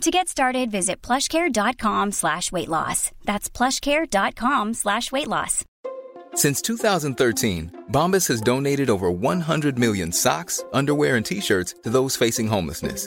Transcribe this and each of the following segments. To get started, visit plushcare.com slash weight loss. That's plushcare.com slash weight loss. Since 2013, Bombas has donated over 100 million socks, underwear, and T-shirts to those facing homelessness.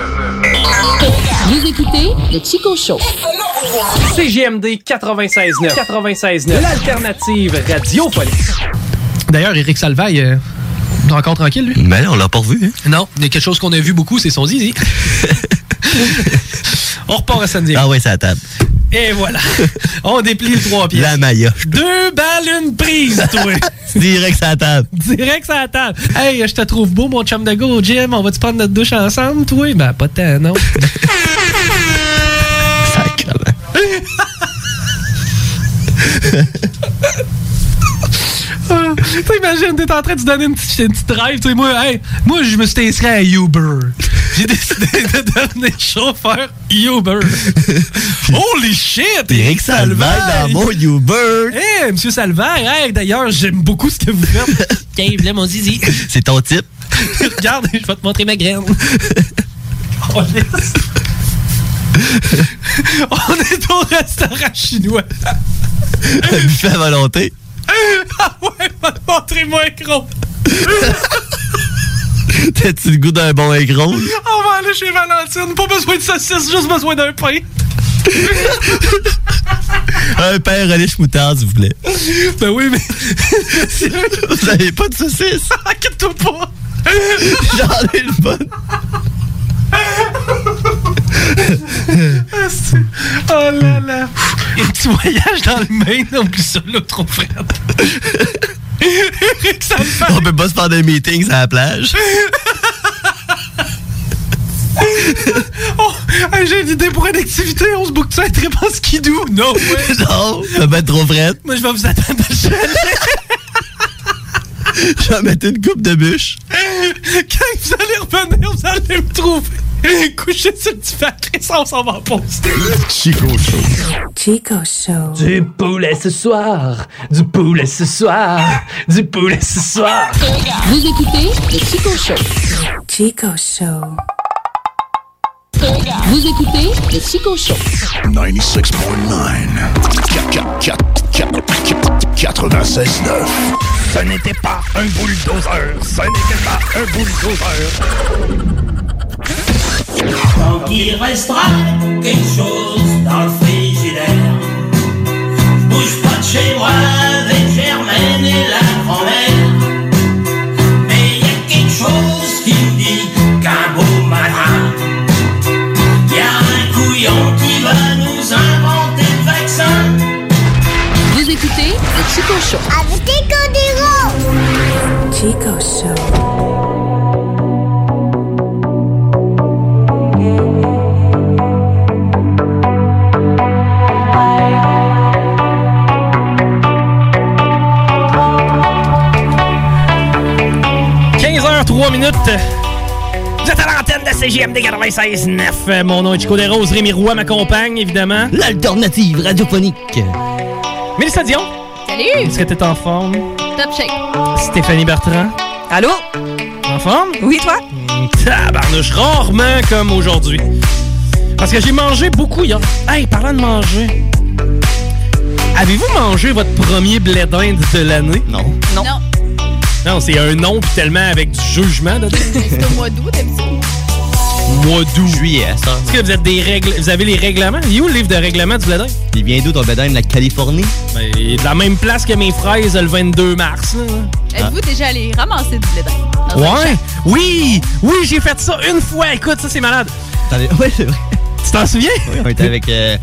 Vous écoutez le Chico Show. CGMD 96.9. 96.9. L'alternative radiophonique. D'ailleurs, Eric Salvaille, euh, encore tranquille, lui? Ben là, on l'a pas revu. Hein? Non, il y a quelque chose qu'on a vu beaucoup, c'est son zizi. on repart à samedi. Ah oui, c'est à table. Et voilà. On déplie le trois pieds. La maillot. Deux balles, une prise, toi. Direct c'est à table. Direct sur la table. Hey, je te trouve beau, mon chum de go au gym. On va-tu prendre notre douche ensemble, toi? Ben, pas de temps, non. Sacrement. Ah, T'imagines, t'es en train de te donner une petite, une petite drive. Tu sais, moi, hey, moi, je me suis inscrit à Uber. J'ai décidé de devenir chauffeur Uber. Holy shit! Direct ça le dans mon Uber. Hey, M. Salvaire, hey, d'ailleurs, j'aime beaucoup ce que vous faites. Cave, là, mon zizi. C'est ton type. Regarde, je vais te montrer ma graine. Oh, yes. On est au restaurant chinois. Un buffet à volonté. Ah ouais, va te montrer moi un gros. T'as-tu le goût d'un bon aigron? On va aller chez Valentine. Pas besoin de saucisse, juste besoin d'un pain. Un père relish moutarde, s'il vous plaît. Ben oui, mais. Vous avez pas de saucisse? Ah, Inquiète-toi pas. J'en ai le bon. Ah, c'est- Oh là là. Un petit voyage dans le Maine, on oublie ça, là, trop frère. Eric, ça le fait. On peut pas se faire des meetings à la plage. Oh, hey, j'ai une idée pour une activité, on se boucle ça et pas skidou. Non, ouais. Non, ça va être trop frette. Moi, je vais vous attendre à chalet. Je vais mettre une coupe de bûche. Quand vous allez revenir, vous allez me trouver. Couché sur le divan, Chris, on s'en va en pause. Chico Show. Chico Show. Du poulet ce soir. Du poulet ce soir. Du poulet ce soir. Vous écoutez le Chico Show. Chico Show. Vous écoutez le Chico Show. 96.9. 96.9. Ce n'était pas un bulldozer. Ce n'était pas un bulldozer. Tant qu'il restera quelque chose dans le frigidaire. Je bouge pas de chez moi avec Germaine et la grand-mère. Mais y a quelque chose qui me dit qu'un beau matin, y a un couillon qui va nous inventer le vaccin. Vous écoutez le Chico Show. Chico Show. minutes. Vous êtes à l'antenne de CGMD Euh, 96.9. Mon nom est Chico Desroses. Rémi Roy m'accompagne, évidemment. L'alternative radiophonique. Mélissa Dion. Salut! Est-ce que t'es en forme? Top shape. Stéphanie Bertrand. Allô? En forme? Oui, toi? Tabarnouche, rarement comme aujourd'hui. Parce que j'ai mangé beaucoup hier. Hey, parlant de manger. Avez-vous mangé votre premier blé d'Inde de l'année? Non. Non. Non, c'est un nom, puis tellement avec du jugement dedans. C'est au mois d'août, d'habitude. mois d'août. Juillet, ça. Est-ce que vous, êtes des règles, vous avez les règlements? Il est où le livre de règlement du bledin? Il vient d'où ton bédin de la Californie? Ben, il est de la même place que mes fraises le 22 mars. là. Êtes-vous déjà allé ramasser du blé d'Inde? Dans un Ouais! Oui! Oui, j'ai fait ça une fois! Écoute, ça, c'est malade! Ouais, c'est vrai. Tu t'en souviens? Oui, on était avec. euh,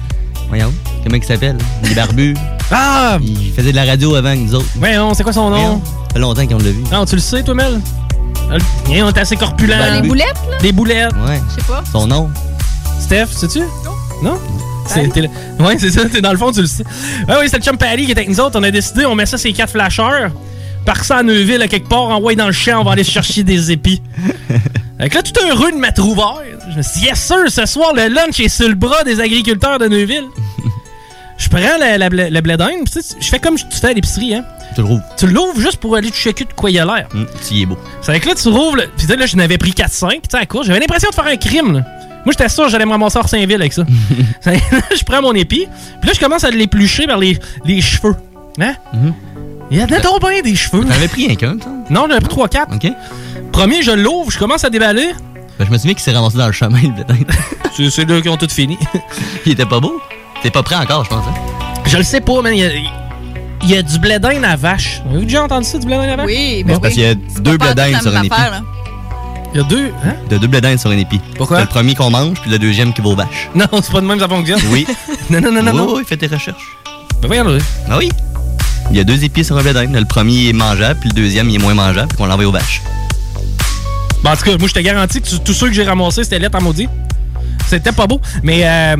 voyons, comment il s'appelle? Les barbus. Ah! Il faisait de la radio avant que nous autres. Voyons, c'est quoi son nom? Ah. Ça fait longtemps qu'on l'a vu. Non, tu le sais, toi, Mel? Euh, hein, on est assez corpulent. Les boulettes, là? Des boulettes. Ben, Ouais. Je sais pas. Son nom? Steph, sais-tu? Non. Non? C'est- t'es là- Ouais, c'est ça. T'es dans le fond, tu le sais. Ouais, oui, c'est le chum Pally qui était avec nous autres. On a décidé, on met ça ces quatre flasheurs. Par ça à Neuville, à quelque part, envoyé dans le champ, on va aller chercher des épis. Fait que là, tout heureux de m'être ouvert. Je me suis dit, yes sir, ce soir, le lunch est sur le bras des agriculteurs de Neuville. Je prends la, la, blé- la blé d'Inde, pis tu sais, je fais comme tu fais à l'épicerie, hein. Tu le rouves. Tu l'ouvres juste pour aller te checker de quoi il a l'air. Hum, tu y es beau. C'est vrai que là, tu rouvres. le- Puis là, là, je n'avais pris 4-5. Tu sais, à court, j'avais l'impression de faire un crime. là. Moi, j'étais sûr que j'allais me ramasser hors Saint-Ville avec ça. Fait que là, je prends mon épi. Puis là, je commence à l'éplucher vers les, les cheveux. Hein? Il y en a donc bien des cheveux. T'en avais Mhm. pris un qu'un, ça? Non, j'en ai pris 3-4. OK? Premier, je l'ouvre, je commence à déballer. Ben, je me souviens qu'il s'est ramassé dans le chemin, le bédin. C'est c'est là qui ont tout fini. il était pas beau. T'es pas prêt encore, je pense. hein? je le sais pas, man. Il y a, il y a du blé d'Inde à vache. Avez-vous déjà entendu ça, du blé d'Inde à vache? Oui, Mais mais c'est parce qu'il y a deux blé d'Inde sur un épi. Il y a deux. Hein? Il y a deux blé d'Inde sur un épi. Pourquoi? T'as le premier qu'on mange, puis le deuxième qui va aux vaches. Non, c'est pas de même, ça fonctionne. Oui. Non, non, non, non. oui, non. oui, fais tes recherches. Ben, voyons, là. Ah oui? Il y a deux épis sur un blé d'Inde. Le premier est mangeable, puis le deuxième, il est moins mangeable, puis qu'on l'envoie aux vaches. Bon, Ben, en tout cas, moi, je te garantis que tu- tous ceux que j'ai ramassés, c'était lettre en maudit. C'était pas beau, mais... Euh,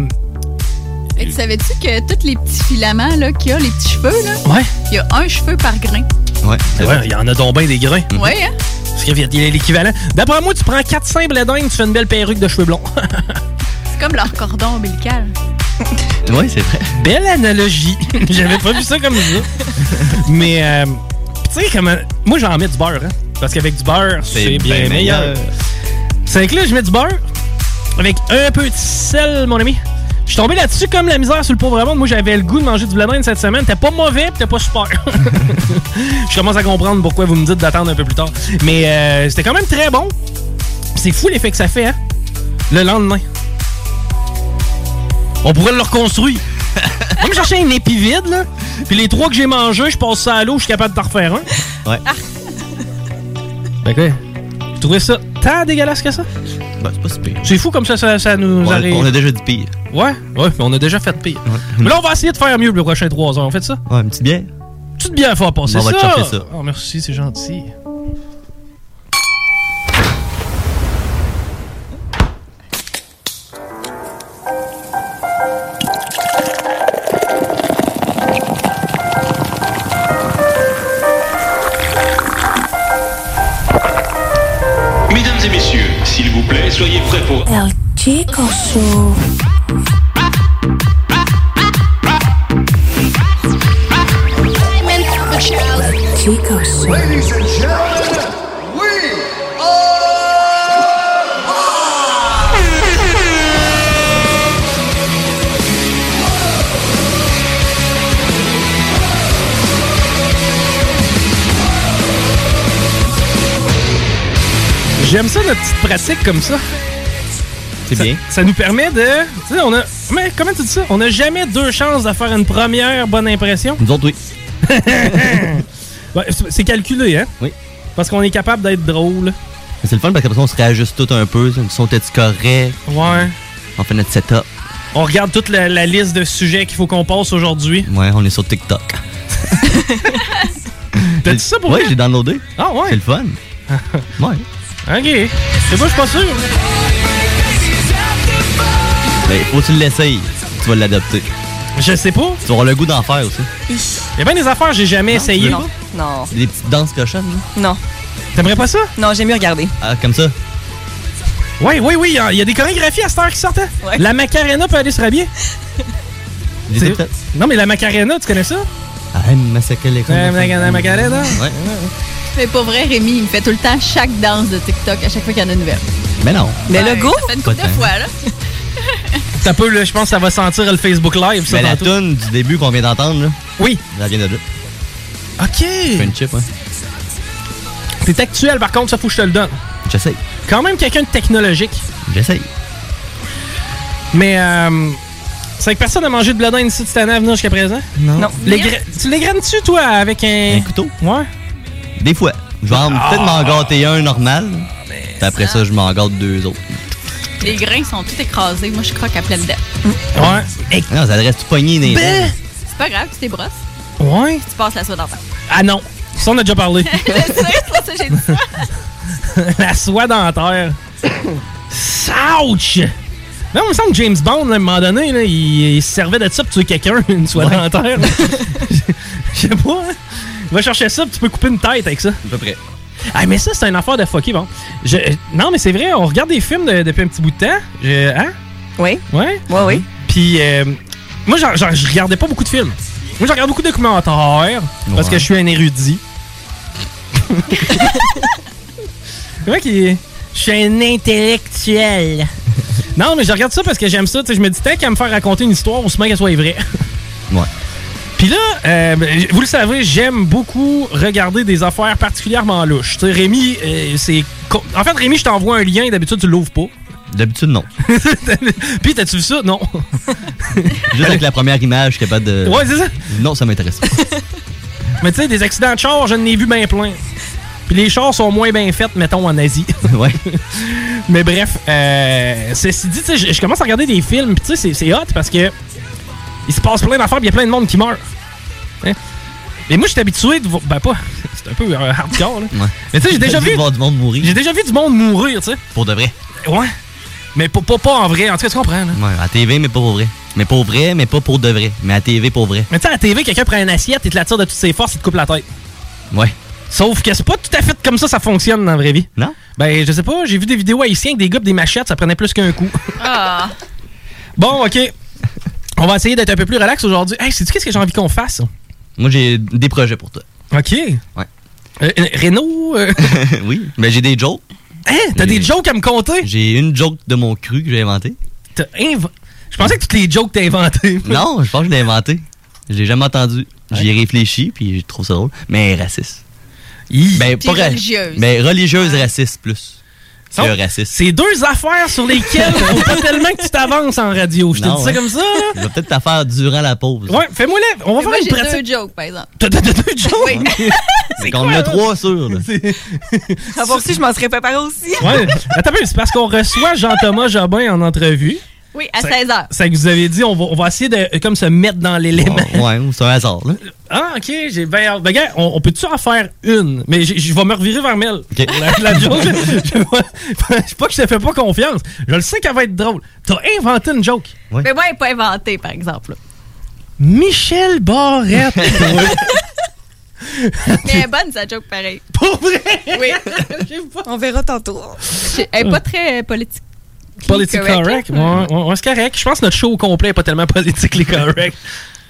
Et tu savais-tu que tous les petits filaments là, qu'il y a, les petits cheveux, là, ouais. il y a un cheveu par grain. Ouais. c'est vrai. Mhm. Ouais, il y en a donc bien des grains. Ouais, hein? Parce qu'il y a il y a l'équivalent. D'après moi, tu prends 4-5 blédines, tu fais une belle perruque de cheveux blonds. C'est comme leur cordon ombilical. Oui, c'est vrai. belle analogie. J'avais pas vu ça comme ça. Mais, euh, pis tu sais, comment... Moi, j'en mets du beurre, hein. Parce qu'avec du beurre, c'est bien, meilleur. C'est que là, je mets du beurre avec un peu de sel, mon ami. Je suis tombé là-dessus comme la misère sur le pauvre monde. Moi, j'avais le goût de manger du blé d'Inde cette semaine. T'es pas mauvais, pis t'es pas super. je commence à comprendre pourquoi vous me dites d'attendre un peu plus tard. Mais euh, c'était quand même très bon. Pis C'est fou l'effet que ça fait, hein? Le lendemain. On pourrait le reconstruire. On va me chercher un épi vide, là. Puis les trois que j'ai mangés, je passe ça à l'eau, je suis capable de t'en refaire un. Ouais. Fait que, je trouvais ça tant dégueulasse que ça. Ben, c'est pas si pire. C'est fou comme ça, ça, ça nous On a, arrive. on a déjà dit pire. Ouais, ouais, mais on a déjà fait pire. Mais là, on va essayer de faire mieux pour le prochain 3 heures. On fait ça? Ouais, une petite bière? Tu te bien fort passer On ça? va te chercher ça. Oh, merci, c'est gentil. Mesdames et messieurs, s'il vous plaît, soyez prêts pour El Chico Show. Chico Show. J'aime ça, notre petite pratique comme ça. C'est Ça, bien. ça nous permet de. Tu sais, on a. Mais comment tu dis ça? On n'a jamais deux chances de faire une première bonne impression. Nous autres, oui. Ouais, c'est- c'est calculé, hein? Oui. Parce qu'on est capable d'être drôle. Mais c'est le fun parce qu'après ça, on se réajuste tout un peu. Ils sont tu corrects? Ouais. On fait notre setup. On regarde toute la, la liste de sujets qu'il faut qu'on passe aujourd'hui. Ouais, on est sur TikTok. T'as dit ça pour Ouais, vrai? j'ai downloadé. Ah C'est ouais? le fun. Ouais. Ok. C'est pas, je suis pas sûr. Ben, faut que tu l'essayes. Tu vas l'adopter. Je sais pas. Tu vas avoir le goût d'en faire aussi. Il y a bien des affaires que j'ai jamais essayé. Non. Non, Des petites danses cochonnes, là. non, T'aimerais pas ça? non, j'ai mieux regarder. Ah, comme ça. Oui, oui, oui, il y a- il y, a des chorégraphies à cette heure qui sortent. hein? Ouais. La Macarena peut aller se rhabiller. J'ai C'est- dit peut-être. Non, mais la Macarena, tu connais ça? Ah, massacrer les La Macarena, Macarena. Ouais. Mais pas vrai, Rémi, il me fait tout le temps chaque danse de TikTok à chaque fois qu'il y en a une nouvelle. Mais non. Mais Ouais, le go, Ça fait une couple de Pas tant. fois, là. Ça peut, là, je pense que ça va sentir le Facebook Live, ça, Mais la tantôt. toune du début qu'on vient d'entendre, là, Oui. ça vient de là. OK. C'est une chip, ouais. C'est actuel, par contre, ça, faut que je te le donne. J'essaye. Quand même quelqu'un de technologique. J'essaye. Mais, euh, c'est que personne n'a mangé de bledin ici de cette année à venir jusqu'à présent? Non. Les gra- tu les graines-tu, toi, avec un... Un couteau? Ouais. Des fois. Je vais en- Ah. peut-être m'en gâter un normal. Puis après ça, je m'en gâte deux autres. Les grains sont tout écrasés. Moi, je croque à pleine dents. Ouais. Non, Ah, ça reste pogné des dents. C'est pas grave, tu t'es brosses. Ouais. Tu passes la soie d'enfer. Ah non. Ça, on a déjà parlé. C'est pour ça que j'ai dit ça. La soie dentaire. Ouch! Non, il me semble que James Bond, là, à un moment donné, là, il, il se servait de ça pour tuer quelqu'un, une soie Ouais. dentaire. Je- Je sais pas. hein. Il va chercher ça, puis tu peux couper une tête avec ça. À peu près. Ah, mais ça, c'est une affaire de fucky, bon. Je- euh, non, mais c'est vrai, on regarde des films de- depuis un petit bout de temps. Je- hein? Oui. Ouais? Oui, oui. Puis, euh, moi, genre, genre, je regardais pas beaucoup de films. Moi, je regarde beaucoup de documentaires, parce Ouais. que je suis un érudit. Le mec, il- Je suis un intellectuel. non, mais je regarde ça parce que j'aime ça. tu sais, Je me dis, tant qu'à me faire raconter une histoire, on se met qu'elle soit vraie. Ouais. Puis là, euh, ben, vous le savez, j'aime beaucoup regarder des affaires particulièrement louches. Tu sais, Rémi, euh, c'est. co- En fait, Rémi, je t'envoie un lien, d'habitude, tu l'ouvres pas. D'habitude, non. Puis, t'as-tu vu ça? Non. Juste avec la première image, je suis capable de. Ouais, c'est ça. Non, ça m'intéresse pas. Mais tu sais, des accidents de char, je n'ai vu bien plein. Puis les chars sont moins bien faits, mettons, en Asie. ouais. Mais bref, euh, ceci dit, tu sais, je je commence à regarder des films, puis tu sais, c'est- c'est hot parce que il se passe plein d'affaires, puis il y a plein de monde qui meurt. Hein? Et moi, je suis habitué de. vo- Ben, pas. C'est un peu euh, hardcore, là. Ouais. Mais tu sais, j'ai déjà vu. voir du monde mourir. J'ai déjà vu du monde mourir, tu sais. Pour de vrai. Ouais. Mais pas, pas, pas en vrai. En tout cas, tu comprends, là. Ouais, à TV, mais pas pour vrai. Mais pour vrai, mais pas pour de vrai. Mais à TV, pour vrai. Mais tu sais, à la TV, quelqu'un prend une assiette et te la tire de toutes ses forces et te coupe la tête. Ouais. Sauf que c'est pas tout à fait comme ça ça fonctionne dans la vraie vie. Non? Ben, je sais pas, j'ai vu des vidéos haïtiennes avec des gars pis des machettes, ça prenait plus qu'un coup. Ah. bon, OK. On va essayer d'être un peu plus relax aujourd'hui. Hey, sais-tu qu'est-ce que j'ai envie qu'on fasse? Moi, j'ai des projets pour toi. OK. Ouais. Euh, euh, Renaud? euh, oui. Mais j'ai des jokes. Hein? T'as des jokes à me compter? J'ai une joke de mon cru que j'ai inventée. t'as inv- Je pensais que toutes les jokes t'as inventé. Non, je pense que je l'ai inventée. Je l'ai jamais entendu. J'y ai réfléchi, puis je trouve ça drôle. Mais raciste. Ben, Puis ra- religieuse. Mais religieuse, raciste plus. Ça, Que raciste. C'est deux affaires sur lesquelles faut pas tellement que tu t'avances en radio. Je te Non, dis ça hein. comme ça, là. Je vais peut-être la faire durant la pause. Ouais, fais-moi là. On va Mais faire moi, une j'ai pratique. deux jokes, par exemple. T'as t'as- t'as deux jokes? C'est qu'on en a trois sur. là. À voir si Ah, je m'en serais préparé aussi. Ouais, attends, un peu, c'est parce qu'on reçoit Jean-Thomas Jobin en entrevue. Oui, à 16h. Ça que vous avez dit, on va, on va essayer de euh, comme se mettre dans l'élément. Ouais, c'est un hasard. Là. Ah, ok, j'ai bien. hâte. Ben, gars, on, on peut-tu en faire une? Mais j'ai- je vais me revirer vers Mel. Ok. La, la joke, je, je vois- je sais pas que je te fais pas confiance. Je le sais qu'elle va être drôle. T'as inventé une joke. Mais moi, elle n'est pas inventée, par exemple. là. Michel Barrette. Mais elle est bonne, sa joke, pareil. Pour vrai? Oui. On verra tantôt. Elle n'est pas très euh, politique. Politique correct. Ouais, ouais, ouais, c'est correct. Je pense que notre show au complet est pas tellement politically correct.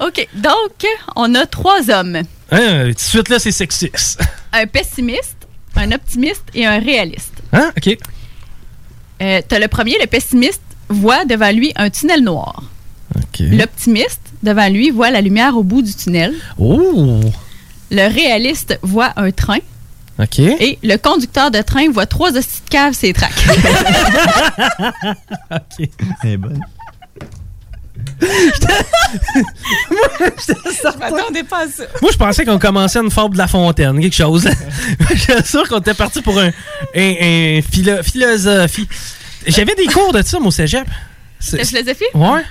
OK. Donc, on a trois hommes. Hein, tout de suite, là, c'est sexiste. Un pessimiste, un optimiste et un réaliste. Hein? OK. Euh, T'as le premier, le pessimiste voit devant lui un tunnel noir. OK. L'optimiste, devant lui, voit la lumière au bout du tunnel. Oh! Le réaliste voit un train. OK. Et le conducteur de train voit trois hosties de cave ses tracts. OK. Elle est bonne. Je m'attendais pas à ça. Moi, je pensais qu'on commençait une forme de la fontaine, quelque chose. J'étais sûr qu'on était parti pour un, un- un philo- philosophie. J'avais des cours de ça, moi, au cégep. La C'est- philosophie? Ouais.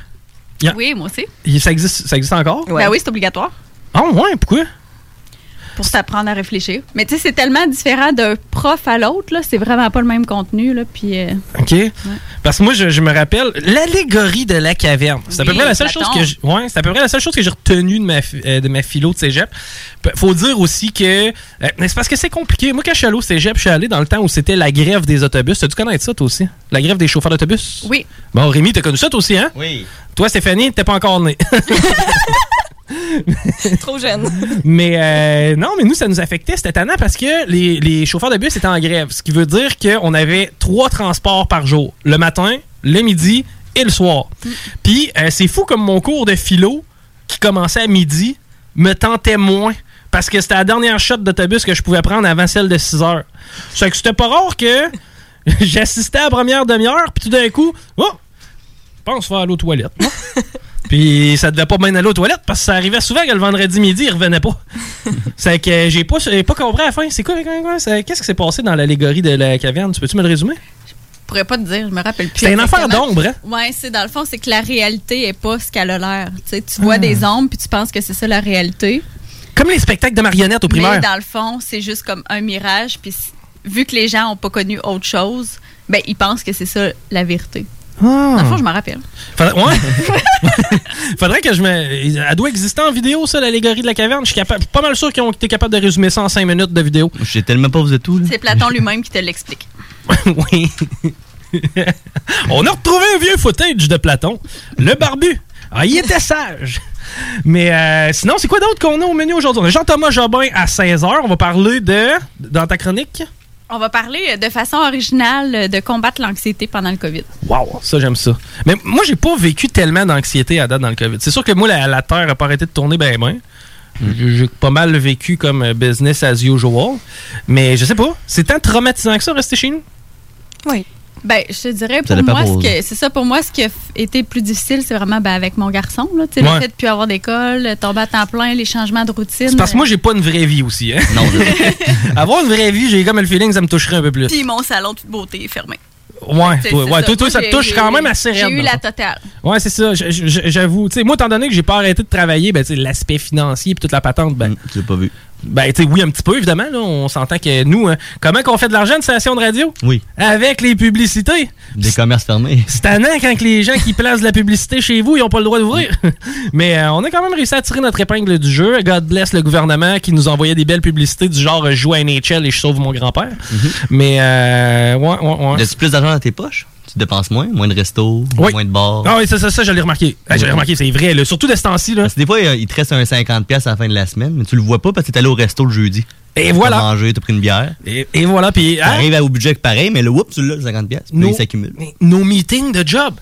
Yeah. Oui, moi aussi. Il- Ça existe, ça existe encore? Ben oui, c'est obligatoire Ah, ouais, pourquoi? pour t'apprendre à réfléchir. Mais tu sais, c'est tellement différent d'un prof à l'autre, là. C'est vraiment pas le même contenu, là. Puis, euh, OK. Parce que moi, je, je me rappelle l'allégorie de la caverne. C'est à peu Oui, près la seule chose Platon. que je- ouais, c'est à peu près la seule chose que j'ai retenue de ma fi- euh, de ma philo de cégep. P- Faut dire aussi que euh, mais c'est parce que c'est compliqué. Moi, quand je suis allé au cégep, je suis allé dans le temps où c'était la grève des autobus. T'as dû connaître ça toi aussi La grève des chauffeurs d'autobus. oui. Bon, Rémi, t'as connu ça toi aussi, hein Oui. Toi, Stéphanie, t'es pas encore née. Trop jeune. mais euh, non, mais nous, ça nous affectait. C'était tannant parce que les, les chauffeurs de bus étaient en grève. Ce qui veut dire qu'on avait trois transports par jour. Le matin, le midi et le soir. Mm. Puis euh, c'est fou comme mon cours de philo, qui commençait à midi, me tentait moins. Parce que c'était la dernière shot d'autobus que je pouvais prendre avant celle de 6 heures. C'est que c'était pas rare que J'assistais à la première demi-heure, puis tout d'un coup, oh, je pense faire aller aux toilettes. moi. puis ça devait pas bien aller aux toilettes parce que ça arrivait souvent que le vendredi midi, il revenait pas. c'est que j'ai pas, j'ai pas compris à la fin. C'est quoi, quoi, quoi, c'est- qu'est-ce qui s'est passé dans l'allégorie de la caverne? Tu peux-tu me le résumer? Je pourrais pas te dire, je me rappelle plus. C'était une affaire exactement. d'ombre, hein? Ouais, c'est dans le fond, c'est que la réalité est pas ce qu'elle a l'air. Tu sais, tu vois Ah. des ombres puis tu penses que c'est ça la réalité. Comme les spectacles de marionnettes au primaire. Mais dans le fond, c'est juste comme un mirage. Puis c- vu que les gens ont pas connu autre chose, ben ils pensent que c'est ça la vérité. Ah. Dans le fond, je m'en rappelle. Faudrait, ouais. Faudrait que je me. Elle doit exister en vidéo, ça, l'allégorie de la caverne. Je suis capa- pas mal sûr qu'ils ont été capables de résumer ça en 5 minutes de vidéo. J'ai tellement pas vous êtes tout, là. C'est Platon lui-même qui te l'explique. oui. On a retrouvé un vieux footage de Platon, le barbu. Ah, il était sage. Mais euh, sinon, c'est quoi d'autre qu'on a au menu aujourd'hui? On a Jean-Thomas Jobin à 16h. On va parler de. Dans ta chronique? On va parler euh, de façon originale euh, de combattre l'anxiété pendant le COVID. Wow, ça j'aime ça. Mais moi, j'ai pas vécu tellement d'anxiété à date dans le COVID. C'est sûr que moi, la, la Terre a pas arrêté de tourner ben ben. J'ai j'ai pas mal vécu comme euh, business as usual. Mais je sais pas, c'est tant traumatisant que ça, rester chez nous. Oui. Ben, je te dirais, Ça pour dépend moi, pour- ce que, c'est ça, pour moi, ce qui a f- été plus difficile, c'est vraiment ben, avec mon garçon. Là, Tu sais, Ouais. Le fait de plus avoir d'école, euh, tomber à temps plein, les changements de routine. C'est parce que moi, j'ai pas une vraie vie aussi. Hein? Non, Avoir une vraie vie, j'ai comme le feeling que ça me toucherait un peu plus. euh, Puis mon salon toute beauté est fermé. Ouais, C'est- c'est toi, ouais, toi, Moi, toi, ça te j'ai- touche quand j'ai- même assez raide. J'ai dans eu le la fond. totale. Ouais, c'est ça. je- je- J'avoue. Tu sais, moi, étant donné que j'ai pas arrêté de travailler, ben, tu sais, l'aspect financier et toute la patente, ben. tu l'as Mm, pas vu. Ben, tu sais, oui, un petit peu, évidemment. Là, on s'entend que nous, hein, comment qu'on fait de l'argent, une station de radio? Oui. Avec les publicités. Des commerces fermés. C'est tannant quand que les gens qui placent de la publicité chez vous, ils n'ont pas le droit d'ouvrir. Mais euh, on a quand même réussi à tirer notre épingle du jeu. God bless le gouvernement qui nous envoyait des belles publicités du genre euh, « Joue à NHL et je sauve mon grand-père Mm-hmm. Mais, euh, ouais, ouais, ouais. As-tu plus d'argent dans tes poches? Tu dépenses moins? Moins de resto? Moins de bars? Ah oui, ça, ça, ça, je l'ai remarqué. Ah, je l'ai remarqué, c'est vrai. là. Surtout de ce temps-ci. là. Parce que des fois, il il te reste un 50$ à la fin de la semaine, mais tu le vois pas parce que t'es allé au resto le jeudi. Et voilà. T'as mangé, t'as pris une bière. Et, voilà, puis... hein? T'arrives au budget pareil, mais le whoop, tu l'as, le 50$. Puis Nos- il s'accumule. mais Nos meetings de job.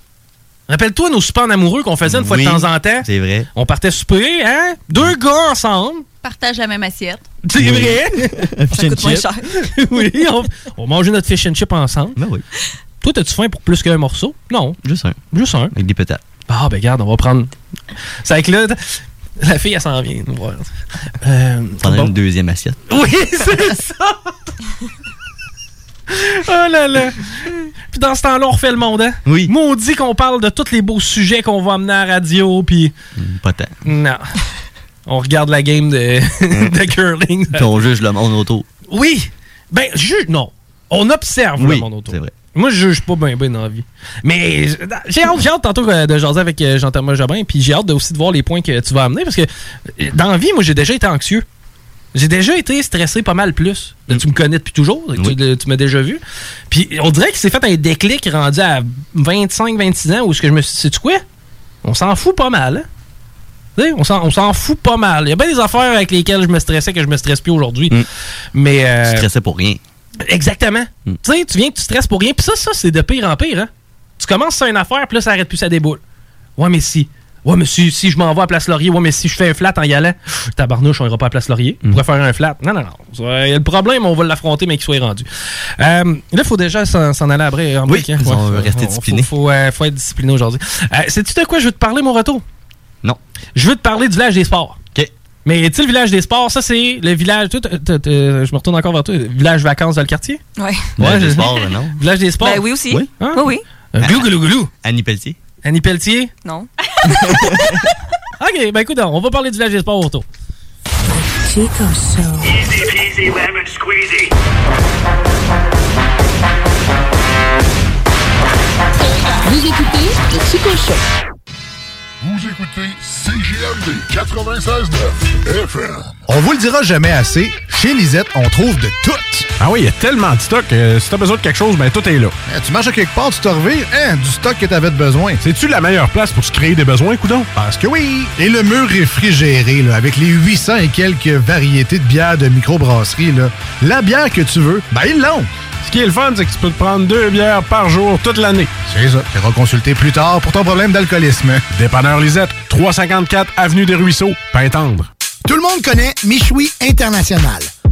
Rappelle-toi nos super en amoureux qu'on faisait une fois Oui, de temps en temps. C'est vrai. Mm. On partait souper, hein? Deux gars ensemble. Partage la même assiette. C'est vrai? Ça coûte moins cher. oui, on, on mangeait notre fish and chip ensemble. Ben oui. Toi, t'as-tu faim pour plus qu'un morceau? Non. Juste un. Juste un. Avec des pétales. Ah, ben regarde, on va prendre. C'est avec là, t- la fille, elle s'en vient. nous voir. Euh, T'en as bon. une deuxième assiette. Oui, c'est ça! oh là là! Puis dans ce temps-là, on refait le monde, hein? Oui. Maudit qu'on parle de tous les beaux sujets qu'on va amener à la radio, puis. Mm, Pas tant. Non. On regarde la game de, de Mm. curling. Puis on juge le monde autour. Oui! Ben, juge, non. On observe Oui, le monde autour. c'est vrai. Moi, je juge pas bien ben dans la vie. Mais euh, j'ai hâte, j'ai hâte tantôt euh, de jaser avec euh, Jean-Thomas Jobin, puis j'ai hâte de- aussi de voir les points que tu vas amener, parce que euh, dans la vie, moi, j'ai déjà été anxieux. J'ai déjà été stressé pas mal plus. Là, Tu me connais depuis toujours, tu, le- tu m'as déjà vu. Puis on dirait que c'est fait un déclic rendu à 25-26 ans, où ce que je me suis dit, sais-tu quoi? On s'en fout pas mal, hein? Tu sais, on s'en- on s'en fout pas mal. Il y a bien des affaires avec lesquelles je me stressais que je me stresse plus aujourd'hui. Mais. euh, Mm. Tu stressais pour rien. Mm. Exactement. Tu sais, tu viens que tu stresses pour rien. Puis ça, ça, c'est de pire en pire. Hein? Tu commences sur une affaire, puis là, ça arrête plus, ça déboule. Ouais, mais si. Ouais, mais si, si je m'en vais à Place Laurier. Ouais, mais si je fais un flat en y allant. Pff, Tabarnouche, on ira pas à Place Laurier. Mm. On pourrait faire un flat. Non, non, non. Ça, euh, Le problème, on va l'affronter, mais qu'il soit rendu. Euh, là, il faut déjà s'en s'en aller après. En Oui, break, hein? on va rester faut- discipliné. Faut, faut, euh, faut être discipliné aujourd'hui. Euh, Sais-tu de quoi je veux te parler, mon retour? Non. Je veux te parler du village des sports. OK. Mais tu sais, le village des sports, ça, c'est le village. toi, t'as- t'as- t'as- je me retourne encore vers toi. Village vacances dans le quartier? Ouais. Village des je- sports, euh, non? Village des sports? Ben oui aussi. Oui. Ah. Oui, oui. Euh, glou, glou, glou. Annie Pelletier. Annie Pelletier? Non. OK, ben écoute, on va parler du village des sports au retour. Chico Show. Easy lemon squeezy. Vous écoutez le Chico Show. Vous écoutez CGMD 96.9 FM. On vous le dira jamais assez, chez Lisette, on trouve de tout. Ah oui, il y a tellement de stock. si t'as besoin de quelque chose, ben tout est là. tu marches à quelque part, tu te revives, hein, du stock que t'avais de besoin. C'est-tu la meilleure place pour se créer des besoins, coudon? Parce que oui! Et le mur réfrigéré, là, avec les 800 et quelques variétés de bières de microbrasserie, là, la bière que tu veux, ben ils l'ont! Ce qui est le fun, c'est que tu peux te prendre deux bières par jour toute l'année. C'est ça. Tu consulter plus tard pour ton problème d'alcoolisme. Dépanneur Lisette, 354 Avenue des Ruisseaux, Pintendre. Tout le monde connaît Michoui International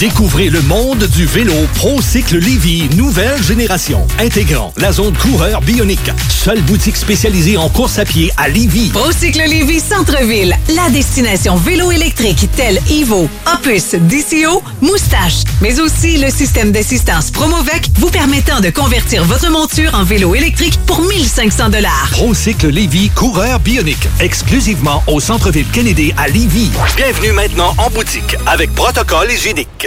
Découvrez le monde du vélo ProCycle Lévy, nouvelle génération, intégrant la zone coureur bionique. Seule boutique spécialisée en course à pied à Lévy. Procycle Lévis Centre-Ville, la destination vélo électrique telle Evo, Opus, DCO, Moustache, mais aussi le système d'assistance Promovec vous permettant de convertir votre monture en vélo électrique pour 1500 dollars. ProCycle Lévy, coureur bionique, exclusivement au centre-ville Kennedy à Lévy. Bienvenue maintenant en boutique avec protocole hygiénique.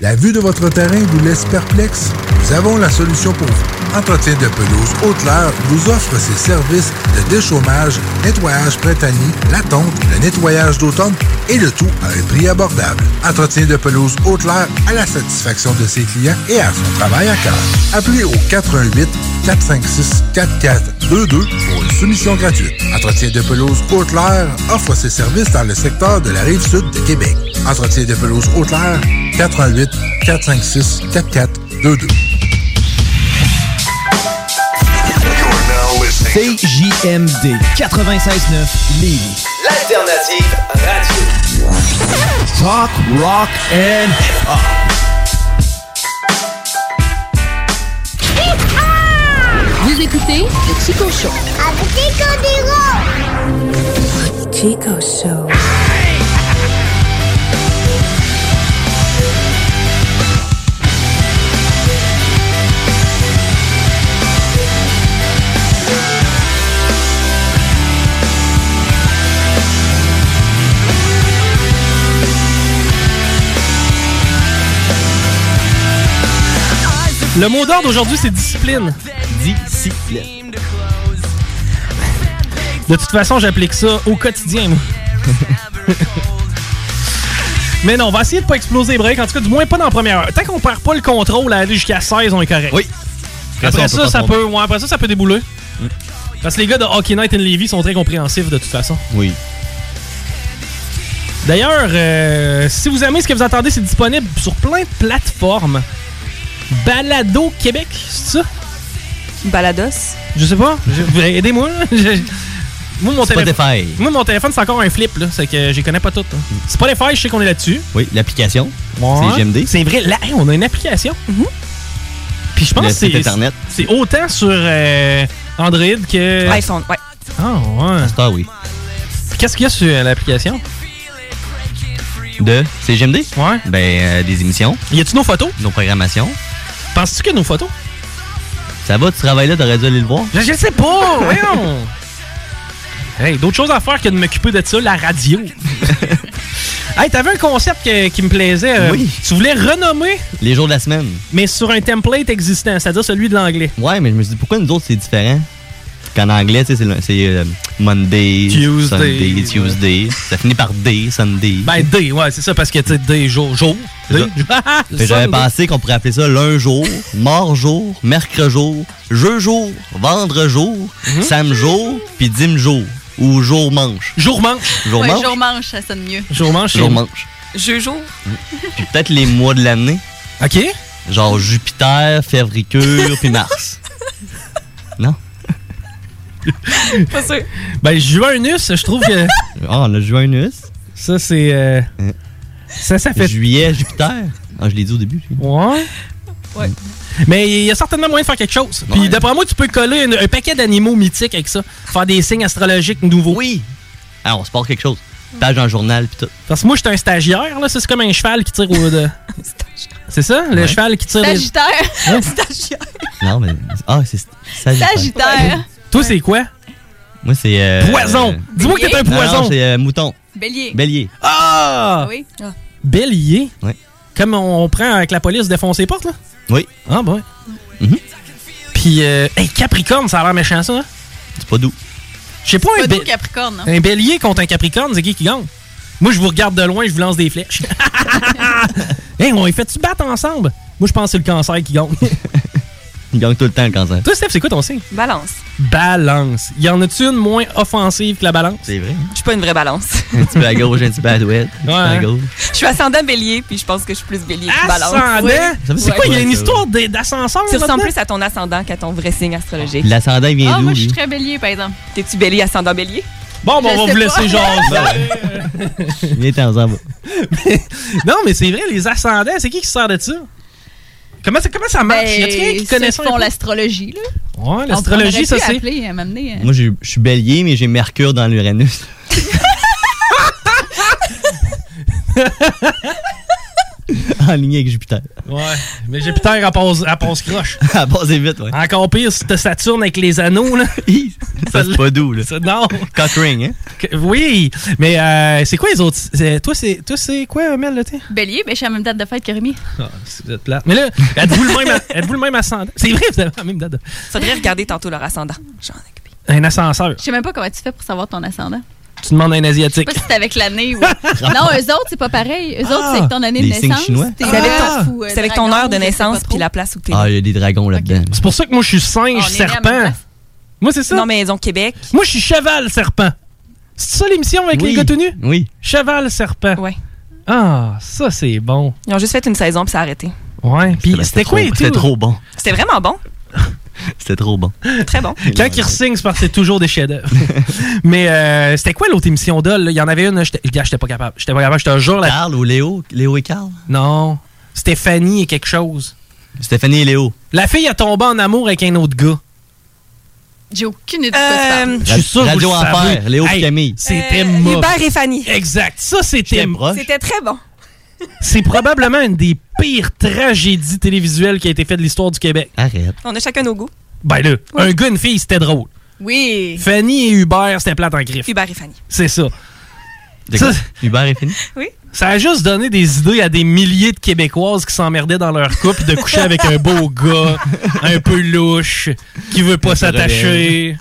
La vue de votre terrain vous laisse perplexe? Nous avons la solution pour vous. Entretien de pelouse Haute-Laure vous offre ses services de déchômage, nettoyage printanier, la tonte, le nettoyage d'automne et le tout à un prix abordable. Entretien de pelouse Haute-Laure à la satisfaction de ses clients et à son travail à cœur. Appelez au 418 456 4422 pour une soumission gratuite. Entretien de pelouse Haute-Laure offre ses services dans le secteur de la rive sud de Québec. Entretien de pelouse Haute-Laure 418 456 4422. CJMD 96.9 Lévis. L'alternative radio. Talk, rock and hip-hop. Vous écoutez le Chico Show. Chico Show. Le mot d'ordre aujourd'hui, c'est discipline. Discipline. De toute façon, j'applique ça au quotidien, moi. Mais non, on va essayer de pas exploser les breaks. En tout cas, du moins pas dans la première heure. Tant qu'on perd pas le contrôle à aller jusqu'à 16, on est correct. Oui. Après Après ça, ça, ça on peut peut, ouais, après ça, ça peut débouler. Parce que les gars de Hockey Night and Levy sont très compréhensifs de toute façon. Oui. D'ailleurs, euh, si vous aimez ce que vous entendez, c'est disponible sur plein de plateformes. Balado Québec, c'est ça? Balados. Je sais pas. Je- Aidez-moi. là. Je- Moi mon, téléphone, Spotify. moi, mon téléphone, c'est encore un flip. là. C'est que j'y connais pas toutes. hein. C'est pas les failles, je sais qu'on est là-dessus. Oui, l'application. Ouais. CGMD. C'est vrai, là, hey, on a une application. Mm-hmm. Puis je pense Le que site c'est- Internet. c'est autant sur euh, Android que. iPhone, ouais. Ah, ouais. Ah oui. Puis Qu'est-ce qu'il y a sur euh, l'application? De CGMD? Ouais. Ben, euh, des émissions. Y a-tu nos photos? Nos programmations. Penses-tu que nos photos? Ça va, tu travailles là, t'aurais dû aller le voir. Je, je sais pas, voyons! Hey, d'autres choses à faire que de m'occuper de ça, la radio. hey, t'avais un concept que- qui me plaisait. euh, Oui. Tu voulais renommer, Les jours de la semaine. mais sur un template existant, c'est-à-dire celui de l'anglais. Ouais, mais je me suis dit, pourquoi nous autres, c'est différent? Qu'en anglais, tu sais, c'est le- c'est euh, Monday, Tuesday. Sunday, Tuesday. Ça finit par D, Sunday. Ben, D, ouais, c'est ça, parce que, tu sais, D, jour, jour. C'est D, ça. Fait que J'avais pensé qu'on pourrait appeler ça lundi jour, mort jour, mercredi jour, jeu jour, vendre jour, Mhm. sam jour, puis dim jour. Ou jour manche. Jour manche. Jour Ouais, manche. jour manche, ça sonne mieux. Jour manche. Jour manche. Jeu jour. Puis peut-être les mois de l'année. OK. Genre Jupiter, Févricure, puis Mars. Pas sûr. Ben, Juinus, je trouve que. Ah, on a Juinus. Ça, c'est. euh, ça, ça fait. Juillet, Jupiter. Ah, je l'ai dit au début. Ouais. Ouais. Mais il y a certainement moyen de faire quelque chose. Puis d'après moi, tu peux coller une- un paquet d'animaux mythiques avec ça. Faire des signes astrologiques nouveaux. Oui. Ah, on se porte quelque chose. Page dans le journal, pis tout. Parce que moi, j'étais un stagiaire, là. Ça, C'est comme un cheval qui tire au. de- C'est ça? Le Ouais. cheval qui tire. les- Sagittaire. Ouais. Stagiaire. Non, mais. Ah, c'est. Sagittaire. Sagittaire. Toi, c'est quoi? Moi, c'est. euh, Poison. euh, Dis-moi que t'es un non, poison. non, c'est euh, mouton. Bélier. Bélier. Ah! Oui. Ah. Bélier? Oui. Comme on prend avec la police défoncer les portes, là? Oui. Mhm. Ah, bah ouais. Puis, euh, hey, Capricorne, ça a l'air méchant, ça. hein? C'est pas doux. Je sais pas, un, Pas bé- d'eau, Capricorne, non? un bélier contre un Capricorne, c'est qui qui gagne? Moi, je vous regarde de loin, je vous lance des flèches. hey, on les fait-tu battre ensemble? Moi, je pense que c'est le cancer qui gagne. Il gagne tout le temps le cancer. Toi, Steph, c'est quoi ton signe? Balance. Balance. Y en a-tu une moins offensive que la balance? C'est vrai. hein? Je suis pas une vraie balance. Un petit peu à gauche, un petit peu à droite. un petit peu à Ouais. gauche. Je suis ascendant bélier, puis je pense que je suis plus bélier que balance. Ascendant? Ça veut C'est dire quoi? Il y a quoi, une ça? histoire d- d'ascenseur? Tu ressembles là-dedans? plus à ton ascendant qu'à ton vrai signe astrologique. L'ascendant, il vient Ah, d'où, moi, je suis lui? très bélier, par exemple. T'es-tu bélier, ascendant bélier? Bon, Je ben, on va sais vous laisser pas. jaser. Il est en bas. non, mais c'est vrai, les ascendants, c'est qui qui se sert de ça? Comment ça, comment ça marche? Y a-t-il quelqu'un qui connaît ça? Ils Ben, font un peu? Euh, l'astrologie, là. Ouais, l'astrologie, ça, c'est. appelé à euh, m'amener. Moi, j'ai- je suis bélier, mais j'ai Mercure dans l'Uranus. en ligne avec Jupiter. Ouais, mais Jupiter, elle passe, elle passe croche. À passer vite, ouais. Encore pire, si t'as Saturne avec les anneaux, là. Ça, c'est pas doux, là. Ça, non. Cockring, hein? Que- Oui, mais euh, c'est quoi les autres? c'est- Toi, c'est toi, c'est quoi, Mel, le tien? Bélier, ben, je suis à la même date de fête que Rémi. Ah, si vous êtes plate. Mais là, êtes-vous le même, êtes-vous le même ascendant? C'est vrai, vous avez la même date. de- Faudrait regarder tantôt leur ascendant. Genre, Un ascenseur. Je sais même pas comment tu fais pour savoir ton ascendant. Tu demandes à un Je sais Asiatique. pas si c'est avec l'année ou. non, eux autres, c'est pas pareil. Eux autres, Ah! c'est avec ton année de Les signes naissance. chinois. t'es C'est avec ton- vierge ou, euh, Ah! C'est avec ton dragon, heure de je sais naissance, pas puis la place où t'es. Ah, il y a des dragons là-dedans. C'est pour ça que moi, Ah, je suis singe, On est né à la même serpent. place. Moi, c'est ça? Non, mais ils ont Québec. Moi, je suis cheval, serpent. C'est ça l'émission avec Oui. les gars tout nus? Oui. Cheval, serpent. Ouais. Ah, ça, c'est bon. Ils ont juste fait une saison, puis ça a arrêté. Ouais, puis c'était quoi et tout? C'était trop bon. C'était vraiment bon. C'était trop bon. Très bon. Quand ils re-signent, c'est parce que c'est toujours des chefs-d'œuvre. Mais euh, c'était quoi l'autre émission d'Ol? là? Il y en avait une, j'étais gars, j'étais pas capable. J'étais pas capable, je te jure. La... Carl ou Léo? Léo et Carl? Non. Stéphanie et quelque chose. Stéphanie et Léo. La fille a tombé en amour avec un autre gars. Euh, J'ai aucune idée de quoi tu parles. Je suis sûr que Radio vous le Enfer, savez. Léo et Hey, Camille. C'était Euh, mauvais. Hubert et Fanny. Exact. Ça, c'était. C'était très bon. C'est probablement une des pires tragédies télévisuelles qui a été faite de l'histoire du Québec. Arrête. On a chacun nos goûts. Ben là, un gars, une fille, c'était drôle. Oui. Fanny et Hubert, c'était plate en griffe. Hubert et Fanny. C'est ça. Ça, Hubert est fini? Oui. Ça a juste donné des idées à des milliers de Québécoises qui s'emmerdaient dans leur couple de coucher avec un beau gars, un peu louche, qui veut pas s'attacher.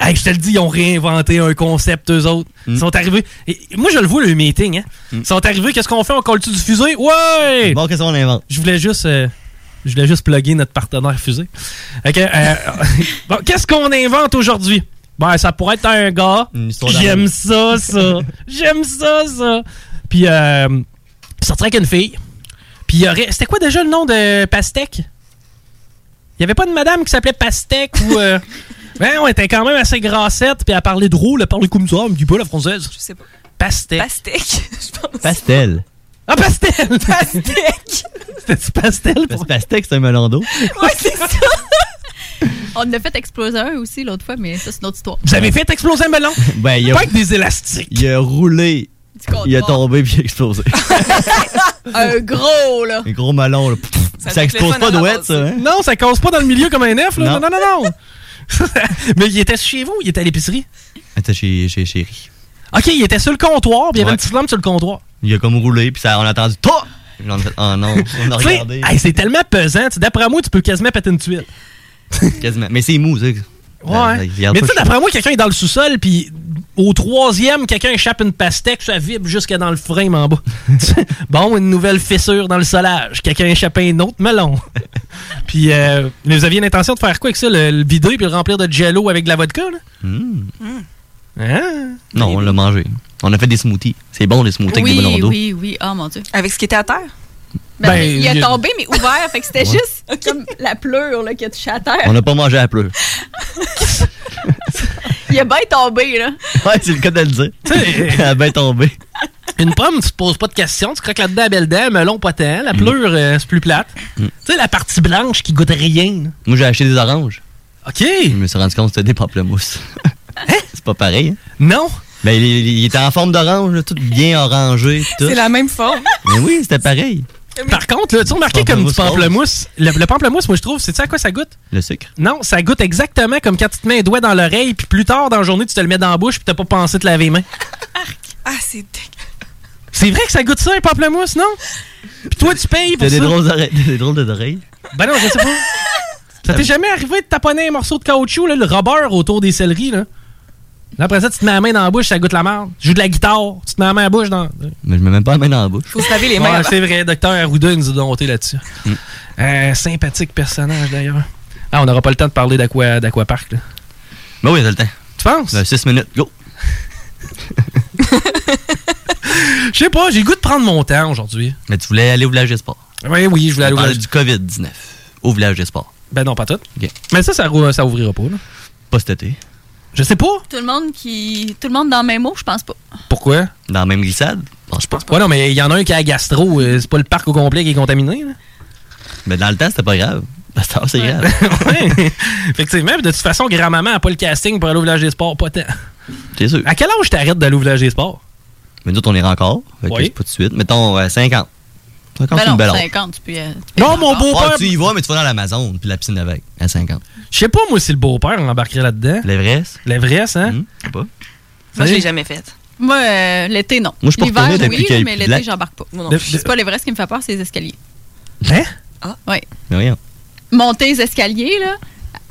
Hey, je te le dis, ils ont réinventé un concept, eux autres. Mm. Ils sont arrivés. et- et moi, je le vois, le meeting. Hein. Ils sont arrivés, qu'est-ce qu'on fait On colle-tu du fusée Ouais Bon, qu'est-ce qu'on invente Je voulais juste. euh, je voulais juste plugger notre partenaire fusée. OK. euh, bon, qu'est-ce qu'on invente aujourd'hui? Ben, ça pourrait être un gars. histoire J'aime d'amour. ça, ça. J'aime ça, ça. Puis, euh, il sortirait avec une fille. Puis, il y aurait. C'était quoi déjà le nom de Pastèque? Il y avait pas de madame qui s'appelait Pastèque ou. euh, ben, on était quand même assez grassette. Puis, elle parlait drôle. Elle parlait comme ça. Elle me dit pas la française. Je sais pas. Pastèque. Pastèque, je pense. Pastel. Ah, pastel! Pastèque! C'était pastel? Pastel, c'est un melon d'eau. Ouais, c'est ça. On l'a fait exploser un aussi l'autre fois, mais ça, c'est une autre histoire. Vous avez fait exploser un melon? Ben, il a. Pas avec des élastiques. Il a roulé. comptoir. Il a tombé puis il a explosé. Un gros, là. Un gros melon, là. Pff, Ça Ça, fait explose plaisir pas de d'ouette, ça, hein? Non, ça casse pas dans le milieu comme un F, là. Non, Non. non, non, non. Mais il était chez vous, il était à l'épicerie. Attends, chez, chez Chéri. OK, il était sur le comptoir, puis il y avait Ouais. une petite lampe sur le comptoir. Il a comme roulé, puis ça, on a entendu TOP! Puis on a fait, oh non, on a Tu sais, regardé. hey, c'est tellement pesant. tu sais, D'après moi, tu peux quasiment péter une tuile. Quasiment. Mais c'est mou, ça. Ouais. Mais tu sais, d'après moi, quelqu'un est dans le sous-sol, puis au troisième, quelqu'un échappe une pastèque, ça vibre jusqu'à dans le frame en bas. Tu sais, bon, une nouvelle fissure dans le solage. Quelqu'un échappe un autre melon. puis, euh, mais vous aviez l'intention de faire quoi avec ça? Le, le vider puis le remplir de jello avec de la vodka? Là? Hein? Non, on l'a mangé. On a fait des smoothies. C'est bon, les smoothies avec des melons Oui, d'eau. oui, oui. Oh mon Dieu. Avec ce qui était à terre? Ben, Ben, il il a y a- tombé, mais ouvert. fait que c'était Ouais. juste comme la pleure là, qui a touché à terre. On n'a pas mangé à pleu. Il a bien tombé, là. Ouais, c'est le cas de le dire. Elle a bien tombé. euh, Une pomme, tu te poses pas de questions, tu croques là-dedans à belle dent, melon pas tant, la pleure, euh, c'est plus plate. Mm. Tu sais, la partie blanche qui goûte rien. là. Moi, j'ai acheté des oranges. OK. Je me suis rendu compte que c'était des pamplemousses. Hein? c'est pas pareil. Non. Ben, il, il- il était en forme d'orange, là, tout bien orangé. Tout. C'est la même forme. Mais oui, c'était pareil. Par contre, là, tu as remarqué comme du pamplemousse. Le, le pamplemousse, moi, je trouve, c'est ça à quoi ça goûte? Le sucre. Non, ça goûte exactement comme quand tu te mets un doigt dans l'oreille, puis plus tard dans la journée, tu te le mets dans la bouche, puis t'as pas pensé te laver les mains. Ah, c'est dégueu. C'est vrai que ça goûte ça, un pamplemousse, non? Puis toi, tu payes pour T'as des ça. drôles d'oreilles. t'as des drôles d'oreilles. Ben non, je sais pas. Ça t'est jamais arrivé de taponner un morceau de caoutchouc, là, le rubber autour des céleris, là? Là, après ça, tu te mets la main dans la bouche, ça goûte la merde. Tu joues de la guitare, tu te mets la main à la bouche dans. Mais je me mets même pas la main dans la bouche. Faut se laver les mains. Ouais, avant. c'est vrai, docteur Arruda nous a dompté là-dessus. Euh, sympathique personnage, d'ailleurs. Ah, on n'aura pas le temps de parler d'Aqua- d'Aquapark, là. Ben oui, t'as le temps. Tu penses? 6 minutes, go. Je sais pas, j'ai le goût de prendre mon temps aujourd'hui. Mais tu voulais aller au village des sports. Oui, oui, je voulais aller au On parlait village- du COVID-19 au village des sports. Ben non, pas tout. OK. Mais ça, ça, rou- ça ouvrira pas, là. Pas cet été. Je sais pas. Tout le monde qui. Tout le monde dans le même mot, je pense pas. Pourquoi? Dans la même glissade? je pense pas. Ouais, non, mais il y en a un qui a la gastro. euh, c'est pas le parc au complet qui est contaminé, là. Mais dans le temps, c'était pas grave. À cette heure, c'est grave. Ouais. Effectivement, puis de toute façon, grand-maman n'a pas le casting pour aller au village des sports, pas tant. C'est sûr. À quel âge t'arrêtes d'aller au village des sports? Mais nous autres, on est encore. Fait que Oui. c'est pas tout de suite. Mettons euh, 50. 50, Ben c'est une belle non, âge. 50, tu peux. y aller. Non, mon Ah, beau-père. tu y vas, mais tu vas dans l'Amazon, puis la piscine avec, à 50. Je sais pas, moi, si le beau-père embarquerait là-dedans. L'Everest? L'Everest, hein? Hmm, Je sais pas. Moi, je l'ai jamais faite. Moi, euh, l'été, non. Moi, je suis pas L'hiver, retourné depuis oui, qu'il y a eu mais plus de lac. l'été, j'embarque pas. non De- plus. C'est pas l'Everest qui me fait peur, c'est les escaliers. Hein? Ah? Oui. Mais rien. Monter les escaliers, là,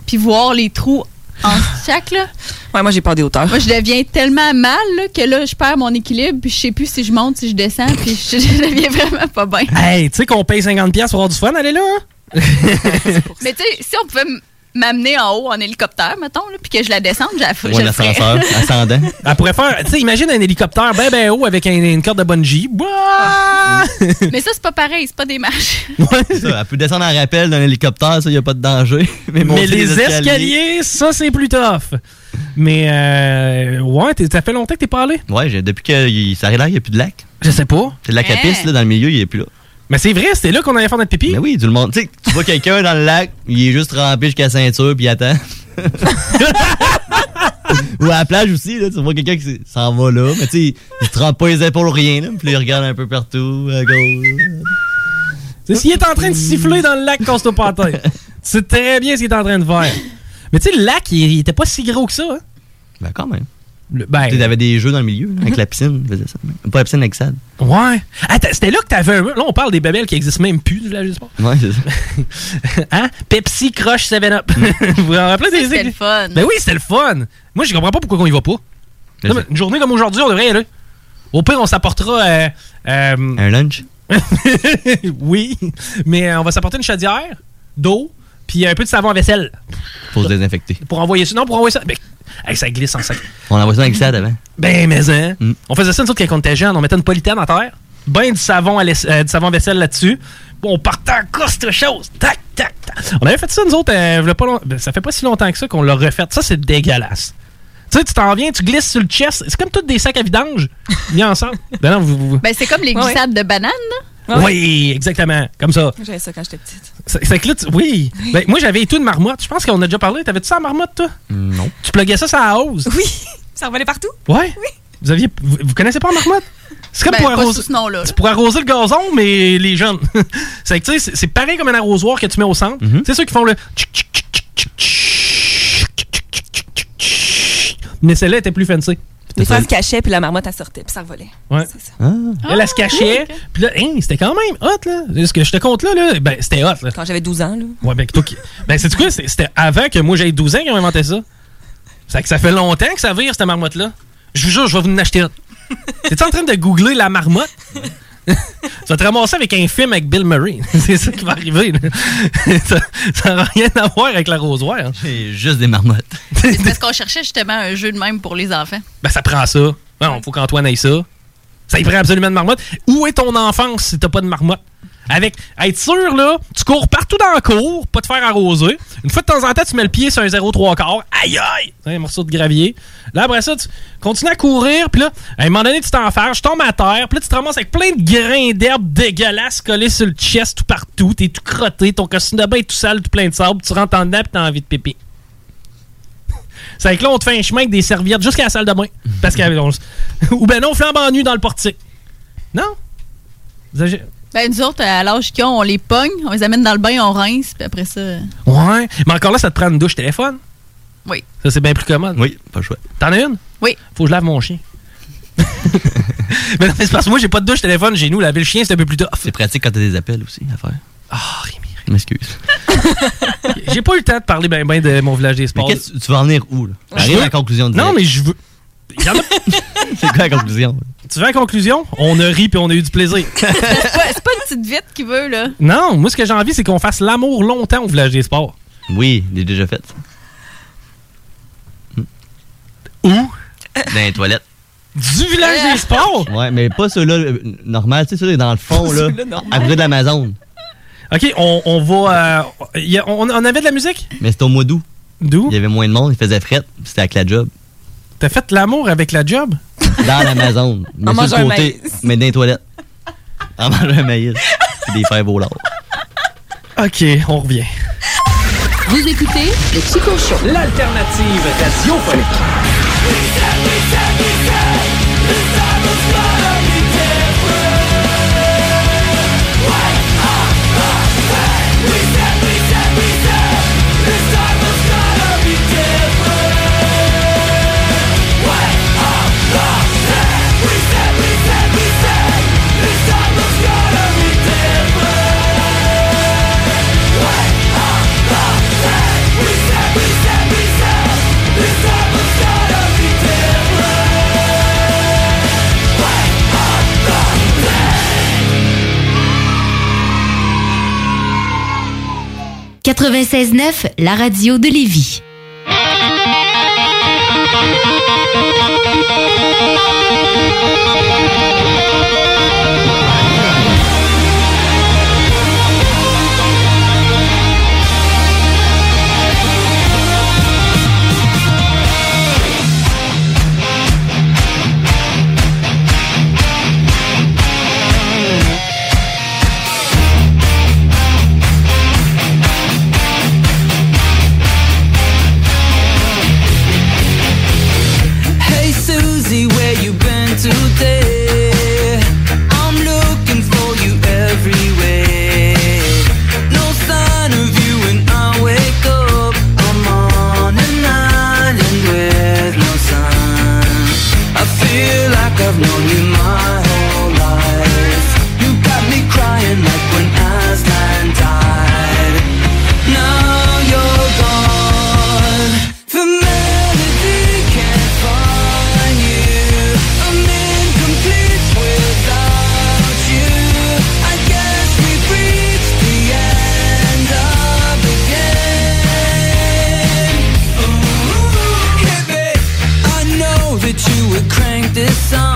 puis voir les trous en chaque, là. Ouais, moi, j'ai peur des hauteurs. Moi, je deviens tellement mal là, que là, je perds mon équilibre, puis je sais plus si je monte, si je descends, puis je, je deviens vraiment pas bien. Hey, tu sais qu'on paye 50$ piastres pour avoir du fun, allez là? hein? Mais tu sais, si on pouvait m- m'amener en haut en hélicoptère, mettons, là, puis que je la descende, j'ai la Ou fou- je un le ferais. ascenseur, ascendant. Elle pourrait faire. Tu sais, imagine un hélicoptère ben ben haut avec un- une corde de bungee. Ah! Ouah! Mais ça, c'est pas pareil, c'est pas des marches. Ça, elle peut descendre en rappel d'un hélicoptère, ça, y a pas de danger. Mais, monter Mais les les escaliers, ça, c'est plus tough. Mais, euh, ouais, t'es- ça fait longtemps que t'es pas allé. Ouais, j'ai- depuis que il- ça arrive là, il n'y a plus de lac. Je sais pas. C'est de lac à Hein? piste, là, dans le milieu, il est plus là. Mais c'est vrai, c'était là qu'on allait faire notre pipi. Mais oui, tout le monde. Tu sais, tu vois quelqu'un dans le lac, il est juste rempli jusqu'à la ceinture, puis il attend. Ou à la plage aussi, là, tu vois quelqu'un qui s- s'en va là, mais tu sais, il se trempe pas les épaules, rien, là, puis il regarde un peu partout, à gauche. C'est s'il est en train de siffler dans le lac qu'on se pas la tête. C'est très bien ce qu'il est en train de faire. Mais tu sais, le lac, il, il était pas si gros que ça. hein. Ben, quand même. ben- Tu sais, t'avais des jeux dans le milieu, là, avec la piscine, il faisait ça. Pas la piscine avec ça. Ouais. Ah, t'as- c'était là que t'avais un mur. Là, on parle des babelles qui existent même plus du village du sport. Ouais, c'est ça. Mm. Hein? Pepsi, Crush, 7-Up. vous vous en rappelez Ça, des c'était le fun. Ben oui, c'était le fun. Moi, je comprends pas pourquoi on y va pas. Non, mais une journée comme aujourd'hui, on devrait y aller. Au pire, on s'apportera. euh, euh, Un lunch? oui, mais euh, on va s'apporter une chaudière, d'eau, puis un peu de savon à vaisselle Pour se désinfecter. pour envoyer ça. Non, pour envoyer ça. Ben, hey, ça glisse en sac. On envoie ça avec ça avant. Ben, mais hein. Mm. On faisait ça, nous autres, quand on était jeunes. On mettait une politaine en terre, ben du savon à, laiss- euh, du savon à vaisselle là-dessus. Puis On partait en course, toute chose. Tac, tac, tac. On avait fait ça, nous autres, euh, v'là pas long- ben, ça fait pas si longtemps que ça qu'on l'a refait. Ça, c'est dégueulasse. Tu sais, tu t'en viens, tu glisses sur le chest. C'est comme tous des sacs à vidange mis ensemble. Ben non, vous. vous- Ben, c'est comme les Ouais, ouais. glissades de bananes, là. Oui, exactement. Comme ça. J'avais ça quand j'étais petite. C'est c'est que là, tu- oui. Ben, moi, j'avais tout de marmotte. Je pense qu'on a déjà parlé. T'avais-tu ça en marmotte, toi? Non. Tu pluguais ça, ça à hausse? Oui. Ça revolait partout? Ouais? Vous, aviez, vous, vous connaissez pas en marmotte? C'est comme Ben, pour pas arroser. sous ce nom-là, là. C'est pour arroser le gazon, mais les jeunes. c'est que, tu sais, c'est- c'est pareil comme un arrosoir que tu mets au centre. C'est ceux qui font le. tchic, tchic, tchic, tchic, tchic, tchic, tchic, tchic. Mais celle-là était plus fancy. Des fois, elle se cachait, puis la marmotte, elle sortait, puis ça revolait. Ouais. Elle, elle se cachait. Ah, Puis là, hein, c'était quand même hot, là. Ce que je te compte là, là ben, c'était hot, là. Quand j'avais 12 ans, là. Ouais, ben, toi qui- ben c'est quoi? c'est- C'était avant que moi j'aie 12 ans qu'ils ont inventé ça. Ça, fait que ça fait longtemps que ça vire, cette marmotte-là. Je vous jure, je vais vous en acheter une. T'es-tu en train de googler la marmotte? tu vas te ramasser avec un film avec Bill Murray. c'est ça qui va arriver. là. ça ça n'a rien à voir avec l'arrosoir. C'est juste des marmottes. C'est parce qu'on cherchait justement un jeu de même pour les enfants. Ben, ça prend ça. Non, faut qu'Antoine aille ça. Ça y prend absolument de marmotte. Où est ton enfance si t'as pas de marmotte? Avec être sûr, là, tu cours partout dans la cour, pas te faire arroser. Une fois de temps en temps, tu mets le pied sur un 0,3 quart. Aïe aïe! C'est Un morceau de gravier. Là, après ça, tu continues à courir, puis là, à un moment donné, tu t'enfermes, je tombe à terre, puis là, tu te ramasses avec plein de grains d'herbe dégueulasses collés sur le chest tout partout. T'es tout crotté, ton costume de bain est tout sale, tout plein de sable. Tu rentres en dedans, puis t'as envie de pipi. C'est que là, on te fait un chemin avec des serviettes jusqu'à la salle de bain. Parce que, on- ou ben non, flambe en nu dans le portique. Non? Vous avez- Ben, nous autres, à l'âge qu'ils ont, on les pogne, on les amène dans le bain, on rince, puis après ça. euh, Ouais. Mais encore là, ça te prend une douche téléphone. Oui. Ça, c'est bien plus commode. Oui, pas chouette. T'en as une? Oui. Faut que je lave mon chien. mais non, mais c'est parce que moi, j'ai pas de douche téléphone chez nous. Laver le chien, c'est un peu plus tough. C'est pratique quand t'as des appels aussi à faire. Ah, Je m'excuse. J'ai pas eu le temps de parler ben ben de mon village des sports. Mais qu'est-ce que tu- tu vas en venir où, là? Je Arrive à veux- la conclusion Non, directe. mais je veux. C'est quoi la conclusion? Tu veux la conclusion? On a ri puis on a eu du plaisir. C'est pas, c'est pas une petite vite qui veut, là. non, moi, ce que j'ai envie, c'est qu'on fasse l'amour longtemps au village des sports. Oui, il est déjà fait. Où? Dans les toilettes. Du village des sports? Ouais, mais pas ceux-là euh, normal, tu sais, ceux-là dans le fond, Pas là. ceux-là normal. À côté de l'Amazon. OK, on, on va. euh, y a- on, on avait de la musique? Mais c'était au mois d'août. D'où? Il y avait moins de monde, il faisait fret, puis c'était avec la job. T'as fait l'amour avec la job? Dans l'Amazon. mais mange sur un le côté, maïs. mais dans les toilettes. En mangeant un maïs. Puis des fèves au lard. OK, on revient. Vous écoutez le Chico Show. L'alternative radiophonique. 969, la radio de Lévis. Hey Susie, where you been today? I'm looking for you everywhere. No sign of you when I wake up. I'm on an island with no sun. I feel like I've known you my whole life. You got me crying like when Iceland died. Now you're gone. The melody can't find you. I'm incomplete without you. I guess we reached the end of the game. Ooh, hit me. I know that you would crank this song.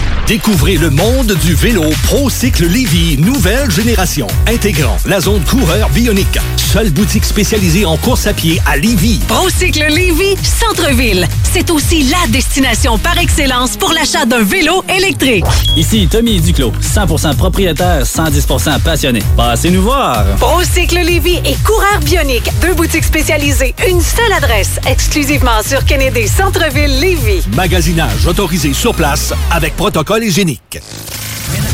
Découvrez le monde du vélo ProCycle Lévy nouvelle génération, intégrant la zone coureur bionique. Seule boutique spécialisée en course à pied à Lévy. Procycle Lévis Centre-ville. C'est aussi la destination par excellence pour l'achat d'un vélo électrique. Ici Tommy Duclos, 100% propriétaire, 110% passionné. Passez-nous voir. Procycle Lévis et Coureur Bionique, deux boutiques spécialisées, une seule adresse, exclusivement sur Kennedy Centre-ville Lévis. Magasinage autorisé sur place avec protocole hygiénique.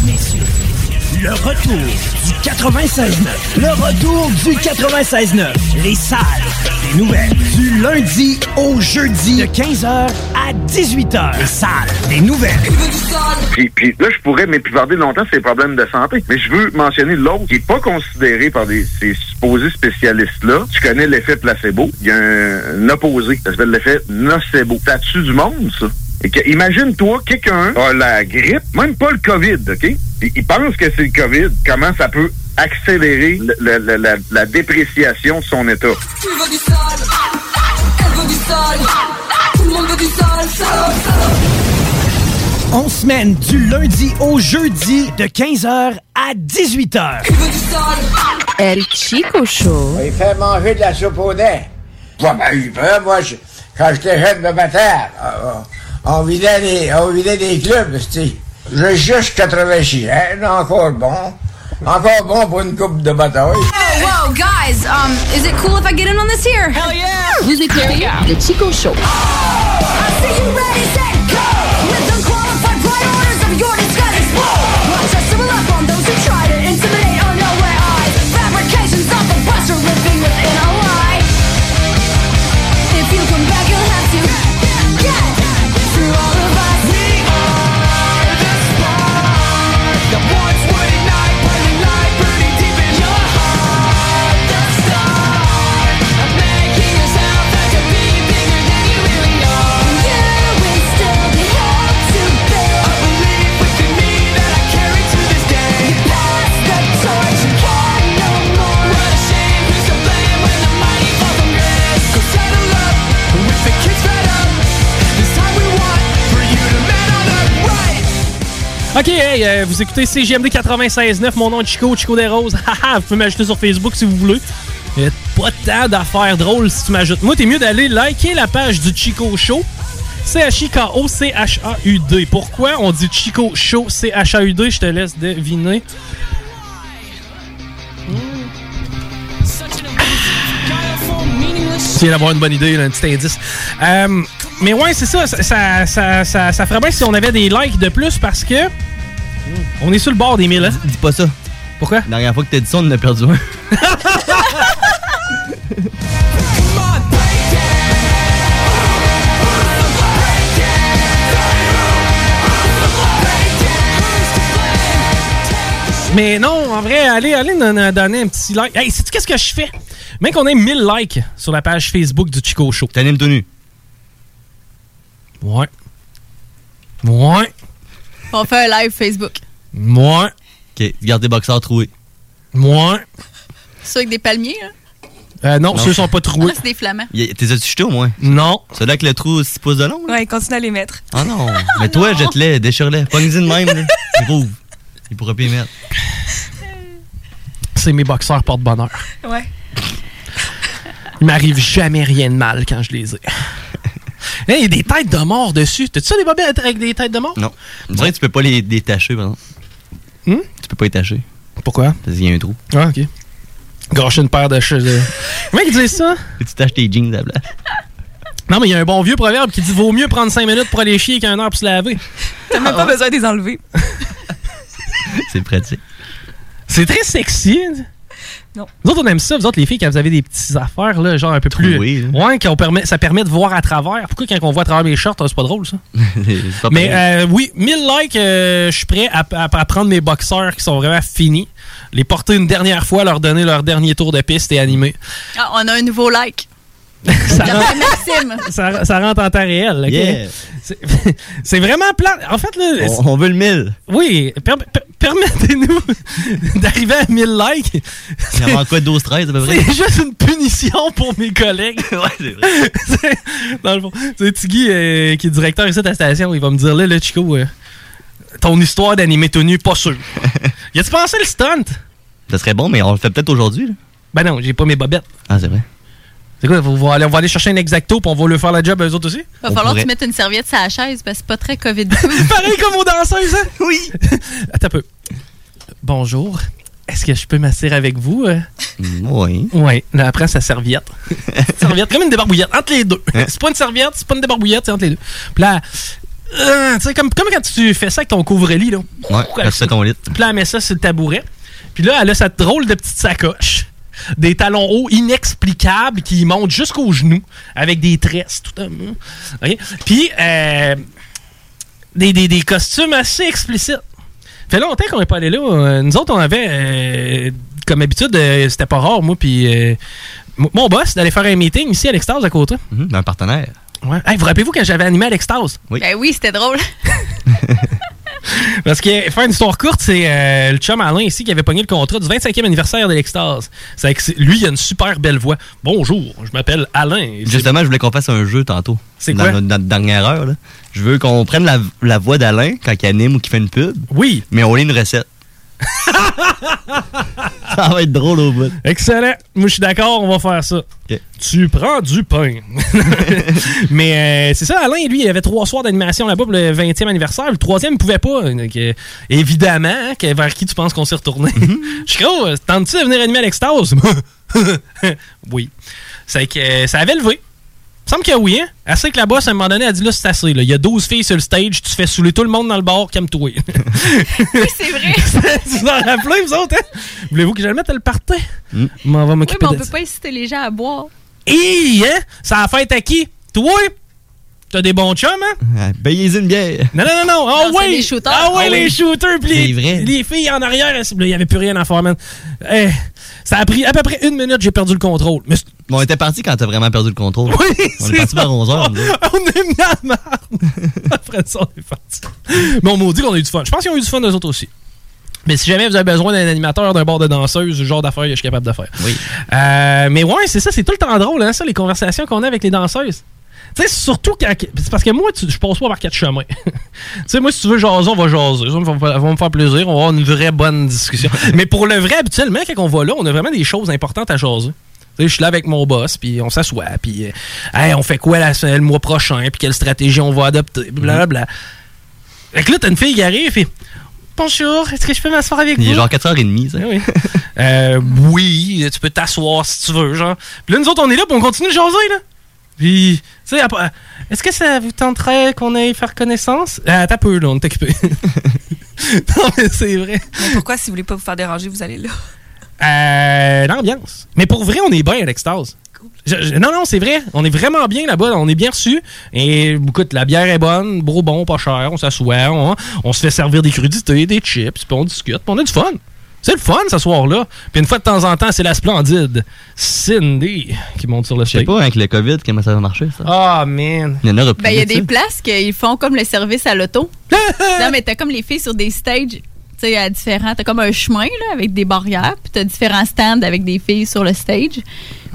Le retour du 96.9. Le retour du 96.9. Les salles des nouvelles. Du lundi au jeudi. De 15h à 18h. Les salles des nouvelles. Puis, puis là, je pourrais m'épivarder longtemps sur les problèmes de santé, mais je veux mentionner l'autre qui n'est pas considéré par des, ces supposés spécialistes-là. Tu connais l'effet placebo. Il y a un, un opposé, ça s'appelle l'effet nocebo. T'as dessus du monde, ça? Et que- Imagine-toi, quelqu'un a la grippe, même pas le COVID, OK? Il, il pense que c'est le COVID. Comment ça peut accélérer le- le- le- la- la dépréciation de son état? Tu veux du sol Elle veut du sol Tout le monde veut du sol Salope, On semaine du lundi au jeudi de 15h à 18h. El Chico Show. Il fait manger de la soupe au nez. Moi, ben, j'ai peur. Moi, je- quand j'étais jeune de ma terre, on, on vidait des, on vidait des clubs, tu J'ai juste 86 ans, hein, encore bon. Encore bon pour une coupe de bataille. Wow, guys, um, is it cool if I get in on this here? Hell yeah! Vous écoutez le Chico Show. OK, hey, euh, vous écoutez CGMD 96.9, mon nom est Chico, Chico des Roses. Haha, vous pouvez m'ajouter sur Facebook si vous voulez. Il y a pas tant d'affaires drôles si tu m'ajoutes. Moi, t'es mieux d'aller liker la page du Chico Show. C-H-I-K-O-C-H-A-U-D. Pourquoi on dit Chico Show C-H-A-U-D? Je te laisse deviner. Tu viens d'avoir une bonne idée, là, un petit indice. Euh, mais ouais, c'est ça ça, ça, ça, ça. ça ferait bien si on avait des likes de plus parce que. On est sur le bord des 1000. Dis pas ça. Pourquoi? La dernière fois que t'as dit ça, on en a perdu un. Mais non, en vrai, allez, allez nous nous donner un petit like. Hey, sais-tu qu'est-ce que je fais? Même qu'on ait 1000 likes sur la page Facebook du Chico Show. T'animes tout nu. Ouais. Ouais. On fait un live Facebook. Moi. Ok, garde des boxeurs troués. Moi. Ceux avec des palmiers, là. Euh, non, Non. ceux sont pas troués. Ah, c'est des flamants. Y- T'es as-tu jeté au moins? Non. Celui-là avec le trou 6 pouces de long? Ouais, continue à les mettre. Ah non. Mais toi, jette-les, déchire-les. Pogne-y de même, là. Il rouvre. Il pourra pas y mettre. C'est mes boxeurs porte-bonheur. Ouais. Il m'arrive jamais rien de mal quand je les ai. Là, il y a des têtes de mort dessus. T'as-tu ça des bobettes avec des têtes de mort? Non. Je dirais que tu peux pas les détacher, par exemple. Hmm? Tu peux pas étacher. Pourquoi? Parce qu'il y a un trou. Ah, ok. Gâcher une paire de cheveux. Comment ils disent ça? Et tu t'achètes tes jeans à la place. Non, mais il y a un bon vieux proverbe qui dit vaut mieux prendre 5 minutes pour aller chier qu'un heure pour se laver. T'as Ah. même pas besoin de les enlever. C'est pratique. C'est très sexy. hein? Non. Vous autres, on aime ça, vous autres, les filles, quand vous avez des petites affaires, là, genre un peu plus. Ouais, qu'on permet, ça permet de voir à travers. Pourquoi, quand on voit à travers mes shorts, hein, c'est pas drôle, ça? C'est pas Mais pareil. euh, oui, 1000 likes, euh, je suis prêt à, à- à prendre mes boxeurs qui sont vraiment finis, les porter une dernière fois, leur donner leur dernier tour de piste et animer. Ah, on a un nouveau like. Ça D'après Maxime. Ça, ça rentre en temps réel. ok? Yeah. C'est- C'est vraiment plat. En fait, là, c'est- On, on veut le 1000. oui, per- per- permettez-nous d'arriver à 1000 likes. Il en manque quoi 12-13 à peu près? C'est juste une punition pour mes collègues. C'est- Dans le fond, tu sais, Tiggy, euh, qui est directeur ici de la station, il va me dire là, là, Chico, euh, ton histoire d'animé tout nu, pas sûr. y a-tu pensé le stunt? Ça serait bon, mais on le fait peut-être aujourd'hui. là. Ben non, j'ai pas mes bobettes. Ah, c'est vrai. C'est quoi, on va, aller, on va aller chercher un exacto puis on va leur faire la job à eux autres aussi? Va falloir que tu mettes une serviette sur la chaise parce que c'est pas très covid Pareil comme aux danseuses, hein? Oui. Attends un peu. Bonjour. Est-ce que je peux m'asseoir avec vous? euh? Oui. Ouais, là, après sa serviette. Une serviette, comme une débarbouillette, entre les deux. C'est pas une serviette, c'est pas une débarbouillette, c'est entre les deux. Puis là, euh, tu sais, comme, comme quand tu fais ça avec ton couvre-lit, là. Ouais, quand tu fais ton lit. Puis là, elle met Oh, ça sur le tabouret. Puis là, elle a sa drôle de petite sacoche. Des talons hauts inexplicables qui montent jusqu'aux genoux avec des tresses, tout un. OK? Puis, euh, des, des, des costumes assez explicites. fait longtemps qu'on n'est pas allé là. Euh, Nous autres, on avait, euh, comme habitude, euh, c'était pas rare, moi, puis euh, m- mon boss, d'aller faire un meeting ici à l'Extase à côté. un partenaire. Ouais. Hey, vous rappelez-vous quand j'avais animé à l'Extase? Ben oui, c'était drôle. Parce que, faire une histoire courte, c'est euh, le chum Alain ici qui avait pogné le contrat du 25e anniversaire de l'Extase. C'est que c'est- lui, il a une super belle voix. Bonjour, je m'appelle Alain. Et c'est- Justement, je voulais qu'on fasse un jeu tantôt. C'est dans quoi? Notre, notre dernière heure, là. Je veux qu'on prenne la, la voix d'Alain quand il anime ou qu'il fait une pub. Oui. Mais on lit une recette. Ça va être drôle au bout. Excellent. Moi, je suis d'accord, on va faire ça. Tu prends du pain. Mais euh, c'est ça, Alain, lui, il avait trois soirs d'animation là-bas pour le 20e anniversaire. Le troisième, il pouvait pas. Donc, euh, évidemment, hein, que- vers qui tu penses qu'on s'est retourné? Chico, euh, tentes-tu de venir animer à l'extase? oui. C'est que euh, ça avait levé. Il me semble que oui, hein? Elle sait que la boss, à un moment donné, elle dit là, c'est assez. là. Il y a 12 filles sur le stage, tu fais saouler tout le monde dans le bar, calme-toi. c'est vrai. vous en rappelez, vous autres, hein? Voulez-vous que je le mette à le party? Hmm. M'en va Oui, m'occuper mais on de peut ça. pas inciter les gens à boire. Hi, hein? Ça a fait à qui? Toi? T'as des bons chums, hein? Payez-y une bière. Non, non, non, non. Ah Non, c'est oui! des shooters. Ah oui, Ah les oui. shooters. Puis C'est les, vrai. les filles en arrière, elles- il n'y avait plus rien à faire, man. Eh, ça a pris à peu près une minute, j'ai perdu le contrôle. Mais c'est- Mais on était parti quand t'as vraiment perdu le contrôle. Oui, On c'est est parti ça. vers 11h. nous autres. on est mis à la merde. Après ça, on est parti. Mais on m'a dit qu'on a eu du fun. Je pense qu'ils ont eu du fun, eux autres aussi. Mais si jamais vous avez besoin d'un animateur, d'un bord de danseuse, le genre d'affaires que je suis capable de faire. Oui. Euh, mais ouais, c'est ça, c'est tout le temps drôle, hein, ça, les conversations qu'on a avec les danseuses. Tu sais, surtout quand. c'est parce que moi, tu- je passe pas par quatre chemins. tu sais, moi, si tu veux jaser, on va jaser. Ça me va- va me faire plaisir. On va avoir une vraie bonne discussion. mais pour le vrai, habituellement, quand on va là, on a vraiment des choses importantes à jaser. Tu sais, Je suis là avec mon boss, puis on s'assoit, puis euh, Hey, on fait quoi la, se- le mois prochain, puis quelle stratégie on va adopter, puis blablabla. Fait que là, t'as une fille qui arrive, puis Bonjour, est-ce que je peux m'asseoir avec Il est vous? genre 4h30, ça. Eh Oui. Euh, oui, tu peux t'asseoir si tu veux, genre. Puis là, nous autres, on est là, puis on continue de jaser, là. Puis, tu sais, après, est-ce que ça vous tenterait qu'on aille faire connaissance? Ah, t'as peu, là, on est occupé. non, mais c'est vrai. Mais pourquoi, si vous voulez pas vous faire déranger, vous allez là? Euh, l'ambiance. Mais pour vrai, on est bien à l'extase. Je- je- non, non, c'est vrai. On est vraiment bien là-bas. On est bien reçus. Et écoute, la bière est bonne, bro bon, pas cher. On s'assoit, on, hein. on se fait servir des crudités, des chips, puis on discute, puis on a du fun. C'est le fun ce soir-là. Puis une fois de temps en temps, c'est la splendide Cindy qui monte sur le Je sais stage. pas, hein, avec le COVID, comment ça va marcher, ça. Ah, man. Il y en aura plus. Ben, il y a tu des sais. places qu'ils font comme le service à l'auto. non, mais t'as comme les filles sur des stages, tu sais, à différents. T'as comme un chemin, là, avec des barrières, puis t'as différents stands avec des filles sur le stage.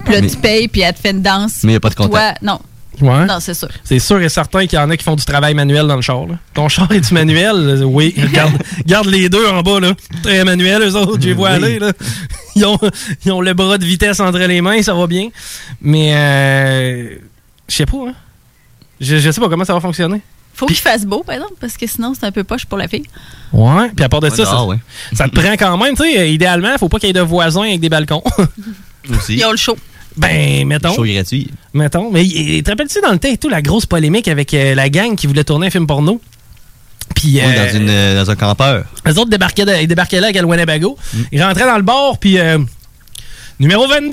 Puis là, Mais- tu payes, puis elle te fait une danse. Mais y a pas de pour contact. Hein? Toi. Non. Ouais. Non, c'est sûr. C'est sûr et certain qu'il y en a qui font du travail manuel dans le char. là. Ton char est du manuel? Euh, Oui, garde, garde les deux en bas. là. Très manuel, eux autres, je les vois Oui. aller. là. Ils, ont, ils ont le bras de vitesse entre les mains, ça va bien. Mais euh, je sais pas. hein. Je, je sais pas comment ça va fonctionner. Faut qu'il fasse beau, par exemple, parce que sinon, c'est un peu poche pour la fille. Ouais, puis à part de Ouais, ça, ça, dehors, ouais. ça te prend quand même, tu sais, euh, idéalement, faut pas qu'il y ait de voisins avec des balcons. Aussi. Ils ont le show. Ben, mettons. Show gratuit. Mettons. Mais y- y- te rappelles-tu dans le temps et tout la grosse polémique avec euh, la gang qui voulait tourner un film porno? Puis, Oui, euh, dans, une, euh, dans un campeur. Eux autres débarquaient, de- ils débarquaient là avec le Winnebago. Mm. Ils rentraient dans le bar, puis euh, numéro 22.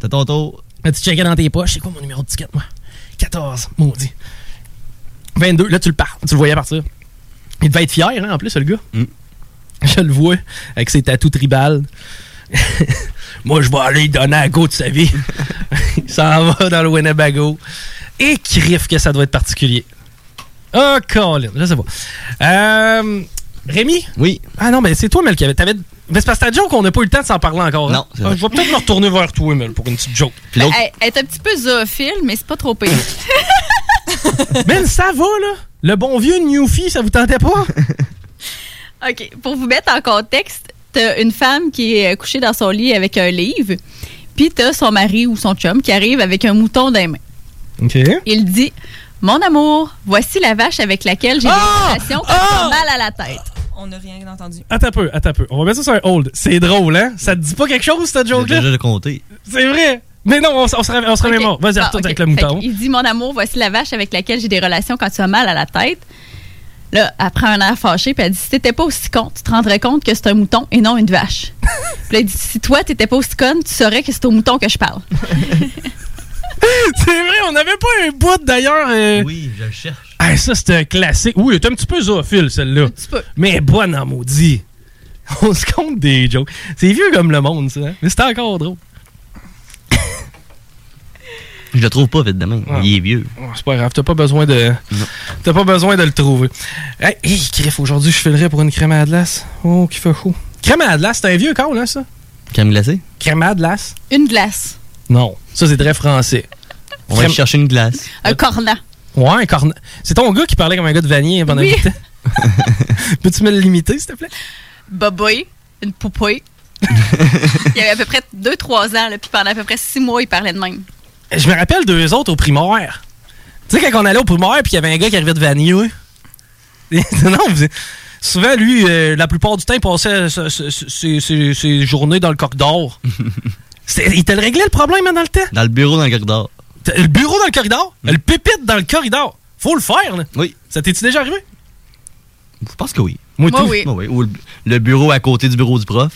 T'as ton tour. Là, tu checkais dans tes poches. C'est quoi mon numéro de ticket, moi 14, maudit. 22, là, tu le pars. Tu le voyais partir. Il devait être fier, hein, en plus, le gars. Mm. Je le vois avec ses tatous tribales. moi, je vais aller lui donner à go de sa vie. Il s'en va dans le Winnebago. Et crif que ça doit être particulier. Oh, Colin, je sais pas. Euh, Rémi? Oui. Ah non, mais c'est toi, Mel, qui avait. t'avais- Mais c'est parce que ta joke, on n'a pas eu le temps de s'en parler encore. hein? Non, c'est Ah, vrai. Je vais peut-être me retourner vers toi, Mel, pour une petite joke. Ben, elle, elle est un petit peu zoophile, mais c'est pas trop pire. Mel, ça va, là? Le bon vieux Newfie, ça vous tentait pas? OK. Pour vous mettre en contexte, t'as une femme qui est euh, couchée dans son lit avec un livre, puis t'as son mari ou son chum qui arrive avec un mouton dans les mains. OK. Il dit Mon amour, voici la vache avec laquelle j'ai Ah! des relations quand t'as mal à la tête. On n'a rien entendu. Attends un peu, attends un peu. On va mettre ça sur un hold. C'est drôle, hein? Ça te dit pas quelque chose, cette joke-là? Déjà le compter. C'est vrai! Mais non, on, s- on se ra- on se Ok. remémore. Vas-y, Bon, retourne Ah, ok. avec le Fait mouton. que Il dit Mon amour, voici la vache avec laquelle j'ai des relations quand tu as mal à la tête. Là, elle prend un air fâché, puis elle dit Si t'étais pas aussi con, tu te rendrais compte que c'est un mouton et non une vache. puis elle dit Si toi, t'étais pas aussi conne, tu saurais que c'est au mouton que je parle. C'est vrai, on n'avait pas un bout d'ailleurs. euh. Oui, je le cherche. Ah, ça, c'est un classique. Oui, elle est un petit peu zoophile, celle-là. peu. Mais bonne en maudit. On se compte des jokes. C'est vieux comme le monde, ça. hein? Mais c'est encore drôle. Je le trouve pas vite demain. Il est vieux. Oh, c'est pas grave, t'as pas besoin de. T'as pas besoin de le trouver. Hey, hey, crif, aujourd'hui, je filerais pour une crème à glace. Oh, qui fait chaud. Crème à glace, c'est un vieux con, là, ça? Crème glacée? Crème à glace? Une glace, Non. Ça, c'est très français. On va aller chercher une glace. Euh. un corna. Ouais, un cornet. C'est ton gars qui parlait comme un gars de vanier pendant Oui. le temps. Peux-tu me le limiter, s'il te plaît? Boboy, une poupouille. il avait à peu près 2-3 ans, là, puis pendant à peu près 6 mois, il parlait de même. Je me rappelle deux autres au primaire. Tu sais, quand on allait au primaire, puis il y avait un gars qui arrivait de Vanier. non, vous- souvent, lui, euh, la plupart du temps, il passait ses, ses- ses- ses- ses journées dans le corridor. C'était- il te le réglait le problème hein, dans le temps. Dans le bureau, dans le corridor. Mm. T'as Le bureau dans le corridor, le pépite dans le corridor. Faut le faire, là. Oui. Ça t'es-tu déjà arrivé? Je pense que oui. Moi, Moi, tout. oui. Ou le, le bureau à côté du bureau du prof.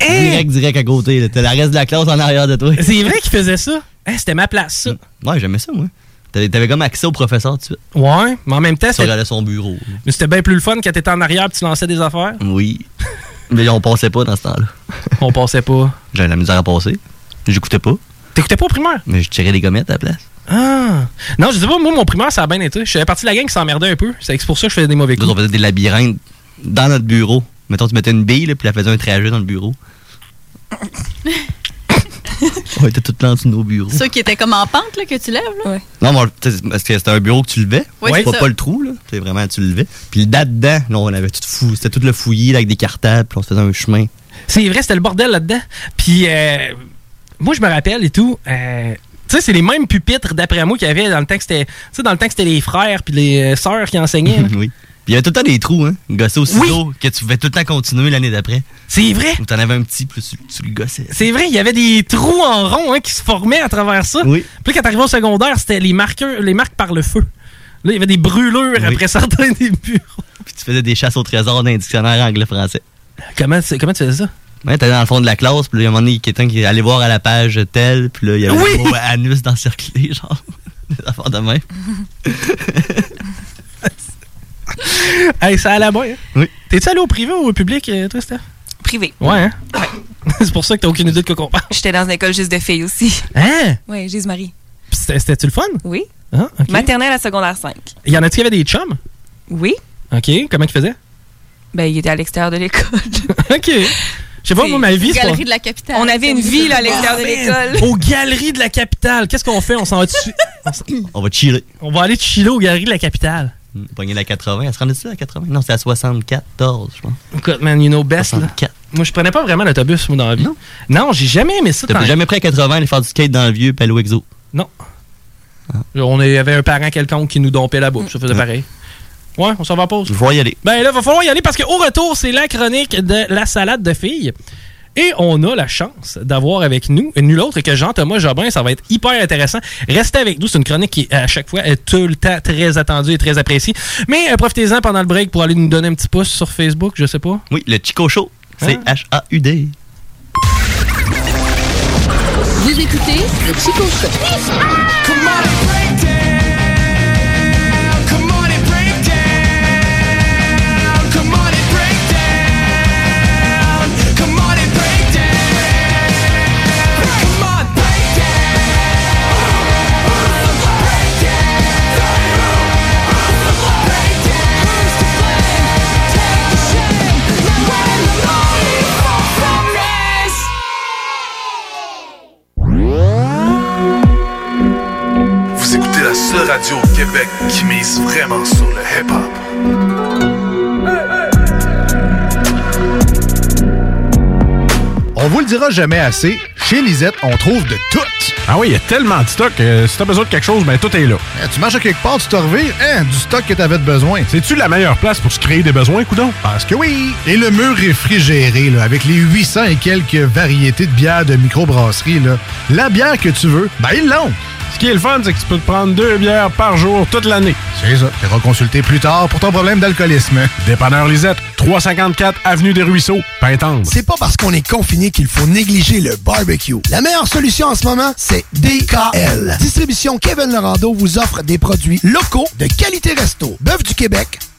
Eh! Direct, direct à côté. là. T'as la reste de la Eh, classe en arrière de toi. C'est vrai qu'il faisait ça. Hein, C'était ma place, ça. Mm. Ouais, j'aimais ça, moi. T'avais t'avais comme accès au professeur tout de suite. Ouais, mais en même temps, Tu c'était regardais son bureau. mais c'était bien plus le fun quand t'étais en arrière et tu lançais des affaires. Oui. Mais on passait pas dans ce temps-là. On passait pas. J'avais la misère à passer. J'écoutais pas. T'écoutais pas au primaire? Mais je tirais des gommettes à la place. Ah! Non, je sais pas, moi, mon primaire, ça a bien été. Je faisais partie de la gang qui s'emmerdait un peu. C'est pour ça que je faisais des mauvais Nous, on faisait des labyrinthes dans notre bureau. Mettons, tu mettais une bille, là, puis elle faisait un trajet dans le bureau. on était tout dans nos bureaux. Ceux qui étaient comme en pente, là, que tu lèves, là. Non, mais on- tu sais, parce que c'était un bureau que tu levais. Oui, tu c'est vois ça. pas le trou, là. C'est vraiment, tu levais. Puis là-dedans, là, on avait tout fou. C'était tout le fouillis, là, avec des cartables, puis on se faisait un chemin. C'est vrai, c'était le bordel là-dedans. Puis, euh, moi, je me rappelle et tout. euh, tu sais, c'est les mêmes pupitres, d'après moi, qu'il y avait dans le temps que c'était. Tu sais, dans le temps que c'était les frères puis les euh, sœurs qui enseignaient. là. oui. Puis il y avait tout le temps des trous, hein. Gossé aussi tôt que tu pouvais tout le temps continuer l'année d'après. C'est vrai. Ou t'en avais un petit, plus tu, tu le gossais. C'est vrai, il y avait des trous en rond hein, qui se formaient à travers ça. Puis là, quand t'arrivais au secondaire, c'était les marqueurs, les marques par le feu. Là, il y avait des brûlures après certains débuts. Puis tu faisais des chasses au trésor d'un dictionnaire anglais-français. Comment, tu- comment tu faisais ça? Ouais, t'allais dans le fond de la classe, puis là, il y a un moment donné, quelqu'un qui allait voir à la page telle, puis là, il y avait Oui! le mot anus d'encercler, genre. Des affaires de même. hey, ça allait bien. Hein? Oui. T'es-tu allé au privé ou au public, euh, toi, Steph? Privé. Ouais, hein? c'est pour ça que t'as aucune idée de quoi qu'on parle. J'étais dans une école juste de filles aussi. Hein? Oui, Jésus-Marie. Pis c'était- C'était-tu le fun? Oui. Ah, ok. Maternelle à secondaire 5. Y en a-tu qui avaient des chums? Oui. OK. Comment ils faisaient? Ben, il était à l'extérieur de l'école. OK. Je sais pas, moi, ma vie, c'est pas- Ah, de la capitale. On avait une ville à l'extérieur de Man, l'école. Aux galeries de la capitale. Qu'est-ce qu'on fait? On s'en va dessus. On s'en- On va chiller. On va aller chiller aux galeries de la capitale. Pogner Mm. la 80. Elle se rendait-tu à la 80? Non, c'est à 74, je pense. Écoute, man, you know best, là. Moi, je prenais pas vraiment l'autobus, moi, dans la vie. Non, j'ai jamais aimé ça. T'as tant- jamais pris à 80 aller faire du skate dans le vieux Palo Exo? Non. On avait un parent quelconque qui nous dompait la bouche. Ça faisait pareil. Ouais, on s'en va en pause. Mm. Je vais y aller. Ben là, va falloir y aller parce qu'au retour, c'est la chronique de la salade de filles. Et on a la chance d'avoir avec nous nul autre que Jean-Thomas Jobin. Ça va être hyper intéressant. Restez avec nous. C'est une chronique qui, à chaque fois, est tout le temps très attendue et très appréciée. Mais euh, profitez-en pendant le break pour aller nous donner un petit pouce sur Facebook, je sais pas. Hein? Oui, le Chico Show. C'est H-A-U-D. Vous écoutez le Chico Show. Come on and break down. Come on and break down. Come on and break down. Come on and break down. Come on, break down. Break down. Break down. Who's to blame? Take the shame. Now we're in the money for some rest. Vous écoutez la seule radio au Québec qui mise vraiment sur le hip-hop. On vous le dira jamais assez, chez Lisette, on trouve de tout. Ah oui, il y a tellement de stock. si t'as besoin de quelque chose, ben tout est là. tu marches à quelque part, tu te revires, hein, du stock que t'avais de besoin. C'est-tu la meilleure place pour se créer des besoins, coudon? Parce que oui! Et le mur réfrigéré, là, avec les 800 et quelques variétés de bières de microbrasserie, là, la bière que tu veux, ben ils l'ont! Ce qui est le fun, c'est que tu peux te prendre deux bières par jour toute l'année. C'est ça. Tu consulter plus tard pour ton problème d'alcoolisme. Dépanneur Lisette, 354 Avenue des Ruisseaux, Pintendre. C'est pas parce qu'on est confiné qu'il faut négliger le barbecue. La meilleure solution en ce moment, c'est DKL. Distribution Kevin Lorando vous offre des produits locaux de qualité resto. Bœuf du Québec,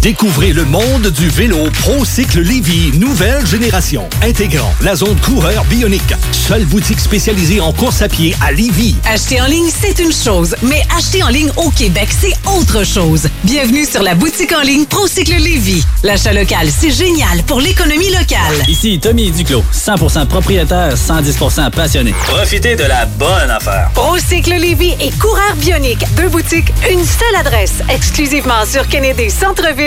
Découvrez le monde du vélo ProCycle Lévy nouvelle génération, intégrant la zone coureur bionique. Seule boutique spécialisée en course à pied à Lévy. Acheter en ligne, c'est une chose, mais acheter en ligne au Québec, c'est autre chose. Bienvenue sur la boutique en ligne Procycle Lévy. L'achat local, c'est génial pour l'économie locale. Ici Tommy Duclos, 100% propriétaire, 110% passionné. Profitez de la bonne affaire. Procycle Lévy et Coureur Bionique, deux boutiques, une seule adresse, exclusivement sur Kennedy Centre-ville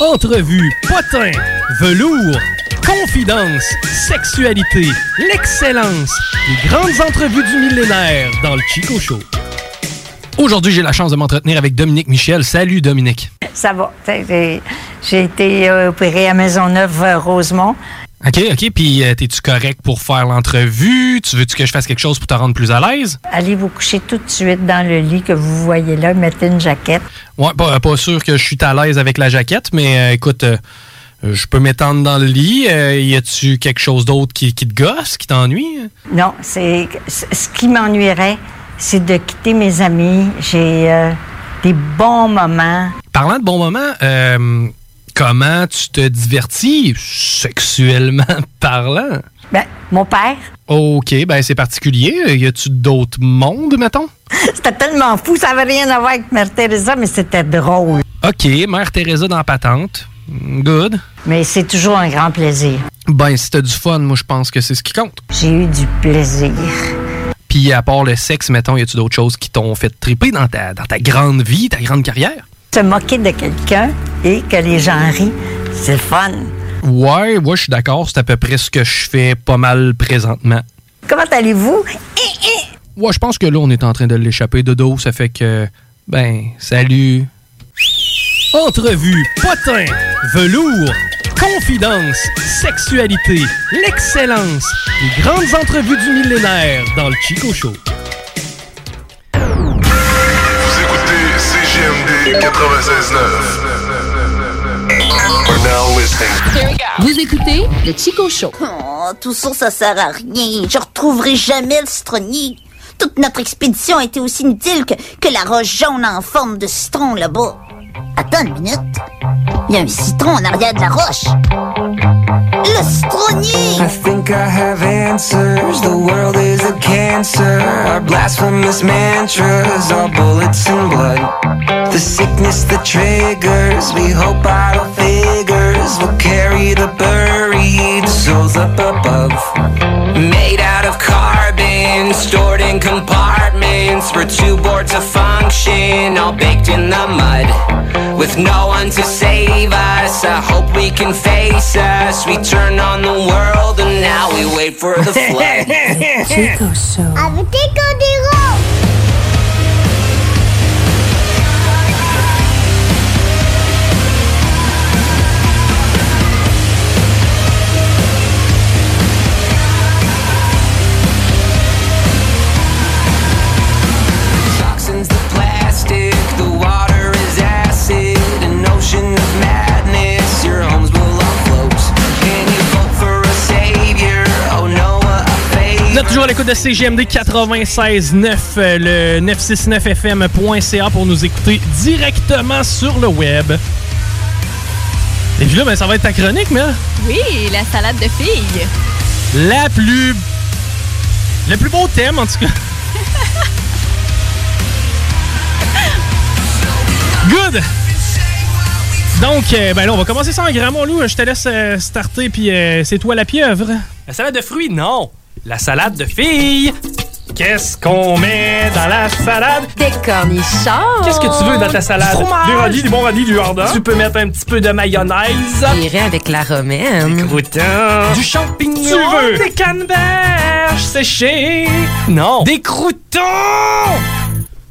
Entrevue, potin, velours, confidence, sexualité, l'excellence, les grandes entrevues du millénaire dans le Chico Show. Aujourd'hui, j'ai la chance de m'entretenir avec Dominique Michel. Salut Dominique. Ça va. T'sais, J'ai j'ai été euh, opérée à euh, Maisonneuve-Rosemont. OK, OK. Puis, euh, t'es-tu correct pour faire l'entrevue? Tu veux-tu que je fasse quelque chose pour te rendre plus à l'aise? Allez vous coucher tout de suite dans le lit que vous voyez là. Mettez une jaquette. Ouais, pas, euh, pas sûr que je suis à l'aise avec la jaquette, mais euh, écoute, euh, euh, je peux m'étendre dans le lit. Euh, y a-tu quelque chose d'autre qui, qui te gosse, qui t'ennuie? Non, c'est c- ce qui m'ennuierait, c'est de quitter mes amis. J'ai euh, des bons moments. Parlant de bons moments, euh, comment tu te divertis sexuellement parlant? Ben, mon père, OK, ben c'est particulier. Y a-tu d'autres mondes, mettons? c'était tellement fou, ça n'avait rien à voir avec Mère Teresa, mais c'était drôle. OK, Mère Teresa dans la patente. Good. Mais c'est toujours un grand plaisir. Ben, si t'as du fun, moi, je pense que c'est ce qui compte. J'ai eu du plaisir. Puis, à part le sexe, mettons, y a-tu d'autres choses qui t'ont fait triper dans ta, dans ta grande vie, ta grande carrière? Se moquer de quelqu'un et que les gens rient, c'est le fun. Ouais, ouais, je suis d'accord. C'est à peu près ce que je fais pas mal présentement. Comment allez-vous? Ouais, je pense que là, on est en train de l'échapper de dos. Ça fait que Ben, salut. Entrevue, potin, velours, confidence, sexualité, l'excellence, les grandes entrevues du millénaire dans le Chico Show. CGMD 96.9. We're now listening. Vous écoutez le Chico Show. Oh, tout ça, ça sert à rien. Je retrouverai jamais le citronnier. Toute notre expédition a été aussi inutile que, que la roche jaune en forme de citron là-bas. Attends une minute. Il y a un citron en arrière de la roche. Le citronnier! I think I have answers. The world is a cancer. Our blasphemous mantras are bullets and blood. The sickness that triggers. We hope idle figures will carry the buried souls up above. Made out of carbon, stored in compartments. We're too bored to function, all baked in the mud. With no one to save us, I hope we can face us. We turn on the world and now we wait for the flood. Avec Chico Diro! Toxins the plastic, the water is acid, an ocean of madness. Your homes will float. Can you vote for a savior? Oh Noah, a favor. Vous êtes toujours à l'écoute de CGMD 96.9, euh, le 969fm.ca pour nous écouter directement sur le web. Et puis là, ben, ça va être ta chronique, mais Oui, la salade de filles. la plus... Le plus beau thème, en tout cas. Good! Donc, euh, ben là, on va commencer ça en grand, mon loup. Je te laisse euh, starter, puis euh, c'est toi la pieuvre. La salade de fruits, non. La salade de filles. Qu'est-ce qu'on met dans la salade? Des cornichons. Qu'est-ce que tu veux dans ta salade? Du fromage. Du radis, du bon radis, du jardin. Tu peux mettre un petit peu de mayonnaise. J'irai avec la romaine. Des croûtons. Du champignon. Tu veux? Des canneberges séchées. Non. Des croûtons.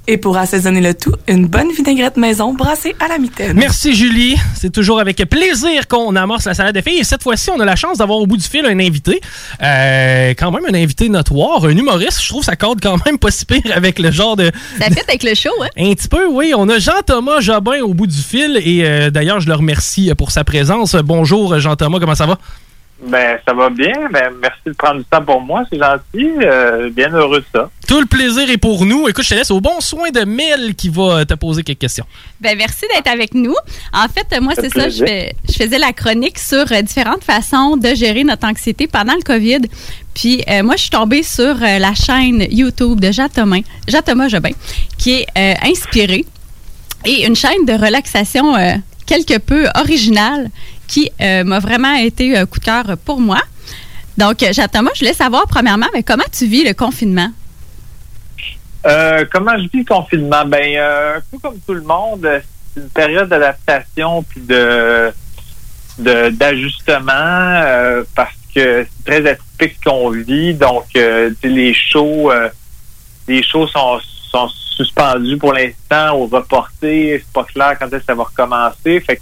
Et pour assaisonner le tout, une bonne vinaigrette maison brassée à la mitaine. Merci Julie. C'est toujours avec plaisir qu'on amorce la salade de filles. Et cette fois-ci, on a la chance d'avoir au bout du fil un invité. Euh, quand même un invité notoire, un humoriste. Je trouve ça corde quand même pas si pire avec le genre de... Ça fait avec le show, hein? Un petit peu, oui. On a Jean-Thomas Jobin au bout du fil. Et euh, d'ailleurs, je le remercie euh, pour sa présence. Bonjour Jean-Thomas, comment ça va? Ben, ça va bien. Ben, merci de prendre du temps pour moi. C'est gentil. Euh, bien heureux de ça. Tout le plaisir est pour nous. Écoute, je te laisse au bon soin de Mel qui va te poser quelques questions. Ben, merci d'être avec nous. En fait, euh, moi, Ça fait c'est ça, je, plaisir. fais- je faisais la chronique sur euh, différentes façons de gérer notre anxiété pendant le COVID. Puis, euh, moi, je suis tombée sur euh, la chaîne YouTube de Jean Thomas, Jean Thomas Jobin, qui est euh, inspirée et une chaîne de relaxation euh, quelque peu originale qui euh, m'a vraiment été un coup de cœur pour moi. Donc, euh, Jean Thomas, je voulais savoir, premièrement, ben, comment tu vis le confinement? Euh, comment je vis le confinement? Ben, euh, un peu comme tout le monde, euh, c'est une période d'adaptation puis de de- d'ajustement euh, parce que c'est très atypique ce qu'on vit. Donc, euh, tu sais, les shows, euh, les shows sont, sont suspendus pour l'instant ou reportés. C'est pas clair quand est-ce que ça va recommencer. Fait que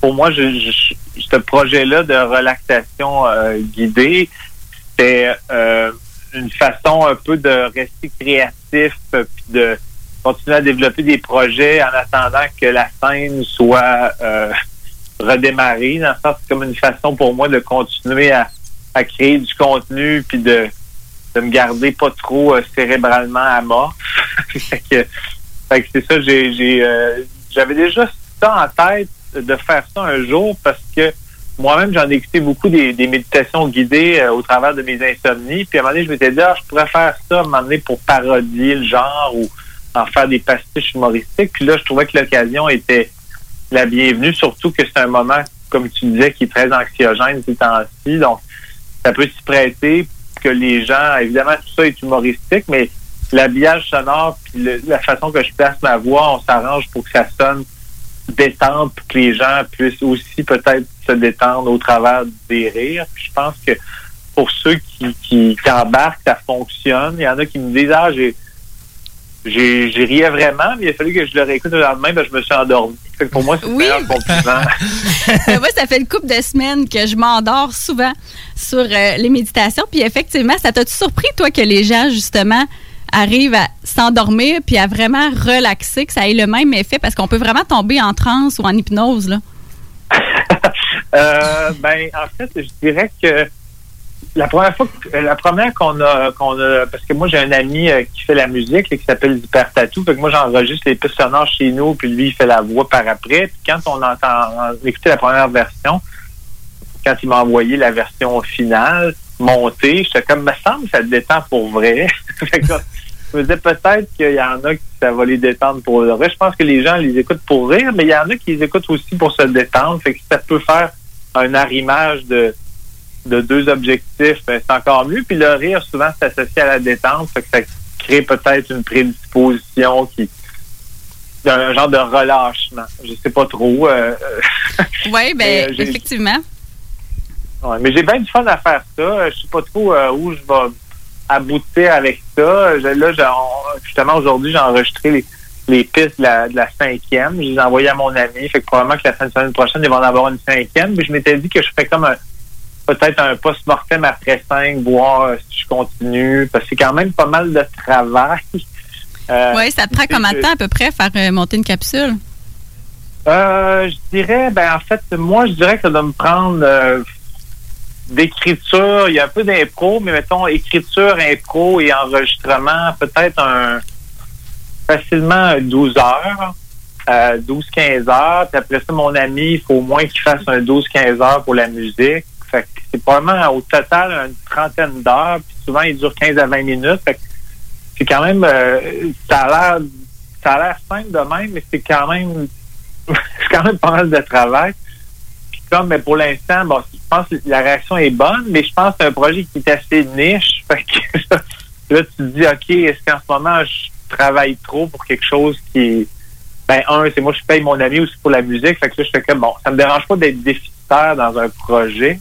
pour moi, je, je- je- ce projet-là de relaxation euh, guidée, c'était euh, une façon un peu de rester créatif euh, puis de continuer à développer des projets en attendant que la scène soit euh, redémarrée. Dans le sens, c'est comme une façon pour moi de continuer à, à créer du contenu puis de, de me garder pas trop euh, cérébralement à mort. fait que, fait que c'est ça, j'ai, j'ai, euh, j'avais déjà ça en tête de faire ça un jour parce que moi-même, j'en ai écouté beaucoup des, des méditations guidées euh, au travers de mes insomnies. Puis à un moment donné, je m'étais dit, ah, je pourrais faire ça à un moment donné pour parodier le genre ou en faire des pastiches humoristiques. Puis là, je trouvais que l'occasion était la bienvenue, surtout que c'est un moment, comme tu disais, qui est très anxiogène ces temps-ci. Donc, ça peut s'y prêter que les gens, évidemment, tout ça est humoristique, mais l'habillage sonore puis le- la façon que je place ma voix, on s'arrange pour que ça sonne détente pour que les gens puissent aussi peut-être se détendre au travers des rires. Puis je pense que pour ceux qui, qui, qui embarquent, ça fonctionne. Il y en a qui me disent Ah, j'ai j'ai j'ai riais vraiment, mais il a fallu que je le réécoute le lendemain, ben, je me suis endormi. Fait que pour moi, c'est le meilleur compliment. Mais Euh, moi, ça fait une couple de semaines que je m'endors souvent sur euh, les méditations. Puis effectivement, ça t'a-tu surpris, toi, que les gens, justement, arrivent à s'endormir puis à vraiment relaxer, que ça ait le même effet? Parce qu'on peut vraiment tomber en transe ou en hypnose, là. Euh, ben, en fait, je dirais que la première fois, que- euh, la première qu'on a, qu'on a, parce que moi j'ai un ami euh, qui fait la musique et qui s'appelle Hyper Tattoo, fait que moi j'enregistre les pistes sonores chez nous, puis lui il fait la voix par après. Puis quand on entend écouter la première version, quand il m'a envoyé la version finale montée, j'étais comme me semble que ça te détend pour vrai. Fait que je me disais peut-être qu'il y en a qui ça va les détendre pour le vrai. Je pense que les gens les écoutent pour rire, mais il y en a qui les écoutent aussi pour se détendre. Fait que ça peut faire un arrimage de, de deux objectifs, ben, c'est encore mieux. Puis le rire, souvent, c'est associé à la détente. Fait que ça crée peut-être une prédisposition qui d'un genre de relâchement. Je sais pas trop. euh, Oui, Mais, bien, euh, j'ai- ben, effectivement. Ouais, mais j'ai bien du fun à faire ça. Euh, Je sais pas trop euh, où je vais aboutir avec ça. Je- là, j'ai- on- justement, aujourd'hui, j'ai enregistré les, les pistes de la, de la cinquième. Je les ai envoyées à mon ami. Fait que probablement que la fin de semaine prochaine, ils vont en avoir une cinquième. Mais je m'étais dit que je ferais comme un peut-être un post-mortem après cinq, voir euh, si je continue. Parce que c'est quand même pas mal de travail. Euh, oui, ça te prend c'est- combien de temps à peu près faire euh, monter une capsule? euh, je dirais, ben en fait, moi, je dirais que ça doit me prendre euh, d'écriture. Il y a un peu d'impro, mais mettons écriture, impro et enregistrement, peut-être un facilement 12 heures, euh, 12-15 heures. Puis après ça, mon ami, il faut au moins qu'il fasse un 12-15 heures pour la musique. Fait que c'est probablement au total une trentaine d'heures. Puis souvent, il dure 15 à 20 minutes. Fait que c'est quand même, euh, ça a l'air, ça a l'air simple de même, mais c'est quand même c'est quand même pas mal de travail. Puis comme, mais pour l'instant, bon, je pense que la réaction est bonne, mais je pense que c'est un projet qui est assez niche. Fait que là, là, tu te dis, OK, est-ce qu'en ce moment, je travaille trop pour quelque chose qui est- Ben, un, c'est moi, je paye mon ami aussi pour la musique. Fait que là, je fais comme, bon, ça me dérange pas d'être déficitaire dans un projet,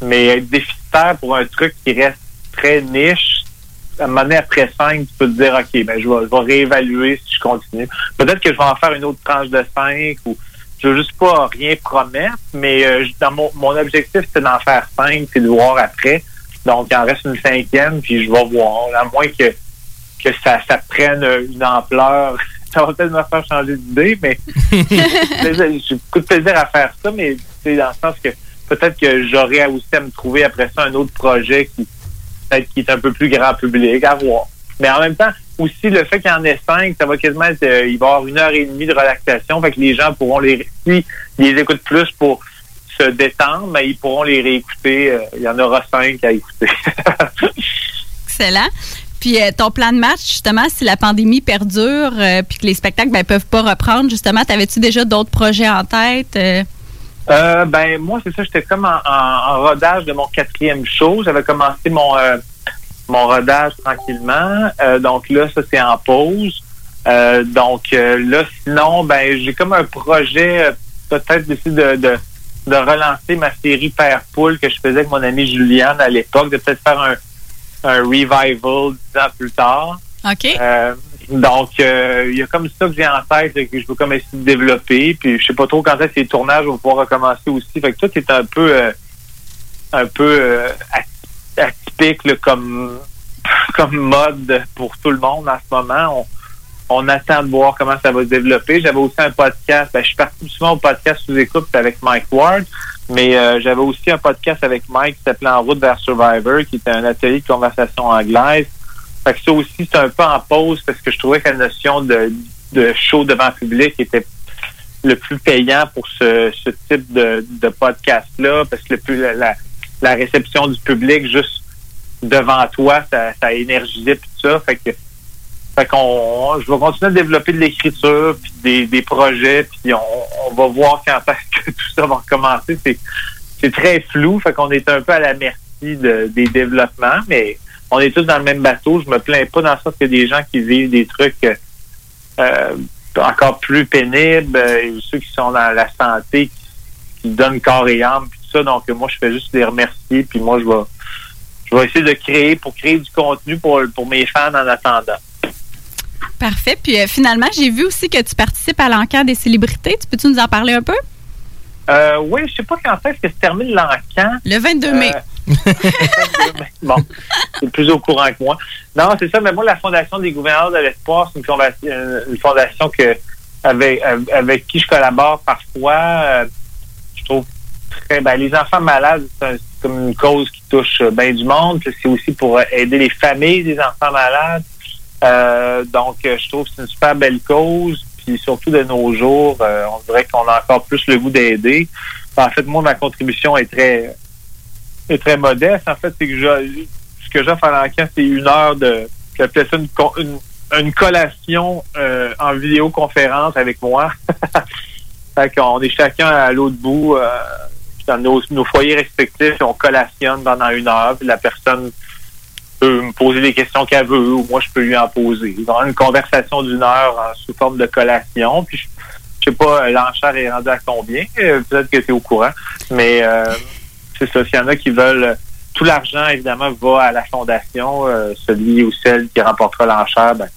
mais être déficitaire pour un truc qui reste très niche, à un moment donné, après 5, tu peux te dire, OK, ben, je, vais, je vais réévaluer si je continue. Peut-être que je vais en faire une autre tranche de 5 ou je veux juste pas rien promettre, mais euh, je- dans mon, mon objectif, c'est d'en faire 5 puis de voir après. Donc, il en reste une cinquième, puis je vais voir. À moins que, que ça, ça prenne euh, une ampleur, ça va peut-être me faire changer d'idée, mais plaisir- j'ai beaucoup de plaisir à faire ça, mais c'est dans le sens que peut-être que j'aurais aussi à me trouver après ça un autre projet qui peut-être qui est un peu plus grand public, à voir. Mais en même temps, aussi le fait qu'il y en ait cinq, ça va quasiment être, euh, il va y avoir une heure et demie de relaxation, fait que les gens pourront les si ils les écoutent plus pour se détendre, mais ils pourront les réécouter. euh, il y en aura cinq à écouter. Excellent. Puis euh, ton plan de match, justement, si la pandémie perdure euh, puis que les spectacles ne peuvent pas reprendre, justement, t'avais-tu déjà d'autres projets en tête? euh? Euh, ben moi c'est ça, j'étais comme en, en- en rodage de mon quatrième show. J'avais commencé mon euh, mon rodage tranquillement. Euh, donc là, ça c'est en pause. Euh, donc euh, là, sinon, ben j'ai comme un projet euh, peut-être d'essayer de, de de relancer ma série Père Poule que je faisais avec mon ami Juliane à l'époque, de peut-être faire un, un revival dix ans plus tard. OK. Euh, donc, euh, il y a comme ça que j'ai en tête là, que je veux comme essayer de développer. Puis je sais pas trop quand est-ce que les tournages vont pouvoir recommencer aussi. Fait que tout est un peu euh, un peu euh, at- atypique là, comme comme mode pour tout le monde en ce moment. On, on attend de voir comment ça va se développer. J'avais aussi un podcast. Ben, je suis parti souvent au podcast sous écoute avec Mike Ward. Mais euh, j'avais aussi un podcast avec Mike qui s'appelait En route vers Survivor, qui était un atelier de conversation anglaise. Fait que ça aussi, c'est un peu en pause parce que je trouvais que la notion de, de show devant public était le plus payant pour ce, ce type de, de podcast-là, parce que le plus, la, la- la réception du public juste devant toi, ça, ça énergisait puis tout ça. Fait que fait qu'on je vais continuer à développer de l'écriture, puis des, des projets, puis on, on va voir quand est-ce que tout ça va recommencer. C'est, c'est très flou, fait qu'on est un peu à la merci de- des développements, mais on est tous dans le même bateau. Je me plains pas dans le sens que des gens qui vivent des trucs euh, euh, encore plus pénibles, euh, ceux qui sont dans la santé, qui, qui donnent corps et âme, puis tout ça. Donc euh, moi, je fais juste les remercier, puis moi, je vais je vais essayer de créer pour créer du contenu pour, pour mes fans en attendant. Parfait. Puis euh, finalement, j'ai vu aussi que tu participes à l'enquête des célébrités. Tu peux-tu nous en parler un peu? Euh, oui, je sais pas quand est-ce que se termine Euh, l'encan. Le 22 mai. Bon, c'est plus au courant que moi. Non, c'est ça, mais moi, la Fondation des gouverneurs de l'espoir, c'est une fondation, euh, une fondation que, avec, euh, avec qui je collabore parfois. Euh, je trouve très. Ben, les enfants malades, c'est un- c'est comme une cause qui touche euh, ben du monde. Puis C'est aussi pour euh, aider les familles des enfants malades. Euh, donc, euh, je trouve que c'est une super belle cause. Puis surtout de nos jours, euh, on dirait qu'on a encore plus le goût d'aider. En fait, moi, ma contribution est très est très modeste. En fait, c'est que je- ce que j'offre à l'enquête, c'est une heure de. J'appelais ça une, con- une, une collation euh, en vidéoconférence avec moi. fait qu'on est chacun à l'autre bout, euh, dans nos, nos foyers respectifs, et on collationne pendant une heure. Puis la personne peut me poser les questions qu'elle veut, ou moi, je peux lui en poser. Ils ont une conversation d'une heure hein, sous forme de collation. Puis je, je sais pas, euh, l'enchère est rendue à combien. euh, Peut-être que tu es au courant. Mais. euh, c'est ça. S'il y en a qui veulent, euh, tout l'argent, évidemment, va à la fondation. Euh, celui ou celle qui remportera l'enchère, ben,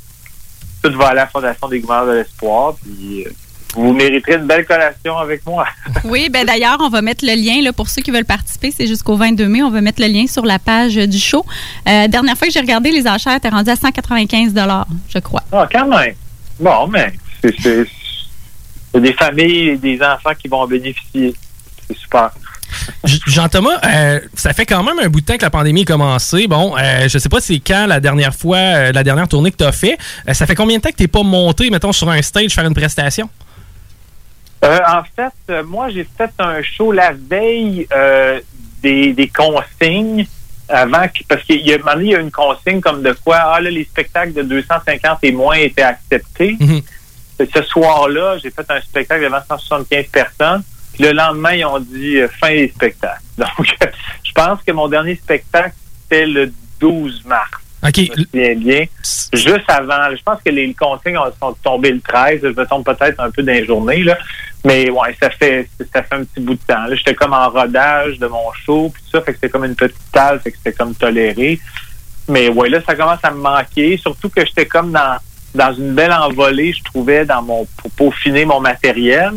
tout va à la fondation des gouverneurs de l'espoir. Puis, euh, vous mériterez une belle collation avec moi. Oui, ben d'ailleurs, on va mettre le lien là, pour ceux qui veulent participer. C'est jusqu'au 22 mai. On va mettre le lien sur la page euh, du show. Euh, dernière fois que j'ai regardé les enchères, t'es rendu à 195 je crois. Ah, quand même. Bon, mais c'est c'est- c'est des familles et des enfants qui vont en bénéficier. C'est super. J- Jean-Thomas, euh, ça fait quand même un bout de temps que la pandémie a commencé. Bon, euh, je sais pas c'est quand la dernière fois, euh, la dernière tournée que tu as fait. Euh, ça fait combien de temps que t'es pas monté, mettons, sur un stage faire une prestation? Euh, en fait, euh, moi, j'ai fait un show la veille euh, des, des consignes avant que, parce qu'il y a, un moment donné, il y a une consigne comme de quoi, ah là, les spectacles de 250 et moins étaient acceptés. Fait que Ce soir-là, j'ai fait un spectacle devant 175 personnes. Puis le lendemain, ils ont dit euh, fin des spectacles. Donc, je pense que mon dernier spectacle, c'était le 12 mars. OK. Je me souviens bien. Juste avant, je pense que les consignes ont- sont tombées le 13. Je me tombe peut-être un peu dans les journées, là. Mais ouais, ça fait, ça fait un petit bout de temps. là. J'étais comme en rodage de mon show, puis tout ça. Fait que c'était comme une petite salle, fait que c'était comme toléré. Mais ouais, là, ça commence à me manquer. Surtout que j'étais comme dans, dans une belle envolée, je trouvais, dans mon, pour peaufiner mon matériel.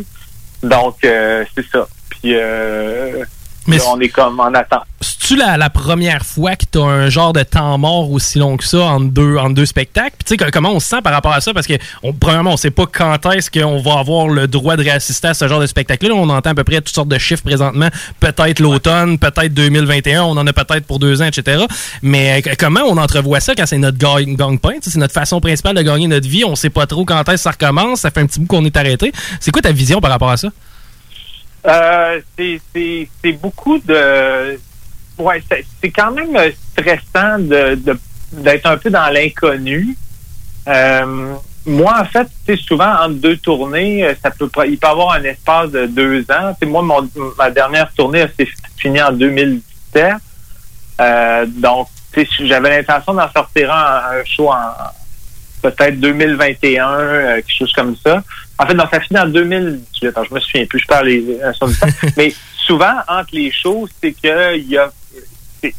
Donc, euh, c'est ça. Puis, euh, Mais là, on est comme en attente. C'est-tu la, la première fois que t'as un genre de temps mort aussi long que ça entre deux, entre deux spectacles? Puis tu sais, que- comment on se sent par rapport à ça? Parce que, on, premièrement, on sait pas quand est-ce qu'on va avoir le droit de réassister à ce genre de spectacle-là. On entend à peu près toutes sortes de chiffres présentement. Peut-être l'automne, peut-être 2021, on en a peut-être pour deux ans, etc. Mais euh, comment on entrevoit ça quand c'est notre gang- gang-pain? Tu sais, C'est notre façon principale de gagner notre vie. On sait pas trop quand est-ce que ça recommence. Ça fait un petit bout qu'on est arrêté. C'est quoi ta vision par rapport à ça? Euh, c'est- c'est c'est beaucoup de. Ouais, c'est- c'est quand même euh, stressant de de- d'être un peu dans l'inconnu. Euh, moi, en fait, tu sais, souvent entre deux tournées, euh, ça peut pas- il peut y avoir un espace de deux ans. Tu sais, moi, mon, ma dernière tournée elle s'est finie en 2017. Euh, donc, tu sais, j'avais l'intention d'en sortir un, un show en, peut-être 2021, euh, quelque chose comme ça. En fait, non, ça finit en 2018. Attends, je me souviens plus, je parle les euh, sur le temps. Mais souvent, entre les shows, c'est que il y a c'est-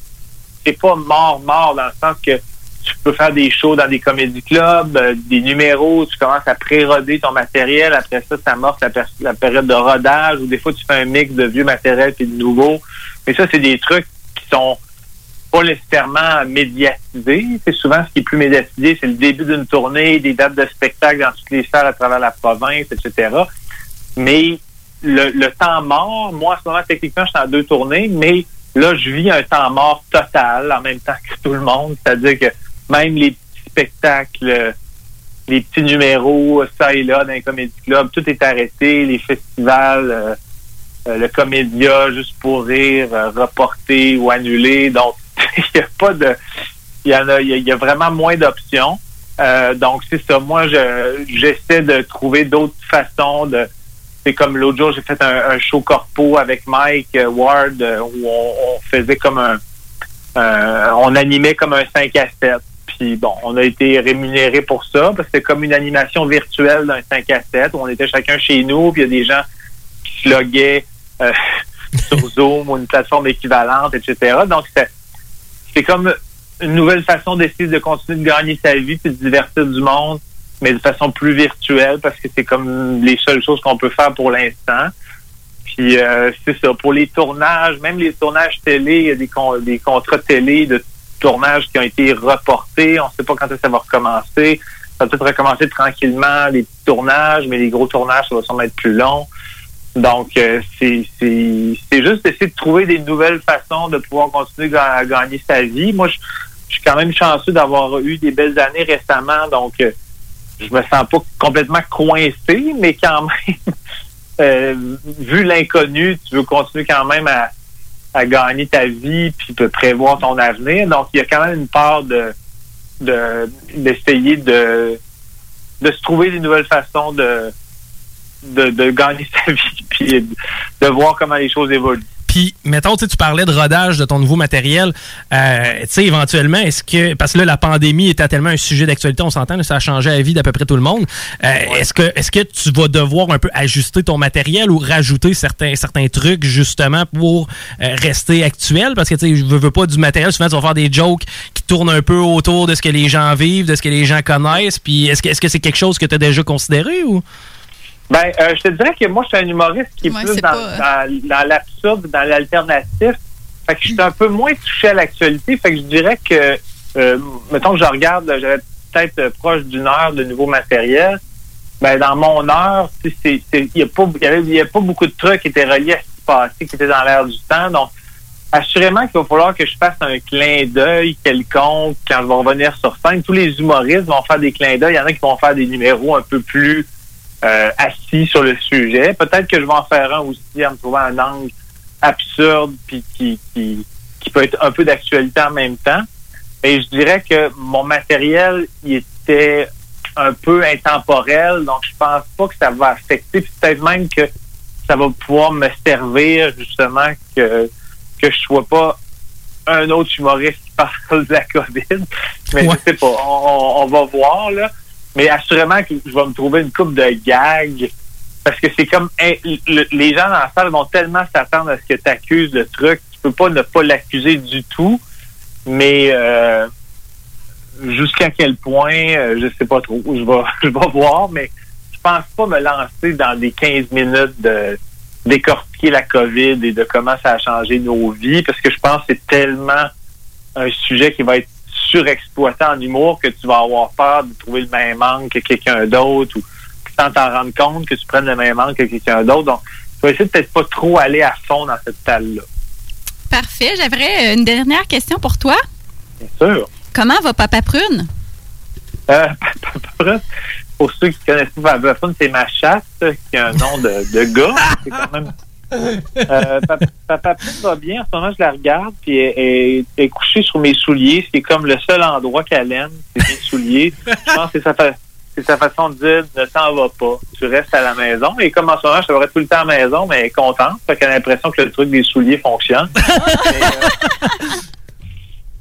c'est pas mort-mort dans le sens que tu peux faire des shows dans des comédie clubs, euh, des numéros, tu commences à pré-roder ton matériel, après ça, ça morce la, per- la période de rodage, ou des fois, tu fais un mix de vieux matériel puis de nouveau. Mais ça, c'est des trucs qui sont pas nécessairement médiatisé. C'est souvent ce qui est plus médiatisé, c'est le début d'une tournée, des dates de spectacle dans toutes les salles à travers la province, etc. Mais le, le temps mort, moi, en ce moment, techniquement, je suis en deux tournées, mais là, je vis un temps mort total en même temps que tout le monde. C'est-à-dire que même les petits spectacles, euh, les petits numéros, euh, ça et là, dans les comédie clubs, tout est arrêté, les festivals, euh, euh, le comédia, juste pour rire, euh, reporté ou annulé. Donc, il n'y a pas de. Il y en a, il y a- il y a vraiment moins d'options. Euh, donc, c'est ça. Moi, je- j'essaie de trouver d'autres façons de. C'est comme l'autre jour, j'ai fait un, un show corpo avec Mike euh, Ward euh, où on, on faisait comme un. euh, on animait comme un 5 à 7. Puis bon, on a été rémunéré pour ça parce que c'était comme une animation virtuelle d'un 5 à 7 où on était chacun chez nous, puis il y a des gens qui se loguaient euh, sur Zoom ou une plateforme équivalente, etc. Donc, c'est- c'est comme une nouvelle façon d'essayer de continuer de gagner sa vie puis de divertir du monde mais de façon plus virtuelle parce que c'est comme les seules choses qu'on peut faire pour l'instant. Puis euh, c'est ça, pour les tournages, même les tournages télé, il y a des, con- des contrats télé de tournages qui ont été reportés. On ne sait pas quand est-ce que ça va recommencer. Ça va peut-être recommencer tranquillement, les petits tournages, mais les gros tournages, ça va sûrement être plus long. Donc, euh, c'est c'est- c'est juste d'essayer de trouver des nouvelles façons de pouvoir continuer à gagner sa vie. Moi, je, je suis quand même chanceux d'avoir eu des belles années récemment, donc euh, je me sens pas complètement coincé, mais quand même, euh, vu l'inconnu, tu veux continuer quand même à, à gagner ta vie, puis de prévoir ton avenir. Donc, il y a quand même une part de de- d'essayer de, de se trouver des nouvelles façons de de, de gagner sa vie puis de, de voir comment les choses évoluent. Puis, mettons, tu sais, tu parlais de rodage de ton nouveau matériel. Euh, tu sais, éventuellement, est-ce que. Parce que là, la pandémie était tellement un sujet d'actualité, on s'entend, là, ça a changé la vie d'à peu près tout le monde. Euh, Est-ce que, est que tu vas devoir un peu ajuster ton matériel ou rajouter certains, certains trucs, justement, pour euh, rester actuel? Parce que, tu sais, je veux, veux pas du matériel. Souvent, tu vas faire des jokes qui tournent un peu autour de ce que les gens vivent, de ce que les gens connaissent. Puis, est-ce que est-ce que c'est quelque chose que tu as déjà considéré ou. Ben, euh, je te dirais que moi, je suis un humoriste qui est Ouais, plus c'est dans, pas, euh, dans- dans l'absurde, dans l'alternatif. Fait que je suis un peu moins touché à l'actualité. Fait que je dirais que, euh, mettons que je regarde, là, j'avais peut-être euh, proche d'une heure de nouveau matériel. Ben, dans mon heure, tu sais, c'est- c'est- il n'y a, pas- il y avait- il y a pas beaucoup de trucs qui étaient reliés à ce qui se passait, qui étaient dans l'air du temps. Donc, assurément qu'il va falloir que je fasse un clin d'œil quelconque quand je vais revenir sur scène. Tous les humoristes vont faire des clins d'œil. Il y en a qui vont faire des numéros un peu plus euh, assis sur le sujet. Peut-être que je vais en faire un aussi en me trouvant un angle absurde puis qui, qui, qui peut être un peu d'actualité en même temps. Et Ben, je dirais que mon matériel, il était un peu intemporel, donc je pense pas que ça va affecter. Puis Peut-être même que ça va pouvoir me servir justement que que je sois pas un autre humoriste qui parle de la COVID. Mais je sais pas, on, on va voir là. Mais assurément que je vais me trouver une coupe de gags. Parce que c'est comme hein, le- les gens dans la salle vont tellement s'attendre à ce que tu accuses le truc. Tu peux pas ne pas l'accuser du tout. Mais euh, jusqu'à quel point, euh, je sais pas trop. Je vais, je vais voir, mais je pense pas me lancer dans des 15 minutes de décortiquer la COVID et de comment ça a changé nos vies, parce que je pense que c'est tellement un sujet qui va être surexploité en humour que tu vas avoir peur de trouver le même angle que quelqu'un d'autre ou sans t'en rendre compte que tu prennes le même angle que quelqu'un d'autre. Donc, je vais essayer de peut-être pas trop aller à fond dans cette salle-là. Parfait. J'aimerais euh, une dernière question pour toi. Bien sûr. Comment va Papa Prune? Euh, Papa Prune, pour ceux qui connaissent pas Papa Prune, c'est ma chatte, qui a un nom de, de gars. C'est quand même. Euh, Papa- Papa Prune va bien. En ce moment, je la regarde, puis elle, elle- elle est couchée sur mes souliers. C'est comme le seul endroit qu'elle aime, c'est mes souliers. Je pense que c'est sa, fa- c'est sa façon de dire ne t'en va pas, tu restes à la maison. Et comme en ce moment, je serais tout le temps à la maison, mais elle est contente, fait qu'elle a l'impression que le truc des souliers fonctionne.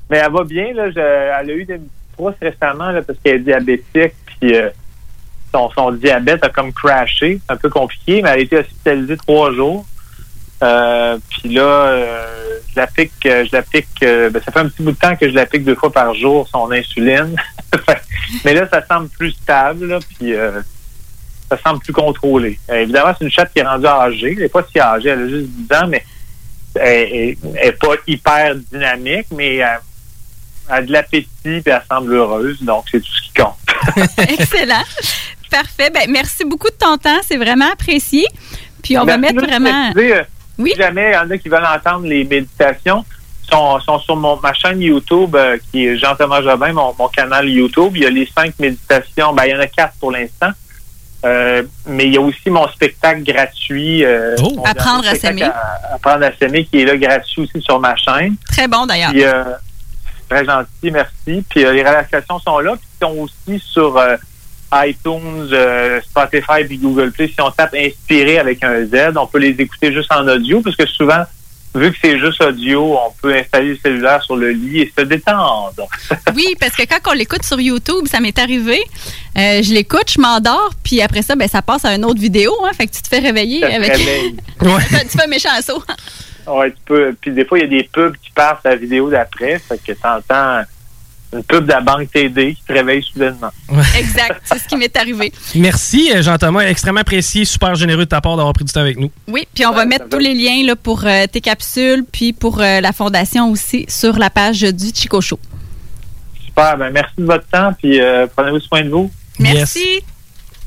Mais elle va bien, là. Je- elle a eu des trousses récemment là, parce qu'elle est diabétique, puis euh, son, son diabète a comme crashé. C'est un peu compliqué, mais elle a été hospitalisée trois jours. Euh, puis là, euh, je la pique, euh, je la pique, euh, ben, ça fait un petit bout de temps que je la pique deux fois par jour, son insuline. mais là, ça semble plus stable, là, puis euh, ça semble plus contrôlé. Euh, évidemment, c'est une chatte qui est rendue âgée. Elle n'est pas si âgée, elle a juste 10 ans, mais elle n'est pas hyper dynamique, mais euh, elle, elle a de l'appétit et elle semble heureuse, donc c'est tout ce qui compte. Excellent. Parfait. Ben, merci beaucoup de ton temps. C'est vraiment apprécié. Puis on va Merci mettre de vraiment. préciser, euh, Si jamais il y en a qui veulent entendre les méditations, sont, sont sur mon, ma chaîne YouTube euh, qui est Jean-Thomas Jobin, mon, mon canal YouTube. Il y a les cinq méditations. Ben, il y en a quatre pour l'instant. Euh, mais il y a aussi mon spectacle gratuit. euh, mon dernier Apprendre à spectacle s'aimer. à- Apprendre à s'aimer qui est là gratuit aussi sur ma chaîne. Très bon d'ailleurs. Puis, euh, très gentil, merci. Puis euh, les relaxations sont là, puis ils sont aussi sur euh, iTunes, euh, Spotify, puis Google Play. Si on tape inspiré avec un Z, on peut les écouter juste en audio, parce que souvent, vu que c'est juste audio, on peut installer le cellulaire sur le lit et se détendre. Oui, parce que quand on l'écoute sur YouTube, ça m'est arrivé. euh, je l'écoute, je m'endors, puis après ça, ben, ça passe à une autre vidéo. Hein, fait que tu te fais réveiller Ça te avec. réveille. tu fais- tu fais un méchant assaut. Ouais, tu peux. Puis des fois, il y a des pubs qui passent la vidéo d'après, fait que t'entends une pub de la banque TD qui te réveille soudainement. Exact, c'est ce qui m'est arrivé. Merci, euh, Jean-Thomas. Extrêmement apprécié, super généreux de ta part d'avoir pris du temps avec nous. Oui, puis on va mettre tous les liens là, pour euh, tes capsules, puis pour euh, la fondation aussi sur la page du Chico Show. Super, ben merci de votre temps, puis euh, prenez-vous soin de vous. Merci.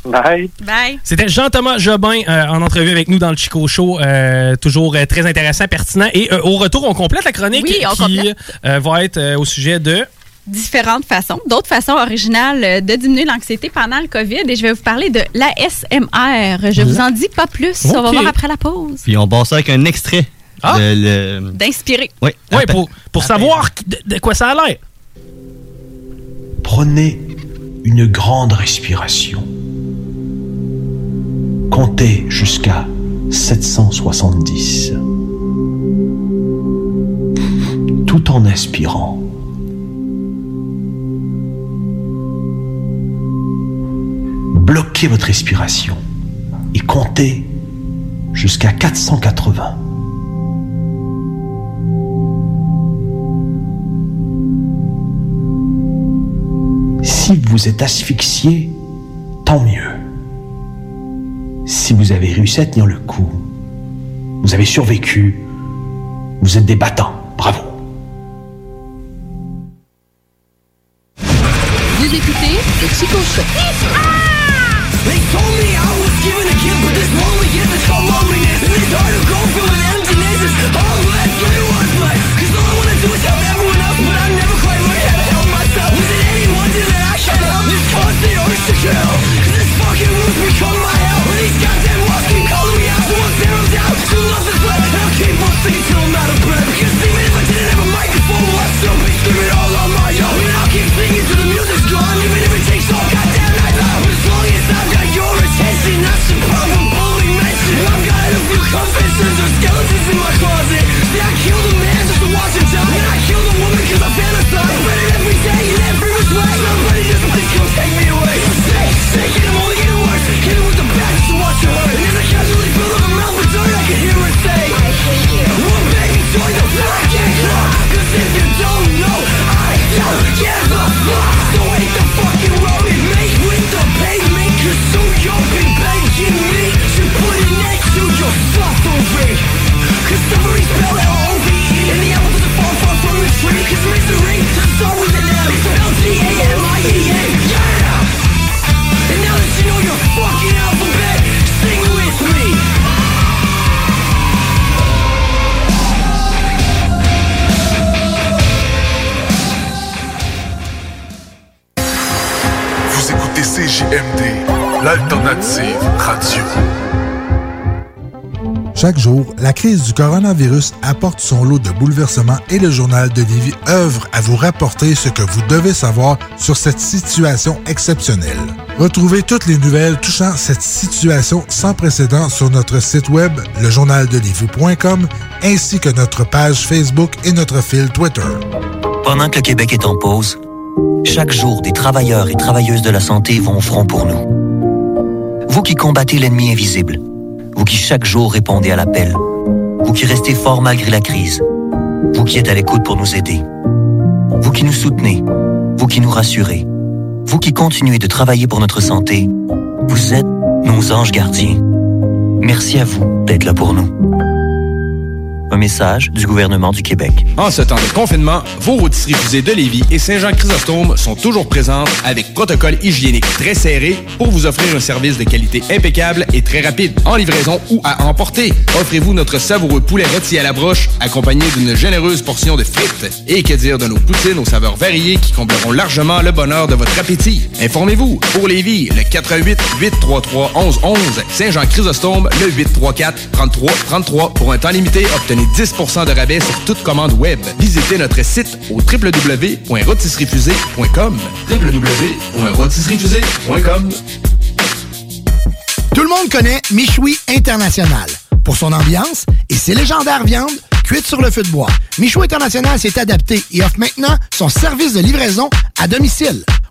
Bye. Bye. C'était Jean-Thomas Jobin euh, en entrevue avec nous dans le Chico Show. euh, toujours euh, très intéressant, pertinent. Et euh, au retour, on complète la chronique Oui, on qui complète. euh, va être euh, au sujet de... Différentes façons, d'autres façons originales euh, de diminuer l'anxiété pendant le COVID et je vais vous parler de l'ASMR. Je vous en dis pas plus, on va Ok. voir après la pause. Puis on passe ça avec un extrait. de le- D'inspirer. Oui, Ah! Ouais, pour, pour savoir qui- de, de quoi ça a l'air. Prenez une grande respiration. Comptez jusqu'à 770. Tout en inspirant. Bloquez votre respiration et comptez jusqu'à 480. Si vous êtes asphyxié, tant mieux. Si vous avez réussi à tenir le coup, vous avez survécu, vous êtes des battants. Bravo. Vous écoutez le Chico Show. They told me I was given a gift, but this lonely gift is called loneliness. And this hard to go through an emptiness is all left for me was left. Cause all I wanna do is help everyone else, but I never quite learned how to help myself. Was it any wonder that I can't help this constant urge to kill? Cause this fucking room's become my hell. And these goddamn walls keep calling me out. So I'll zero down to nothing's left. And I'll keep on singing till I'm out of breath. Because even if I didn't have a microphone, I'd still be screaming all on my own. And I'll keep singing till the music's gone, even if it takes all goddamn night long. But as long as I've got your attention, that's the problem. Only mention. I've got a few confessions or skeletons in my closet. See, I killed a man just to watch him die. And I killed a woman because I fantasize. I read it every day in every which way. Somebody just please come take me away. I'm sick, sick, and I'm only getting worse. Hit it with the bat just to watch it hurt. And as I casually fill up her mouth with dirt, I can hear her say, I hate you. Well, baby, join the fuck in club. Cause if you don't know, I don't give a fuck. So hate the fucking road and make with the pavement. Cause soon you'll be begging me to put an end to your suffering. Cause suffering spelled L-O-V-E. And the apple doesn't fall far from the tree. Cause misery doesn't start with an M. It's spelled G-A-M-I-E-A. Yeah! And now that you know your fucking alphabet, sing with me. Vous écoutez CJMD, l'alternative radio. Chaque jour, la crise du coronavirus apporte son lot de bouleversements et le journal de Livy œuvre à vous rapporter ce que vous devez savoir sur cette situation exceptionnelle. Retrouvez toutes les nouvelles touchant cette situation sans précédent sur notre site web, lejournaldelivy.com, ainsi que notre page Facebook et notre fil Twitter. Pendant que le Québec est en pause, chaque jour, des travailleurs et travailleuses de la santé vont au front pour nous. Vous qui combattez l'ennemi invisible, vous qui chaque jour répondez à l'appel, vous qui restez fort malgré la crise, vous qui êtes à l'écoute pour nous aider, vous qui nous soutenez, vous qui nous rassurez, vous qui continuez de travailler pour notre santé, vous êtes nos anges gardiens. Merci à vous d'être là pour nous. Un message du gouvernement du Québec. En ce temps de confinement, vos rôtisseries fusées de Lévis et Saint-Jean-Chrysostome sont toujours présentes avec protocole hygiénique très serré pour vous offrir un service de qualité impeccable et très rapide. En livraison ou à emporter, offrez-vous notre savoureux poulet rôti à la broche accompagné d'une généreuse portion de frites. Et que dire de nos poutines aux saveurs variées qui combleront largement le bonheur de votre appétit. Informez-vous pour Lévis, le 88 833 1111, Saint-Jean-Chrysostome, le 834 33 33 pour un temps limité, obtenez 10 de rabais sur toute commande web. Visitez notre site au www.rotisseriefusée.com. www.rotisseriefusée.com. Tout le monde connaît Michoui International. Pour son ambiance et ses légendaires viandes cuites sur le feu de bois, Michoui International s'est adapté et offre maintenant son service de livraison à domicile.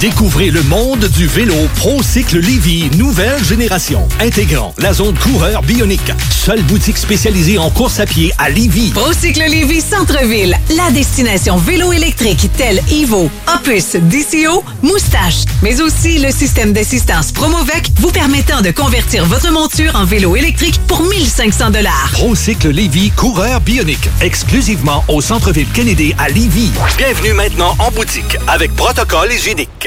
Découvrez le monde du vélo ProCycle Lévy, nouvelle génération, intégrant la zone coureur bionique. Seule boutique spécialisée en course à pied à Lévy. Procycle Lévis Centre-ville, la destination vélo électrique telle Evo, Opus, DCO, Moustache, mais aussi le système d'assistance Promovec vous permettant de convertir votre monture en vélo électrique pour 1500 dollars. ProCycle Lévy, coureur bionique, exclusivement au centre-ville Kennedy à Lévy. Bienvenue maintenant en boutique avec protocole hygiénique.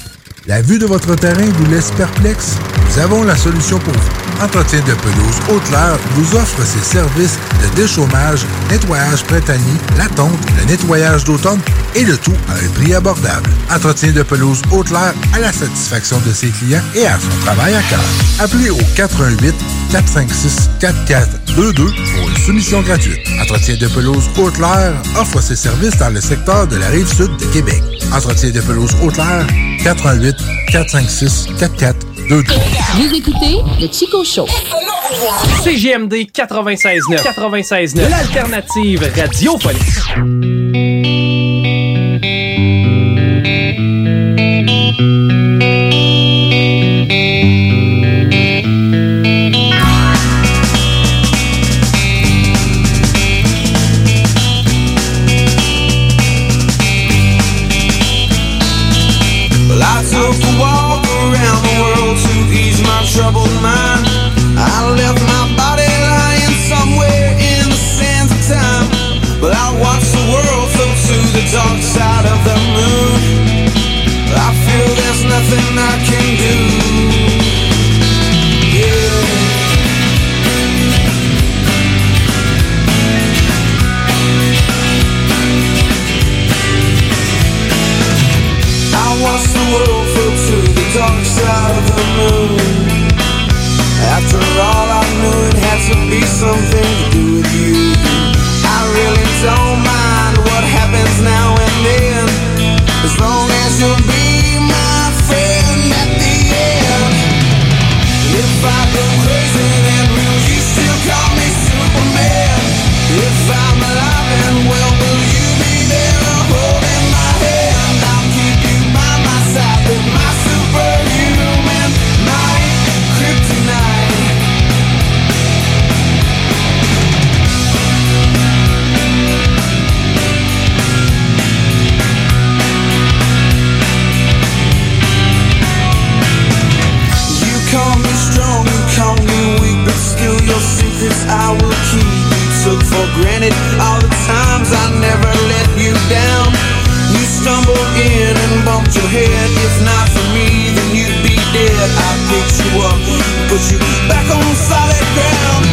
La vue de votre terrain vous laisse perplexe? Nous avons la solution pour vous. Entretien de pelouse Haute-Claire vous offre ses services de déchômage, nettoyage printanier, la tonte, le nettoyage d'automne et le tout à un prix abordable. Entretien de pelouse Haute-Claire à la satisfaction de ses clients et à son travail à cœur. Appelez au 418 456 4422 pour une soumission gratuite. Entretien de pelouse Haute-Claire offre ses services dans le secteur de la rive sud de Québec. Entretien de pelouse Haute-Claire 418 456 4422. Vous écoutez le Chico Show. CGMD 96.9. 96.9. L'alternative radiophonique. Well, I took a walk around the world to ease my troubled mind. I left my body lying somewhere in the sands of time. Well, I watched the world flow to the dark side of the moon. I feel there's nothing I can do. Yeah. I watch the world flow to the dark side of the moon. After all, I knew it had to be something to do with you. I really don't mind what happens now and then, as long as you'll be my friend at the end. If I go crazy, then will you still call me Superman? If I'm alive and well, will you be there holding my hand? I'll keep you by my side with my superhuman might, kryptonite. You call me strong, you call me weak, but still your secrets I will keep. You took for granted all the times I never let you down. You stumbled in and bumped your head. If not for me, then you'd be dead. I picked you up, put you back on solid ground.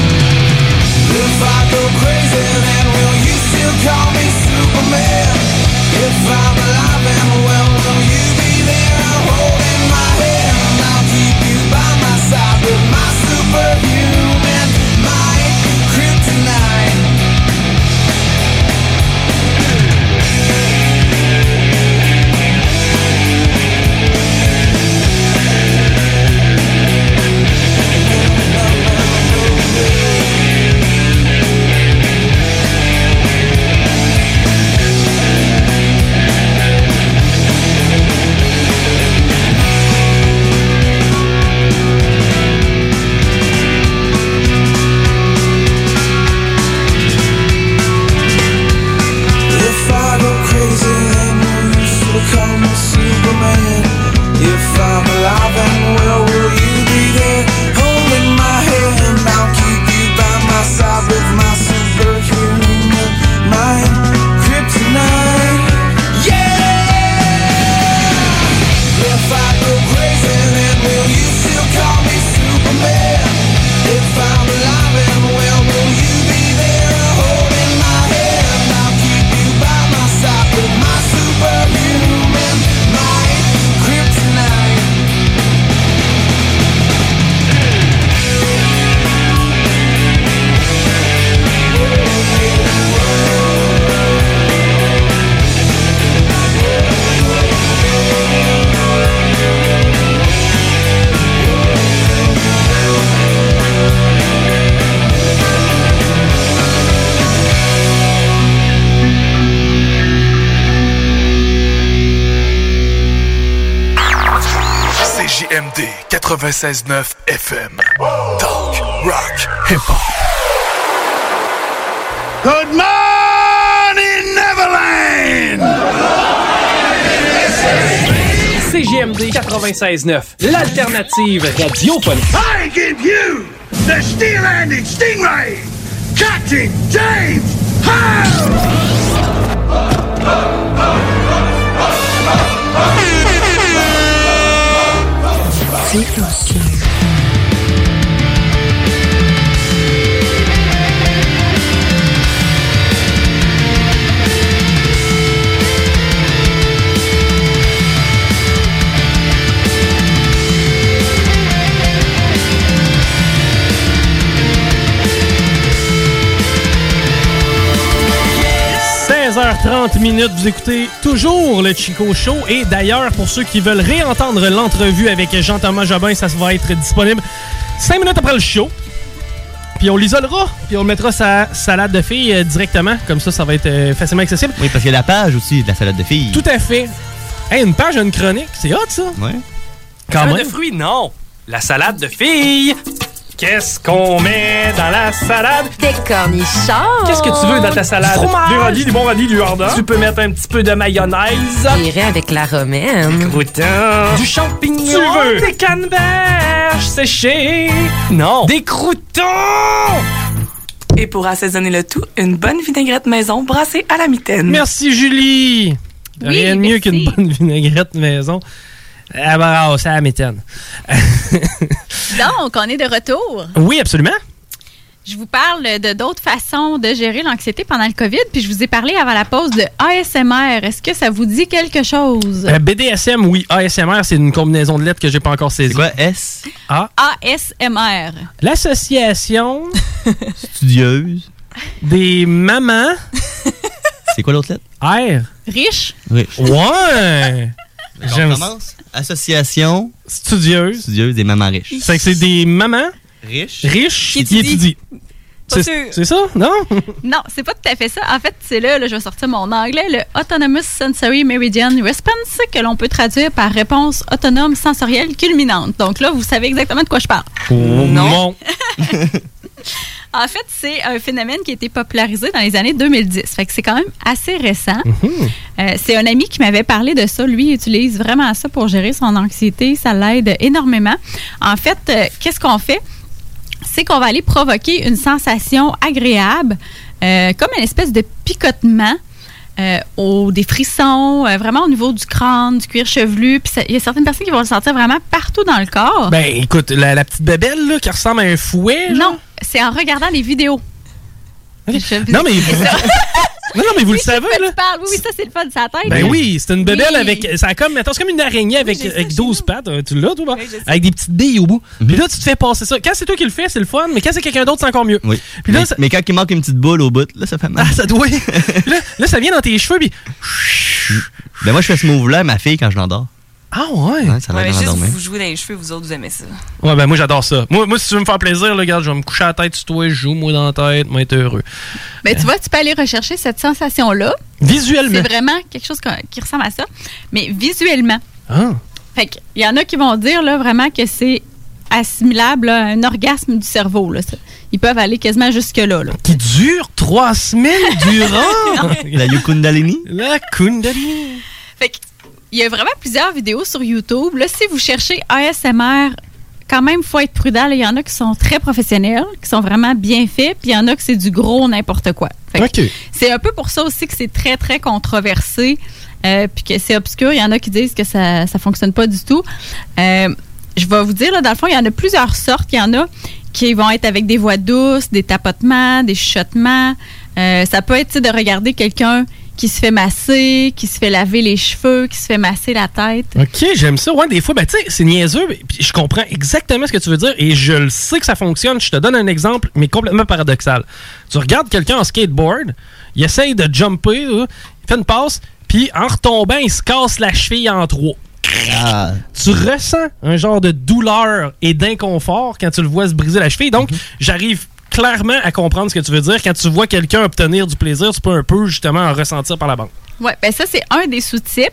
If I go crazy, then will you still call me Superman? If I'm alive and well, will you be there holding my hand? I'll keep you by my side with my superhuman might, kryptonite. CJMD 96.9 FM. Talk, rock, hip-hop. Good morning, Neverland! CGMD 96.9, l'alternative radiophonique. I give you the steel handed stingray, Captain James h 30 minutes, vous écoutez toujours le Chico Show. Et d'ailleurs, pour ceux qui veulent réentendre l'entrevue avec Jean-Thomas Jobin, ça va être disponible 5 minutes après le show. Puis on l'isolera, puis on le mettra sa salade de filles euh, directement. Comme ça, ça va être euh, facilement accessible. Oui, parce qu'il y a la page aussi de la salade de filles. Tout à fait. Hey, une page, une chronique, c'est hot ça. Ouais. Quand Salade même. de fruits, non. La salade de filles. Qu'est-ce qu'on met dans la salade? Des cornichons. Qu'est-ce que tu veux dans ta salade? Du fromage. Du radis, du bon radis, du hardin. Tu peux mettre un petit peu de mayonnaise. J'irai avec la romaine. uh, Du champignon. Tu veux. Des canneberges séchées. Non. Des croutons. Et pour assaisonner le tout, une bonne vinaigrette maison brassée à la mitaine. Merci Julie. Rien de mieux qu'une bonne vinaigrette maison. Ah bah, ça la méthane. Donc, on est de retour. Oui, absolument. Je vous parle de d'autres façons de gérer l'anxiété pendant le COVID, puis je vous ai parlé avant la pause de ASMR. Est-ce que ça vous dit quelque chose? Euh, BDSM, oui. ASMR, c'est une combinaison de lettres que j'ai pas encore saisie. C'est quoi S? A. ASMR. L'association studieuse des mamans. C'est quoi l'autre lettre? R. Riche? Oui. Ouais! On commence. Association studieuse. studieuse des mamans riches. C'est que c'est des mamans riches, riches qui étudient. étudient. Pas sûr. C'est c'est ça, non? Non, c'est pas tout à fait ça. En fait, c'est là, là, je vais sortir mon anglais, le Autonomous Sensory Meridian Response, que l'on peut traduire par réponse autonome sensorielle culminante. Donc là, vous savez exactement de quoi je parle. non. En fait, c'est un phénomène qui a été popularisé dans les années 2010. Fait que c'est quand même assez récent. Euh, c'est un ami qui m'avait parlé de ça. Lui, il utilise vraiment ça pour gérer son anxiété. Ça l'aide énormément. En fait, euh, qu'est-ce qu'on fait? C'est qu'on va aller provoquer une sensation agréable, euh, comme une espèce de picotement. euh, au- des frissons, euh, vraiment au niveau du crâne, du cuir chevelu. Puis ça- il y a certaines personnes qui vont le sentir vraiment partout dans le corps. Ben, écoute, la, la petite bébelle, là, qui ressemble à un fouet. là. non, c'est en regardant les vidéos. Non, mais. non, non, mais vous le savez, Quoi là. tu parles? Oui, oui, ça, c'est le fun de sa tête. Ben oui, c'est une bébelle Oui. avec. Ça a comme, mettons, c'est comme une araignée avec, avec 12 pattes. Euh, Tu l'as, toi, bah? Avec des petites billes au bout. Mhm. Puis là, tu te fais passer ça. Quand c'est toi qui le fais, c'est le fun, mais quand c'est quelqu'un d'autre, c'est encore mieux. Oui. Puis là, mais, ça- mais quand il manque une petite boule au bout, là, ça fait mal. Ah, ça doit. là, là, ça vient dans tes cheveux, puis. Ben moi, je fais ce move-là à ma fille quand je l'endors. Ah, ouais. Ouais, ça l'aide à l'endormir. jouez dans les cheveux, vous autres, vous aimez ça. Ouais, ben moi, j'adore ça. Moi, moi, si tu veux me faire plaisir, là, regarde, je vais me coucher à la tête sur toi, je joue, moi, dans la tête, moi, être heureux. Ben, tu vois, tu peux aller rechercher cette sensation-là. Visuellement. C'est vraiment quelque chose qu'on- qui ressemble à ça, mais visuellement. Ah. Oh. Fait que, il y en a qui vont dire là, vraiment que c'est assimilable là, à un orgasme du cerveau. là. Ça- Ils peuvent aller quasiment jusque-là. là. Qui dure trois semaines durant. La Yukundalini? La Kundalini. Fait que, il y a vraiment plusieurs vidéos sur YouTube. Là, si vous cherchez ASMR, quand même, faut être prudent. là. Il y en a qui sont très professionnels, qui sont vraiment bien faits, puis il y en a que c'est du gros n'importe quoi. Fait que C'est un peu pour ça aussi que c'est très, très controversé, euh, puis que c'est obscur. Il y en a qui disent que ça ne fonctionne pas du tout. Euh, je vais vous dire, là, dans le fond, il y en a plusieurs sortes. Il y en a qui vont être avec des voix douces, des tapotements, des chuchotements. Euh, ça peut être tu sais, de regarder quelqu'un qui se fait masser, qui se fait laver les cheveux, qui se fait masser la tête. OK, j'aime ça. Ouais, des fois, ben, tu sais, c'est niaiseux, mais- puis je comprends exactement ce que tu veux dire et je le sais que ça fonctionne. Je te donne un exemple, mais complètement paradoxal. Tu regardes quelqu'un en skateboard, il essaye de jumper, là, il fait une passe, puis en retombant, il se casse la cheville en trois. Tu ressens un genre de douleur et d'inconfort quand tu le vois se briser la cheville. Donc, j'arrive clairement à comprendre ce que tu veux dire. Quand tu vois quelqu'un obtenir du plaisir, tu peux un peu justement en ressentir par la bande. Oui, ben ça, c'est un des sous-types.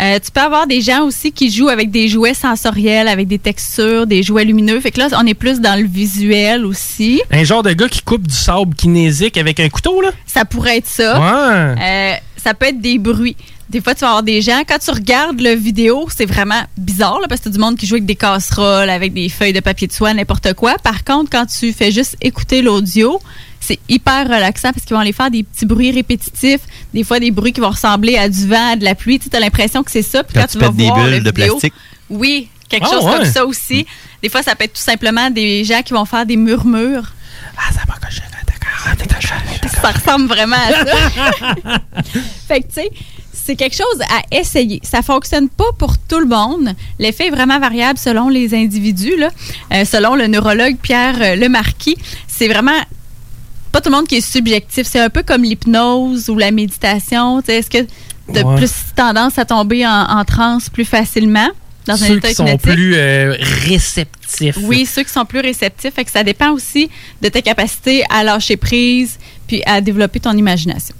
Euh, tu peux avoir des gens aussi qui jouent avec des jouets sensoriels, avec des textures, des jouets lumineux. Fait que là, on est plus dans le visuel aussi. Un genre de gars qui coupe du sable kinésique avec un couteau, là? Ça pourrait être ça. Ouais. Euh, ça peut être des bruits. Des fois, tu vas avoir des gens, quand tu regardes le vidéo, c'est vraiment bizarre là, parce que tu du monde qui joue avec des casseroles, avec des feuilles de papier de soie, n'importe quoi. Par contre, quand tu fais juste écouter l'audio, c'est hyper relaxant parce qu'ils vont aller faire des petits bruits répétitifs, des fois des bruits qui vont ressembler à du vent, à de la pluie. Tu as l'impression que c'est ça. Puis Quand quand, tu tu vas pètes des voir bulles le de vidéo- plastique. Oui, quelque Ah, chose comme ouais. ça aussi. Des fois, ça peut être tout simplement des gens qui vont faire des murmures. Ça ressemble vraiment à ça. fait que, tu sais, c'est quelque chose à essayer. Ça fonctionne pas pour tout le monde. L'effet est vraiment variable selon les individus. Là. Euh, selon le neurologue Pierre euh, Lemarquis, c'est vraiment pas tout le monde qui est subjectif. C'est un peu comme l'hypnose ou la méditation. Tu sais, Est-ce que tu as Ouais. plus tendance à tomber en, en transe plus facilement dans un Ceux état qui sont hypnotique? plus euh, réceptifs. Oui, ceux qui sont plus réceptifs. Fait que ça dépend aussi de ta capacité à lâcher prise puis à développer ton imagination.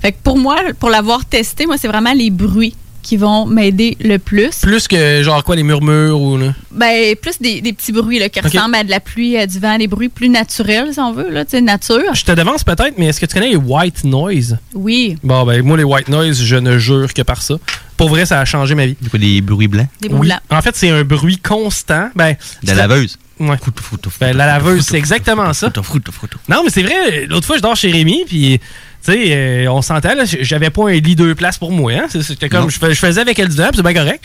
Fait que pour moi, pour l'avoir testé, moi, c'est vraiment les bruits qui vont m'aider le plus. Plus que, genre quoi, les murmures ou... Là. Ben, plus des, des petits bruits là, qui Ok. ressemblent à de la pluie, à du vent, des bruits plus naturels, si on veut, là, tu sais, nature. Ah, Je te devance peut-être, mais est-ce que tu connais les white noise? Oui. Bon, ben, moi, les white noise, je ne jure que par ça. Pour vrai, ça a changé ma vie. Des bruits blancs. Des bruits Oui. blancs. En fait, c'est un bruit constant. Ben, De la c'est- laveuse. Ouais. Ben, la laveuse, c'est exactement ça. Non, mais c'est vrai, l'autre fois, je dors chez Rémi, puis, tu sais, euh, on s'entend, là, j- j'avais pas un lit deux places pour moi, hein. C'est- C'était Non. comme, je fais- je faisais avec elle du dedans, puis c'est bien correct.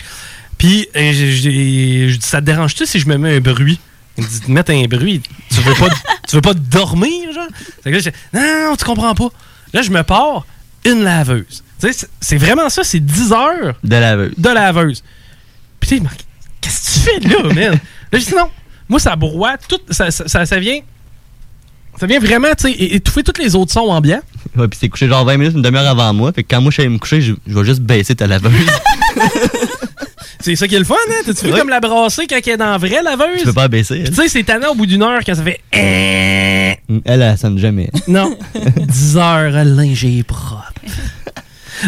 Puis, euh, j'ai- j'ai- je dis, ça te dérange-tu si je me mets un bruit? Il me dit, de mettre un bruit, tu veux pas, tu veux pas dormir, genre? Fait que là, je dis, non, non, non, tu comprends pas. Là, je me pars une laveuse. Tu sais, c'est- c'est vraiment ça, c'est 10 heures De laveuse. de laveuse. Puis tu sais, Marc, qu'est-ce que tu fais là, man? Là, j'ai dit non. Moi, ça broie, tout, ça, ça, ça- ça vient. Ça vient vraiment, tu sais, é- étouffer tous les autres sons ambiants. Ouais, puis c'est couché genre 20 minutes, une demi-heure avant moi. Fait que quand moi je suis allé me coucher, je, je vais juste baisser ta laveuse. C'est ça qui est le fun, hein? T'as-tu vu Ouais. comme la brasser quand elle est dans la vraie laveuse? tu peux pas la baisser. Puis elle. tu sais, c'est tannant au bout d'une heure quand ça fait. Eh! Elle, elle sonne jamais. Non. 10 heures, linge est propre.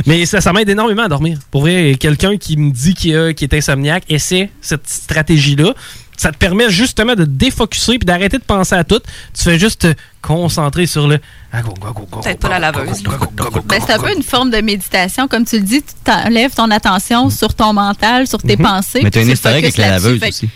Mais ça, ça m'aide énormément à dormir. Pour vrai, quelqu'un qui me dit qu'il a- qu'il est insomniaque, essaie cette stratégie-là. Ça te permet justement de te défocuser puis d'arrêter de penser à tout. Tu fais juste te concentrer sur le. Ah, go, go, go, go, Peut-être pas la laveuse. Ben, c'est un peu une forme de méditation. Comme tu le dis, tu t'enlèves ton Mm. attention sur ton mental, sur Mm-hmm. tes pensées. Mhm. Mais t'as puis un tu historique focuses avec la là-dessus. laveuse Fait que aussi.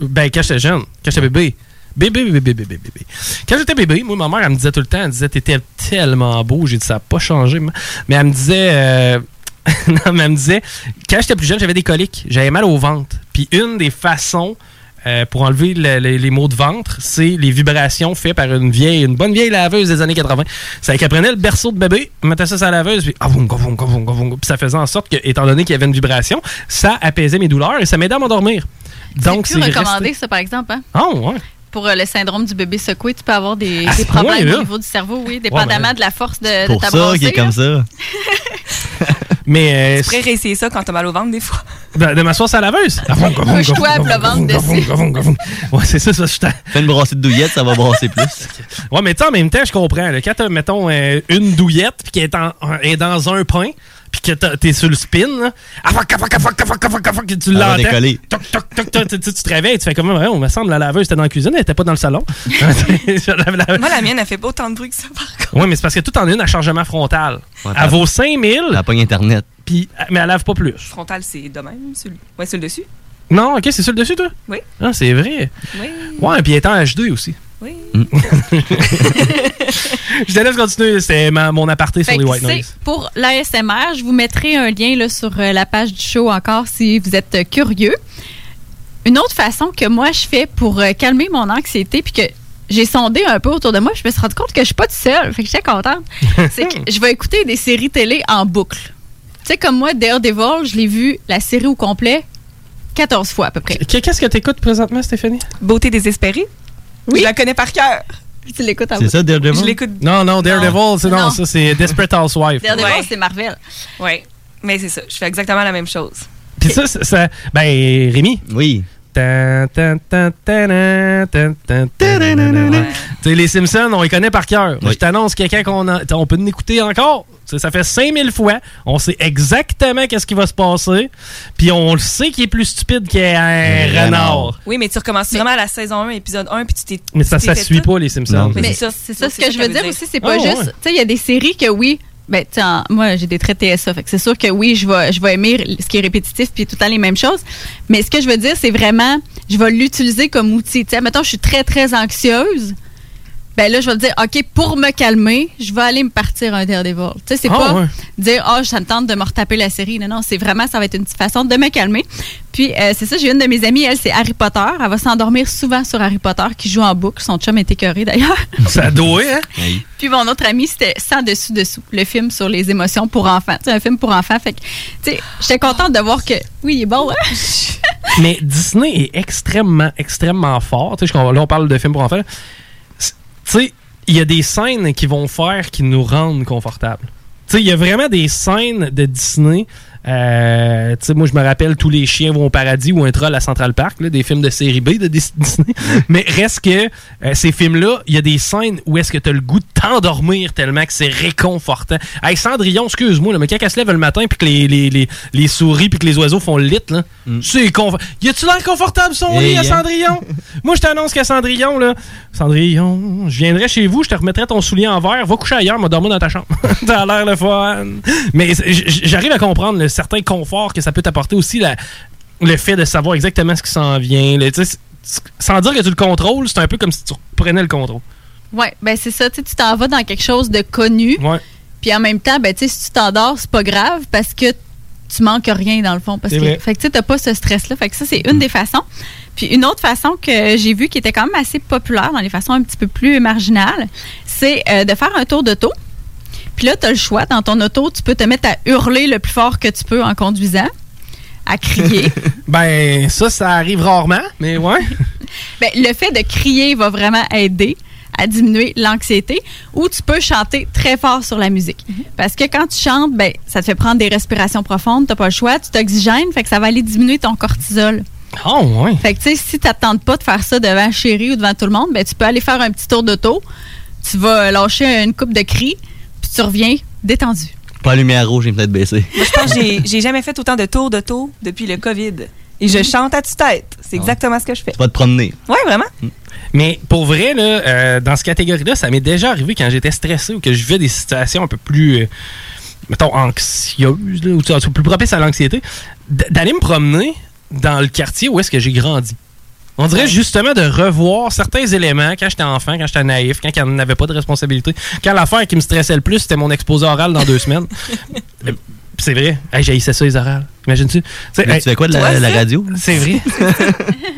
Ben, quand j'étais jeune, quand j'étais bébé. Bébé, bébé, bébé, bébé, bébé. Quand j'étais bébé, moi, ma mère, elle me disait tout le temps, elle disait, t'étais tellement beau. J'ai dit, ça n'a pas changé. moi. Mais elle me disait, euh, non, mais elle me disait, quand j'étais plus jeune, j'avais des coliques. J'avais mal au ventre. Puis une des façons euh, pour enlever le- le- les maux de ventre, c'est les vibrations faites par une vieille, une bonne vieille laveuse des années 80. C'est qu'elle prenait le berceau de bébé, mettait ça sur la laveuse, puis, ah, vroom, vroom, vroom, vroom, vroom, vroom. Puis ça faisait en sorte que, étant donné qu'il y avait une vibration, ça apaisait mes douleurs et ça m'aidait à m'endormir. Donc, C'est plus resté- recommandé, ça, par exemple. hein? Ah, ouais. Pour euh, le syndrome du bébé secoué, tu peux avoir des, À des ce problèmes point-là? au niveau du cerveau, oui, dépendamment Ouais, ben, de la force de, de pour ta ça brassée, qu'il est là. comme Ça. Mais. euh, ben, Tu pourrais réessayer ça quand t'as mal au ventre, des fois. de, de m'asseoir sur la laveuse. Couche-toi, le ventre dessus. Ouais, c'est ça, ça. Je t'en- Fais une brassée de douillette, ça va brasser plus. Ouais, mais tu sais, en même temps, je comprends. là. quand t'as, mettons, euh, une douillette, puis qu'elle est, en- en- est dans un pain, puis que t'as- t'es sur le spin, là, ah, fuck, ah, fuck, ah, fuck, ah, fuck, ah, fuck, ah, fuck, que tu Elle va l'entends. décoller. Toc, toc, toc, toc, tu, tu- tu te réveilles, tu fais comme, ouais, on me semble, la laveuse était dans la cuisine, elle était pas dans le salon. Moi, la mienne, elle fait pas autant de bruit que ça, par contre. ouais, mais c'est parce que tout en a une à chargement frontal. elle vaut 5000. Elle pogne Internet. Puis, mais elle lave pas plus. Frontal, c'est de même. Sur le... Ouais, sur le dessus. Non, ok, c'est sur le dessus, toi? Oui. Ah, c'est vrai. Oui. Ouais, puis elle est en H2 aussi. Oui. Mm. je te laisse continuer, c'était ma- mon aparté Fait sur les que white c'est noise. Pour l'ASMR, je vous mettrai un lien là, sur euh, la page du show encore si vous êtes euh, curieux. Une autre façon que moi je fais pour euh, calmer mon anxiété, puis que j'ai sondé un peu autour de moi, je me suis rendu compte que je suis pas toute seule, fait que j'étais contente. c'est que je vais écouter des séries télé en boucle. Tu sais, comme moi, Daredevil, je l'ai vu la série au complet 14 fois à peu près. Qu'est-ce que tu écoutes présentement, Stéphanie? Beauté désespérée. Oui. Je la connais par cœur. Tu l'écoutes en C'est ça, Daredevil? Je l'écoute. Non, non, Daredevil, c'est non, Non. ça, c'est Desperate Housewife. Daredevil, c'est Marvel. Oui. Mais c'est ça. Je fais exactement la même chose. Puis ça, ça, ça- ben, Rémi. Oui. les Simpsons, on les connaît par cœur. Je t'annonce quelqu'un qu'on a- on peut en écouter encore. Tu sais, ça fait 5000 fois. On sait exactement qu'est-ce qui va se passer. Puis on le sait qu'il est plus stupide qu'un Renard. renard. Oui, mais tu recommences vraiment à la saison 1, épisode 1, puis tu t'es. Mais tu ça, t'es ça fait suit tout. pas les Simpsons. Mais Mais c'est ça, c'est c'est ça, ça ce que, que je ça veux veut dire dire. aussi. C'est Ah pas ouais. juste. Tu sais, il y a des séries que oui. Ben, tu sais, en- moi, j'ai des traits TSA. Fait que c'est sûr que oui, je vais, je vais aimer ce qui est répétitif puis tout le temps les mêmes choses. Mais ce que je veux dire, c'est vraiment, je vais l'utiliser comme outil. Tu sais, mettons, je suis très, très anxieuse. Ben là, je vais me dire, OK, pour me calmer, je vais aller me partir un Daredevil. Tu sais, c'est Ah pas ouais. dire, oh, ça me tente de me retaper la série. Non, non, c'est vraiment, ça va être une petite façon de me calmer. Puis, euh, c'est ça, j'ai une de mes amies, elle, c'est Harry Potter. Elle va s'endormir souvent sur Harry Potter, qui joue en boucle. Son chum est écœuré, d'ailleurs. Ça doit, hein? Puis mon autre ami, c'était Sans dessus dessous, le film sur les émotions pour enfants. C'est un film pour enfants. Fait que, tu sais, j'étais contente de voir que, oui, il est bon, hein? Mais Disney est extrêmement, extrêmement fort. Tu sais, je comprends- là, on parle de films pour enfants. là. C'est- Tu sais, il y a des scènes qui vont faire qui nous rendent confortables. Tu sais, il y a vraiment des scènes de Disney. euh, tu sais, moi, je me rappelle Tous les chiens vont au paradis ou Un troll à Central Park, là, des films de série B de Dis- Disney. Mais reste que euh, ces films-là, il y a des scènes où est-ce que tu as le goût de t'endormir tellement que c'est réconfortant. Hey, Cendrillon, excuse-moi, là, mais quand elle se lève le matin puis que les, les, les, les souris puis que les oiseaux font le lit, là, c'est confortable. Y a-tu l'air confortable son Mm. Hey, lit à hein? Cendrillon? moi, je t'annonce qu'à Cendrillon, là, Cendrillon, je viendrai chez vous, je te remettrai ton soulier en verre, va coucher ailleurs, m'a dormi dans ta chambre. T'as l'air le fun. Mais c'est- j- j- j'arrive à comprendre le certain confort que ça peut t'apporter aussi, la- le fait de savoir exactement ce qui s'en vient. le- tu sais, c'est- c'est- sans dire que tu le contrôles, c'est un peu comme si tu reprenais le contrôle. ouais, ben c'est ça, tu sais, tu t'en vas dans quelque chose de connu. Ouais. Puis en même temps, ben, tu sais, si tu t'endors, c'est pas grave parce que tu manques rien dans le fond. Parce C'est que, vrai. fait que tu sais, t'as pas ce stress-là. Fait que ça, c'est une des façons. Puis une autre façon que j'ai vue qui était quand même assez populaire dans les façons un petit peu plus marginales, c'est euh, de faire un tour d'auto. Puis là, tu as le choix. Dans ton auto, tu peux te mettre à hurler le plus fort que tu peux en conduisant, à crier. ben, ça, ça arrive rarement, mais ouais. Ben, le fait de crier va vraiment aider à diminuer l'anxiété ou tu peux chanter très fort sur la musique. Mm-hmm. Parce que quand tu chantes, ben, ça te fait prendre des respirations profondes, t'as pas le choix, tu t'oxygènes, fait que ça va aller diminuer ton cortisol. Oh, ouais. Fait que tu sais, si t'attends pas de faire ça devant chérie ou devant tout le monde, ben, tu peux aller faire un petit tour d'auto, tu vas lâcher une coupe de cris, puis tu reviens détendu. Mm-hmm. Pas la lumière rouge, j'ai peut-être baissé. Moi, je pense que j'ai- j'ai jamais fait autant de tours de tour depuis le COVID. Et Mm-hmm. je chante à tue-tête. Ah C'est exactement ce que je fais. Tu vas te promener. Ouais, vraiment. Mm. Mais pour vrai, là, euh, dans cette catégorie-là, ça m'est déjà arrivé quand j'étais stressé ou que je vivais des situations un peu plus, euh, mettons, anxieuses, là, ou tu- en tout cas, plus propices à l'anxiété, d- d'aller me promener dans le quartier où est-ce que j'ai grandi. On dirait justement de revoir certains éléments quand j'étais enfant, quand j'étais naïf, quand on n'avait pas de responsabilité. Quand l'affaire qui me stressait le plus, c'était mon exposé oral dans deux semaines. Euh, C'est vrai. Hey, j'haïssais ça, les orales. Imagines-tu? sais, Mais tu fais quoi de la- toi, la ça? radio? C'est vrai.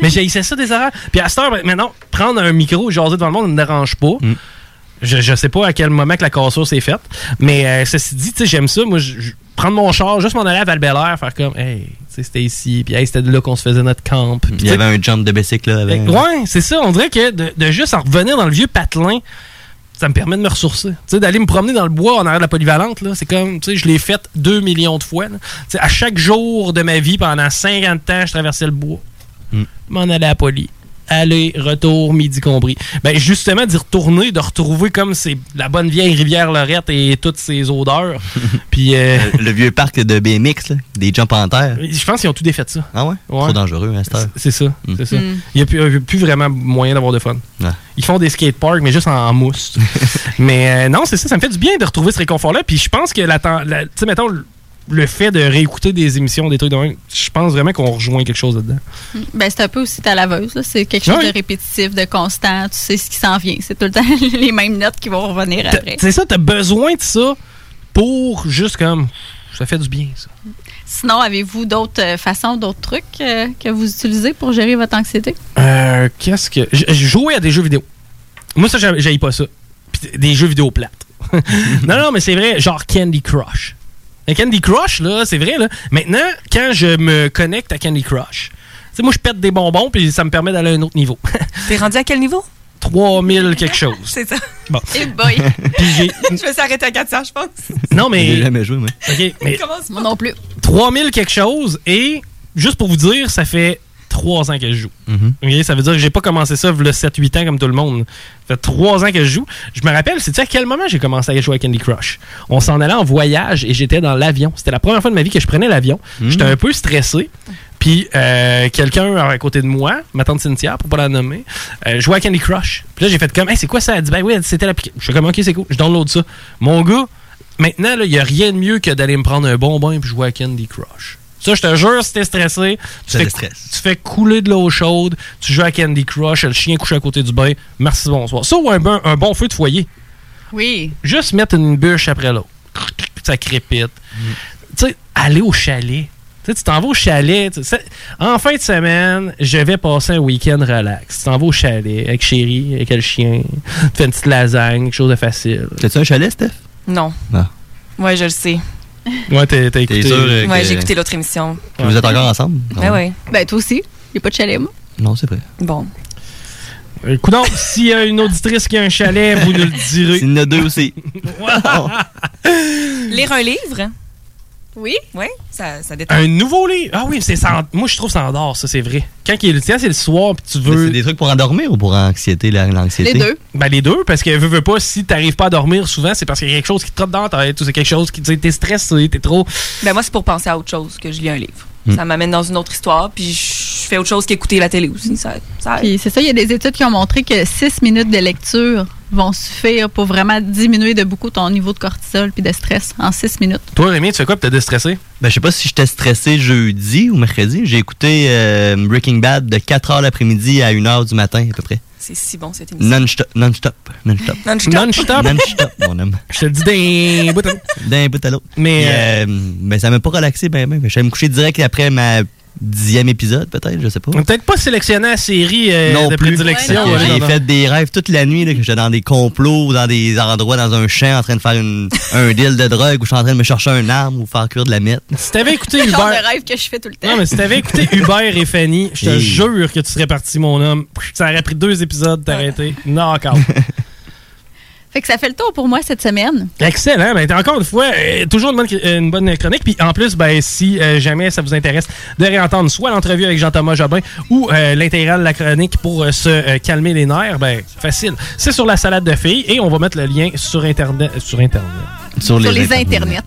mais j'haïssais ça des horaires. Puis à cette heure, ben, maintenant, prendre un micro et jaser devant le monde ne me dérange pas. Mm. Je, je sais pas à quel moment que la cassure s'est faite. Mais euh, ceci dit, tu sais, j'aime ça. Moi, je- je- prendre mon char, juste m'en aller à val faire comme, hey, tu sais, c'était ici. Puis hey, c'était là qu'on se faisait notre camp. Puis, Il y avait un jump de bicycle là. Avec... Euh, Ouais, c'est ça. On dirait que de, de juste en revenir dans le vieux patelin, ça me permet de me ressourcer. Tu sais, d'aller me promener dans le bois en arrière de la polyvalente, là, c'est comme, tu sais, je l'ai faite deux millions de fois. là. Tu sais, à chaque jour de ma vie, pendant 50 ans, je traversais le bois. Hmm. M'en aller à la poly. Aller, retour, midi compris. Ben justement, d'y retourner, de retrouver comme c'est la bonne vieille rivière Lorette et toutes ses odeurs. Puis euh, Le, le vieux parc de BMX, là, des jumps en terre. Je pense qu'ils ont tout défait de ça. Ah ouais? Trop dangereux, hein, cette heure. C'est ça, c'est ça. Mm. Il n'y a, plus- il y a plus vraiment moyen d'avoir de fun. Ils font des skateparks, mais juste en, en mousse. mais euh, non, c'est ça, ça me fait du bien de retrouver ce réconfort-là. Puis je pense que, la, ten- la- tu sais, mettons, le- le fait de réécouter des émissions, des trucs de même, je pense vraiment qu'on rejoint quelque chose là-dedans. Ben, c'est un peu aussi ta laveuse. là. C'est quelque chose Ouais. de répétitif, de constant. Tu sais ce qui s'en vient. C'est tout le temps les mêmes notes qui vont revenir T'as- après. C'est ça, t'as besoin de ça pour juste comme. Ça fait du bien, ça. Sinon, avez-vous d'autres euh, façons, d'autres trucs euh, que vous utilisez pour gérer votre anxiété? Euh, qu'est-ce que. Je je jouais à des jeux vidéo. Moi, ça, j'aille j'haïs pas ça. Puis des- des jeux vidéo plates. non, non, mais c'est vrai, genre Candy Crush. Mais Candy Crush, là, c'est vrai, là. Maintenant, quand je me connecte à Candy Crush, tu sais, moi, je pète des bonbons, puis ça me permet d'aller à un autre niveau. T'es rendu à quel niveau? 3000 quelque chose. C'est ça. Bon. Eh boy! Puis j'ai. je me suis arrêtée à 400, je pense. Non, mais. J'ai jamais joué, moi. OK, mais Commence Moi non plus. 3000 quelque chose et juste pour vous dire, ça fait trois ans que je joue. OK, ça veut dire que j'ai pas commencé ça le 7-8 ans comme tout le monde. Ça fait trois ans que je joue. Je me rappelle, c'est à quel moment j'ai commencé à jouer à Candy Crush. On s'en allait en voyage et j'étais dans l'avion. C'était la première fois de ma vie que je prenais l'avion. J'étais un peu stressé. Puis euh, quelqu'un à côté de moi, ma tante Cynthia, pour pas la nommer, euh, jouait à Candy Crush. Puis là, j'ai fait comme, hey, c'est quoi ça? Elle dit, ben oui, c'était l'application. Je suis comme, ok, c'est cool. Je download ça. Mon gars, maintenant, il n'y a rien de mieux que d'aller me prendre un bonbon et puis jouer à Candy Crush. Ça, je te jure, si t'es stressé, tu fais, tu fais couler de l'eau chaude, tu joues à Candy Crush, le chien couché à côté du bain. Merci, bonsoir. Ça ou un, bon- un bon feu de foyer. Oui. Juste mettre une bûche après l'autre. Ça crépite. Mm. Tu sais, aller au chalet. Tu sais, tu t'en vas au chalet. tu sais, en fin de semaine, je vais passer un week-end relax. Tu t'en vas au chalet avec chérie, avec le chien. Tu fais une petite lasagne, quelque chose de facile. T'as-tu un chalet, Steph? Non. Non. Ouais, je le sais. Ouais, t'as t'as écouté. sûr, euh, Ouais, que- j'ai écouté l'autre émission. Que Vous êtes encore ensemble? Ben oui. Ben, toi aussi. Il n'y a pas de chalet, moi. Non, c'est vrai. Bon. Coudon, Euh, s'il y a une auditrice qui a un chalet, vous nous le direz. Il y en a deux aussi. Lire un livre? Oui. Oui, ça, ça détend. Un nouveau livre? Ah oui, c'est ça. Moi, je trouve ça endort, ça, c'est vrai. Quand il est le tien, c'est le soir, puis tu veux. C'est des trucs pour endormir ou pour anxiété, la- l'anxiété? Ben, les deux, parce que veux, veux pas, si t'arrives pas à dormir souvent, c'est parce qu'il y a quelque chose qui te trotte dans la tête, ou c'est quelque chose qui. tu sais, T'es stressé, t'es trop. Ben moi, c'est pour penser à autre chose que je lis un livre. Hmm. Ça m'amène dans une autre histoire, puis je fais autre chose qu'écouter la télé aussi. Ça, ça aide. Puis c'est ça, il y a des études qui ont montré que 6 minutes de lecture vont suffire pour vraiment diminuer de beaucoup ton niveau de cortisol puis de stress en 6 minutes. Toi, Rémi, tu fais quoi pour te déstresser? Ben, je sais pas si j'étais stressé jeudi ou mercredi. J'ai écouté euh, Breaking Bad de 4h l'après-midi à 1h du matin, à peu près. C'est si bon cette émission. Non-stop. Non-stop. Non-stop. Non-stop. Non-stop. Non-stop, mon homme. Je te le dis d'un bout à l'autre. D'un bout à l'autre. Mais, Puis, euh, ben, ça m'a pas relaxé, ben, ben. J'allais me coucher direct après ma dixième épisode, peut-être, je sais pas. On a Peut-être pas sélectionné la série euh, non de plus. prédilection. Fait que là, J'ai dans- fait des rêves toute la nuit, là, que j'étais dans des complots, ou dans des endroits, dans un champ, en train de faire une- un deal de drogue, ou je suis en train de me chercher un arme, ou faire cuire de la mette. Si t'avais écouté C'est le genre Hubert. de rêve que je fais tout le temps. Non, mais si t'avais écouté Hubert et Fanny, je te Hey. jure que tu serais parti, mon homme. Ça aurait pris deux épisodes d'arrêter. Non, encore. Fait que ça fait le tour pour moi cette semaine. Excellent. Ben, encore une fois, euh, toujours une bonne, euh, une bonne chronique. Puis en plus, ben, si euh, jamais ça vous intéresse de réentendre soit l'entrevue avec Jean-Thomas Jobin ou euh, l'intégrale de la chronique pour euh, se euh, calmer les nerfs, ben, facile. C'est sur la salade de filles et on va mettre le lien sur Internet. euh, Sur Internet. Sur Sur les internets.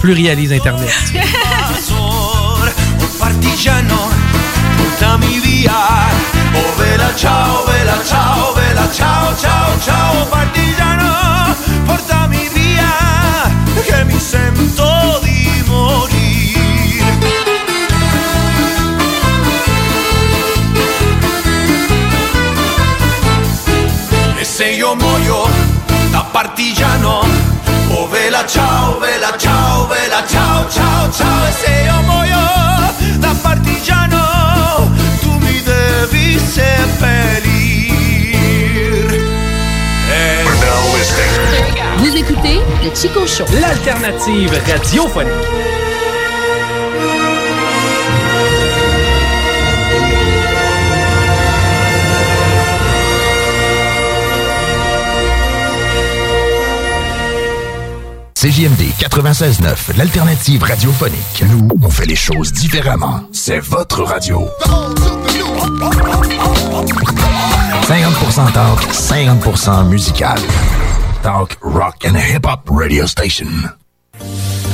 Plurialise Internet. Invasor, un partigiano, portami via. Oh vela ciao, vela ciao, vela ciao, ciao, ciao partigiano, portami via, che mi sento di morire. E se io muoio da partigiano, Oh vela ciao, vela ciao, vela ciao, ciao, ciao E se io muoio da partigiano Tu mi devi seppellir Eh. E now it's Vous écoutez le Chico Show. L'alternative radiophonique. CJMD 96.9, l'alternative radiophonique. Nous, on fait les choses différemment. C'est votre radio. 50% talk, 50% musical. Talk, rock and hip-hop radio station.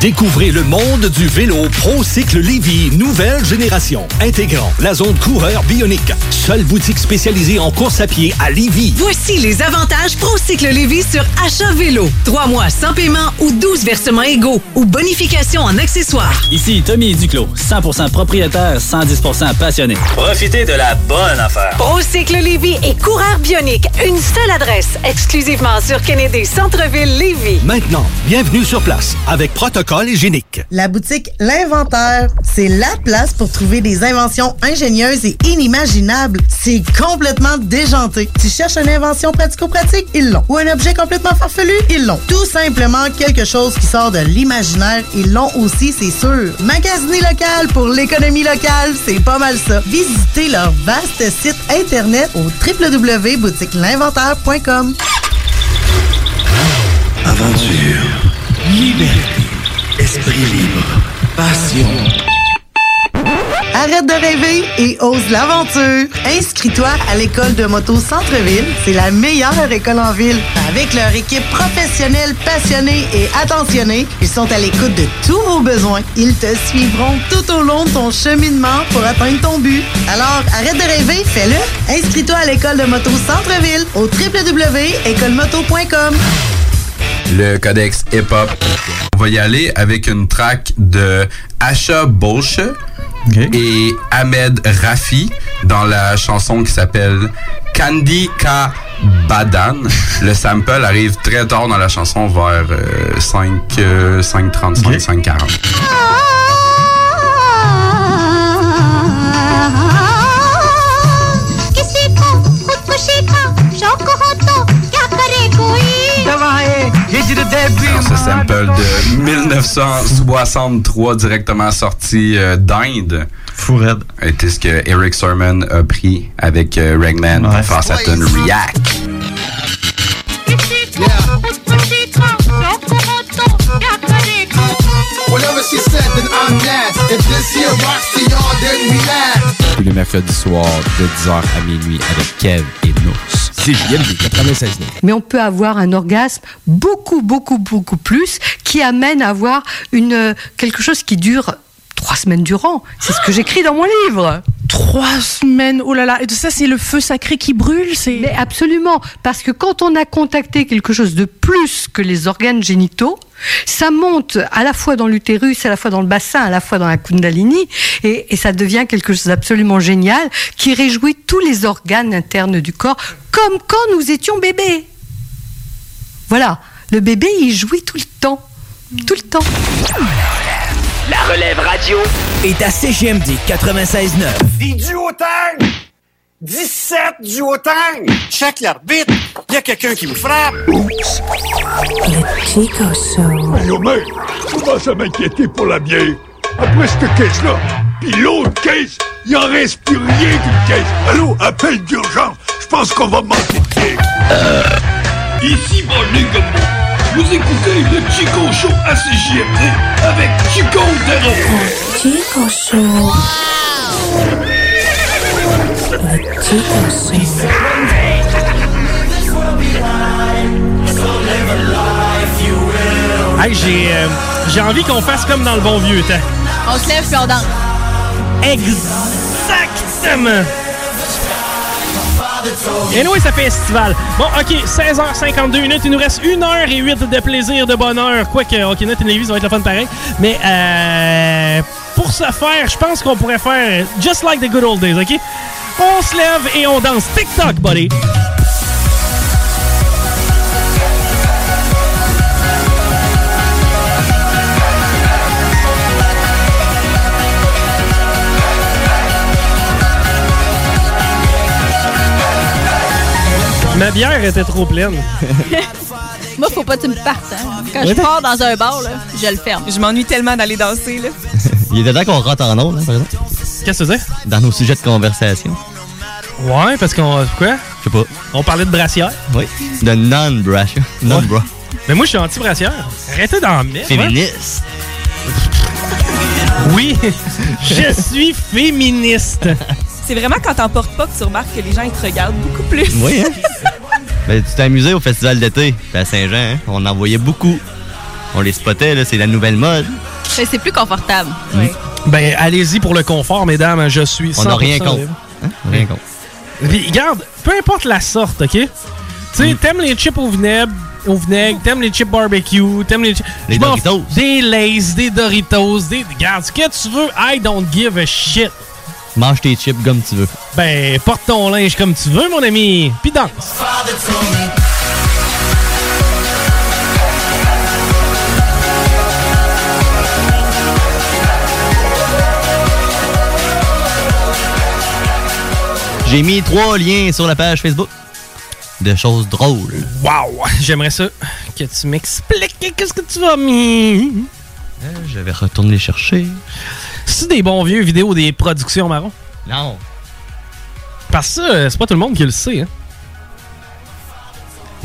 Découvrez le monde du vélo ProCycle Lévy nouvelle génération, intégrant la zone coureur bionique, seule boutique spécialisée en course à pied à Lévy. Voici les avantages Procycle Lévis sur achat vélo. 3 mois sans paiement ou 12 versements égaux ou bonification en accessoires. Ici Tommy Duclos, 100% propriétaire, 110% passionné. Profitez de la bonne affaire. Procycle Lévis et Coureur Bionique, une seule adresse, exclusivement sur Kennedy Centre-Ville Lévis. Maintenant, bienvenue sur place avec protocole protocole hygiénique. La boutique L'Inventaire, c'est la place pour trouver des inventions ingénieuses et inimaginables. C'est complètement déjanté. Tu cherches une invention pratico-pratique? Ils l'ont. Ou un objet complètement farfelu? Ils l'ont. Tout simplement quelque chose qui sort de l'imaginaire? Ils l'ont aussi, c'est sûr. Magasiner local pour l'économie locale, c'est pas mal ça. Visitez leur vaste site internet au www.boutiquelinventaire.com. Aventure. Liberté. Esprit libre. Passion. Arrête de rêver et ose l'aventure. Inscris-toi à l'école de moto Centre-ville. C'est la meilleure école en ville. Avec leur équipe professionnelle, passionnée et attentionnée, ils sont à l'écoute de tous vos besoins. Ils te suivront tout au long de ton cheminement pour atteindre ton but. Alors, arrête de rêver, fais-le. Inscris-toi à l'école de moto Centre-ville au www.écolemoto.com. le codex hip-hop. On va y aller avec une track de Asha Bolche et Ahmed Rafi dans la chanson qui s'appelle Candy Ka Badan. Le sample arrive très tard dans la chanson vers euh, 5, euh, 5.35, 5.40. किसी को खुदकुशी का शौक हो तो क्या करे कोई दवाएं हिजर दे dans ce sample de 1963 directement sorti euh, d'Inde. Fourette. C'est ce que Eric Sermon a pris avec euh, Ragman face à Tune React. किसी को खुदकुशी का शौक हो तो क्या करे कोई Whatever she said, then I'm mad. If this here rocks to y'all, then we laugh. Tous les mercredis soirs de 10h à minuit avec Kev et Nours. CJMD 96 Mais on peut avoir un orgasme beaucoup, beaucoup, beaucoup plus qui amène à avoir une, euh, quelque chose qui dure trois semaines durant. C'est ce que j'écris dans mon livre. Trois semaines, oh là là, et tout ça c'est le feu sacré qui brûle, c'est... Mais absolument, parce que quand on a contacté quelque chose de plus que les organes génitaux, ça monte à la fois dans l'utérus, à la fois dans le bassin, à la fois dans la kundalini, et, et ça devient quelque chose d'absolument génial qui réjouit tous les organes internes du corps, comme quand nous étions bébés. Voilà, le bébé il jouit tout le temps, tout le temps. La relève radio est à CGMD 96.9. Des duotangs 17 duotangs Check l'arbitre Il y a quelqu'un qui me frappe Le Chico Show. Allô, mec, commence à m'inquiéter pour la bière. Après cette caisse-là, puis l'autre caisse, il en reste plus rien d'une caisse. Allô, appel d'urgence, je pense qu'on va manquer de bière. Euh, Ici, bon, les gars, vous écoutez le Chico Show à CJMD avec Chico Terreau. Chico Show. Le Chico Show. Hey, j'ai euh, j'ai envie qu'on fasse comme dans le bon vieux temps. On se lève puis on danse. Exactement. Et oui, ça fait estival. Bon, OK, 16h52 minutes. Il nous reste 1 heure et 8 de plaisir, de bonheur. Quoique, OK, notre Lévis, ça va être le fun pareil. Mais euh, pour ce faire, je pense qu'on pourrait faire just like the good old days, OK? On se lève et on danse. TikTok, buddy. Ma bière était trop pleine. Moi, faut pas que tu me partes. hein. Quand je Ouais. pars dans un bar, là, je le ferme. Je m'ennuie tellement d'aller danser, là. Il est temps qu'on rentre en ondes, hein, par exemple. Qu'est-ce que tu veux dire? Dans nos sujets de conversation. Ouais, parce qu'on. Quoi? Je sais pas. On parlait de brassière. Oui. De non-bra. Non-bra. Mais moi, je suis anti-brassière. Arrêtez d'en mettre. hein? Féministe. Oui, je suis féministe. C'est vraiment quand t'en portes pas que tu remarques que les gens ils te regardent beaucoup plus. Oui, hein? Ben, tu t'es amusé au festival d'été, puis à Saint-Jean, hein? on en voyait beaucoup. On les spottait, là, c'est la nouvelle mode. Mais c'est plus confortable. Ben, allez-y pour le confort, mesdames. Je suis. On n'a 100% rien contre. libre. Hein? On n'a rien contre. Mm. Puis, regarde, peu importe la sorte, OK? Tu sais, t'aimes les chips au vinaigre, au vinaigre, t'aimes les chips barbecue, t'aimes les chips... Les Je m'en Doritos. fous. Des Lays, des Doritos, des... Regarde, ce que tu veux, I don't give a shit. Mange tes chips comme tu veux. Ben, porte ton linge comme tu veux, mon ami, puis danse. J'ai mis trois liens sur la page Facebook de choses drôles. Wow! J'aimerais ça que tu m'expliques qu'est-ce que tu as mis. Euh, Je vais retourner les chercher. C'est des bons vieux vidéos des productions marron. Non. Parce que ça, euh, c'est pas tout le monde qui le sait. Hein.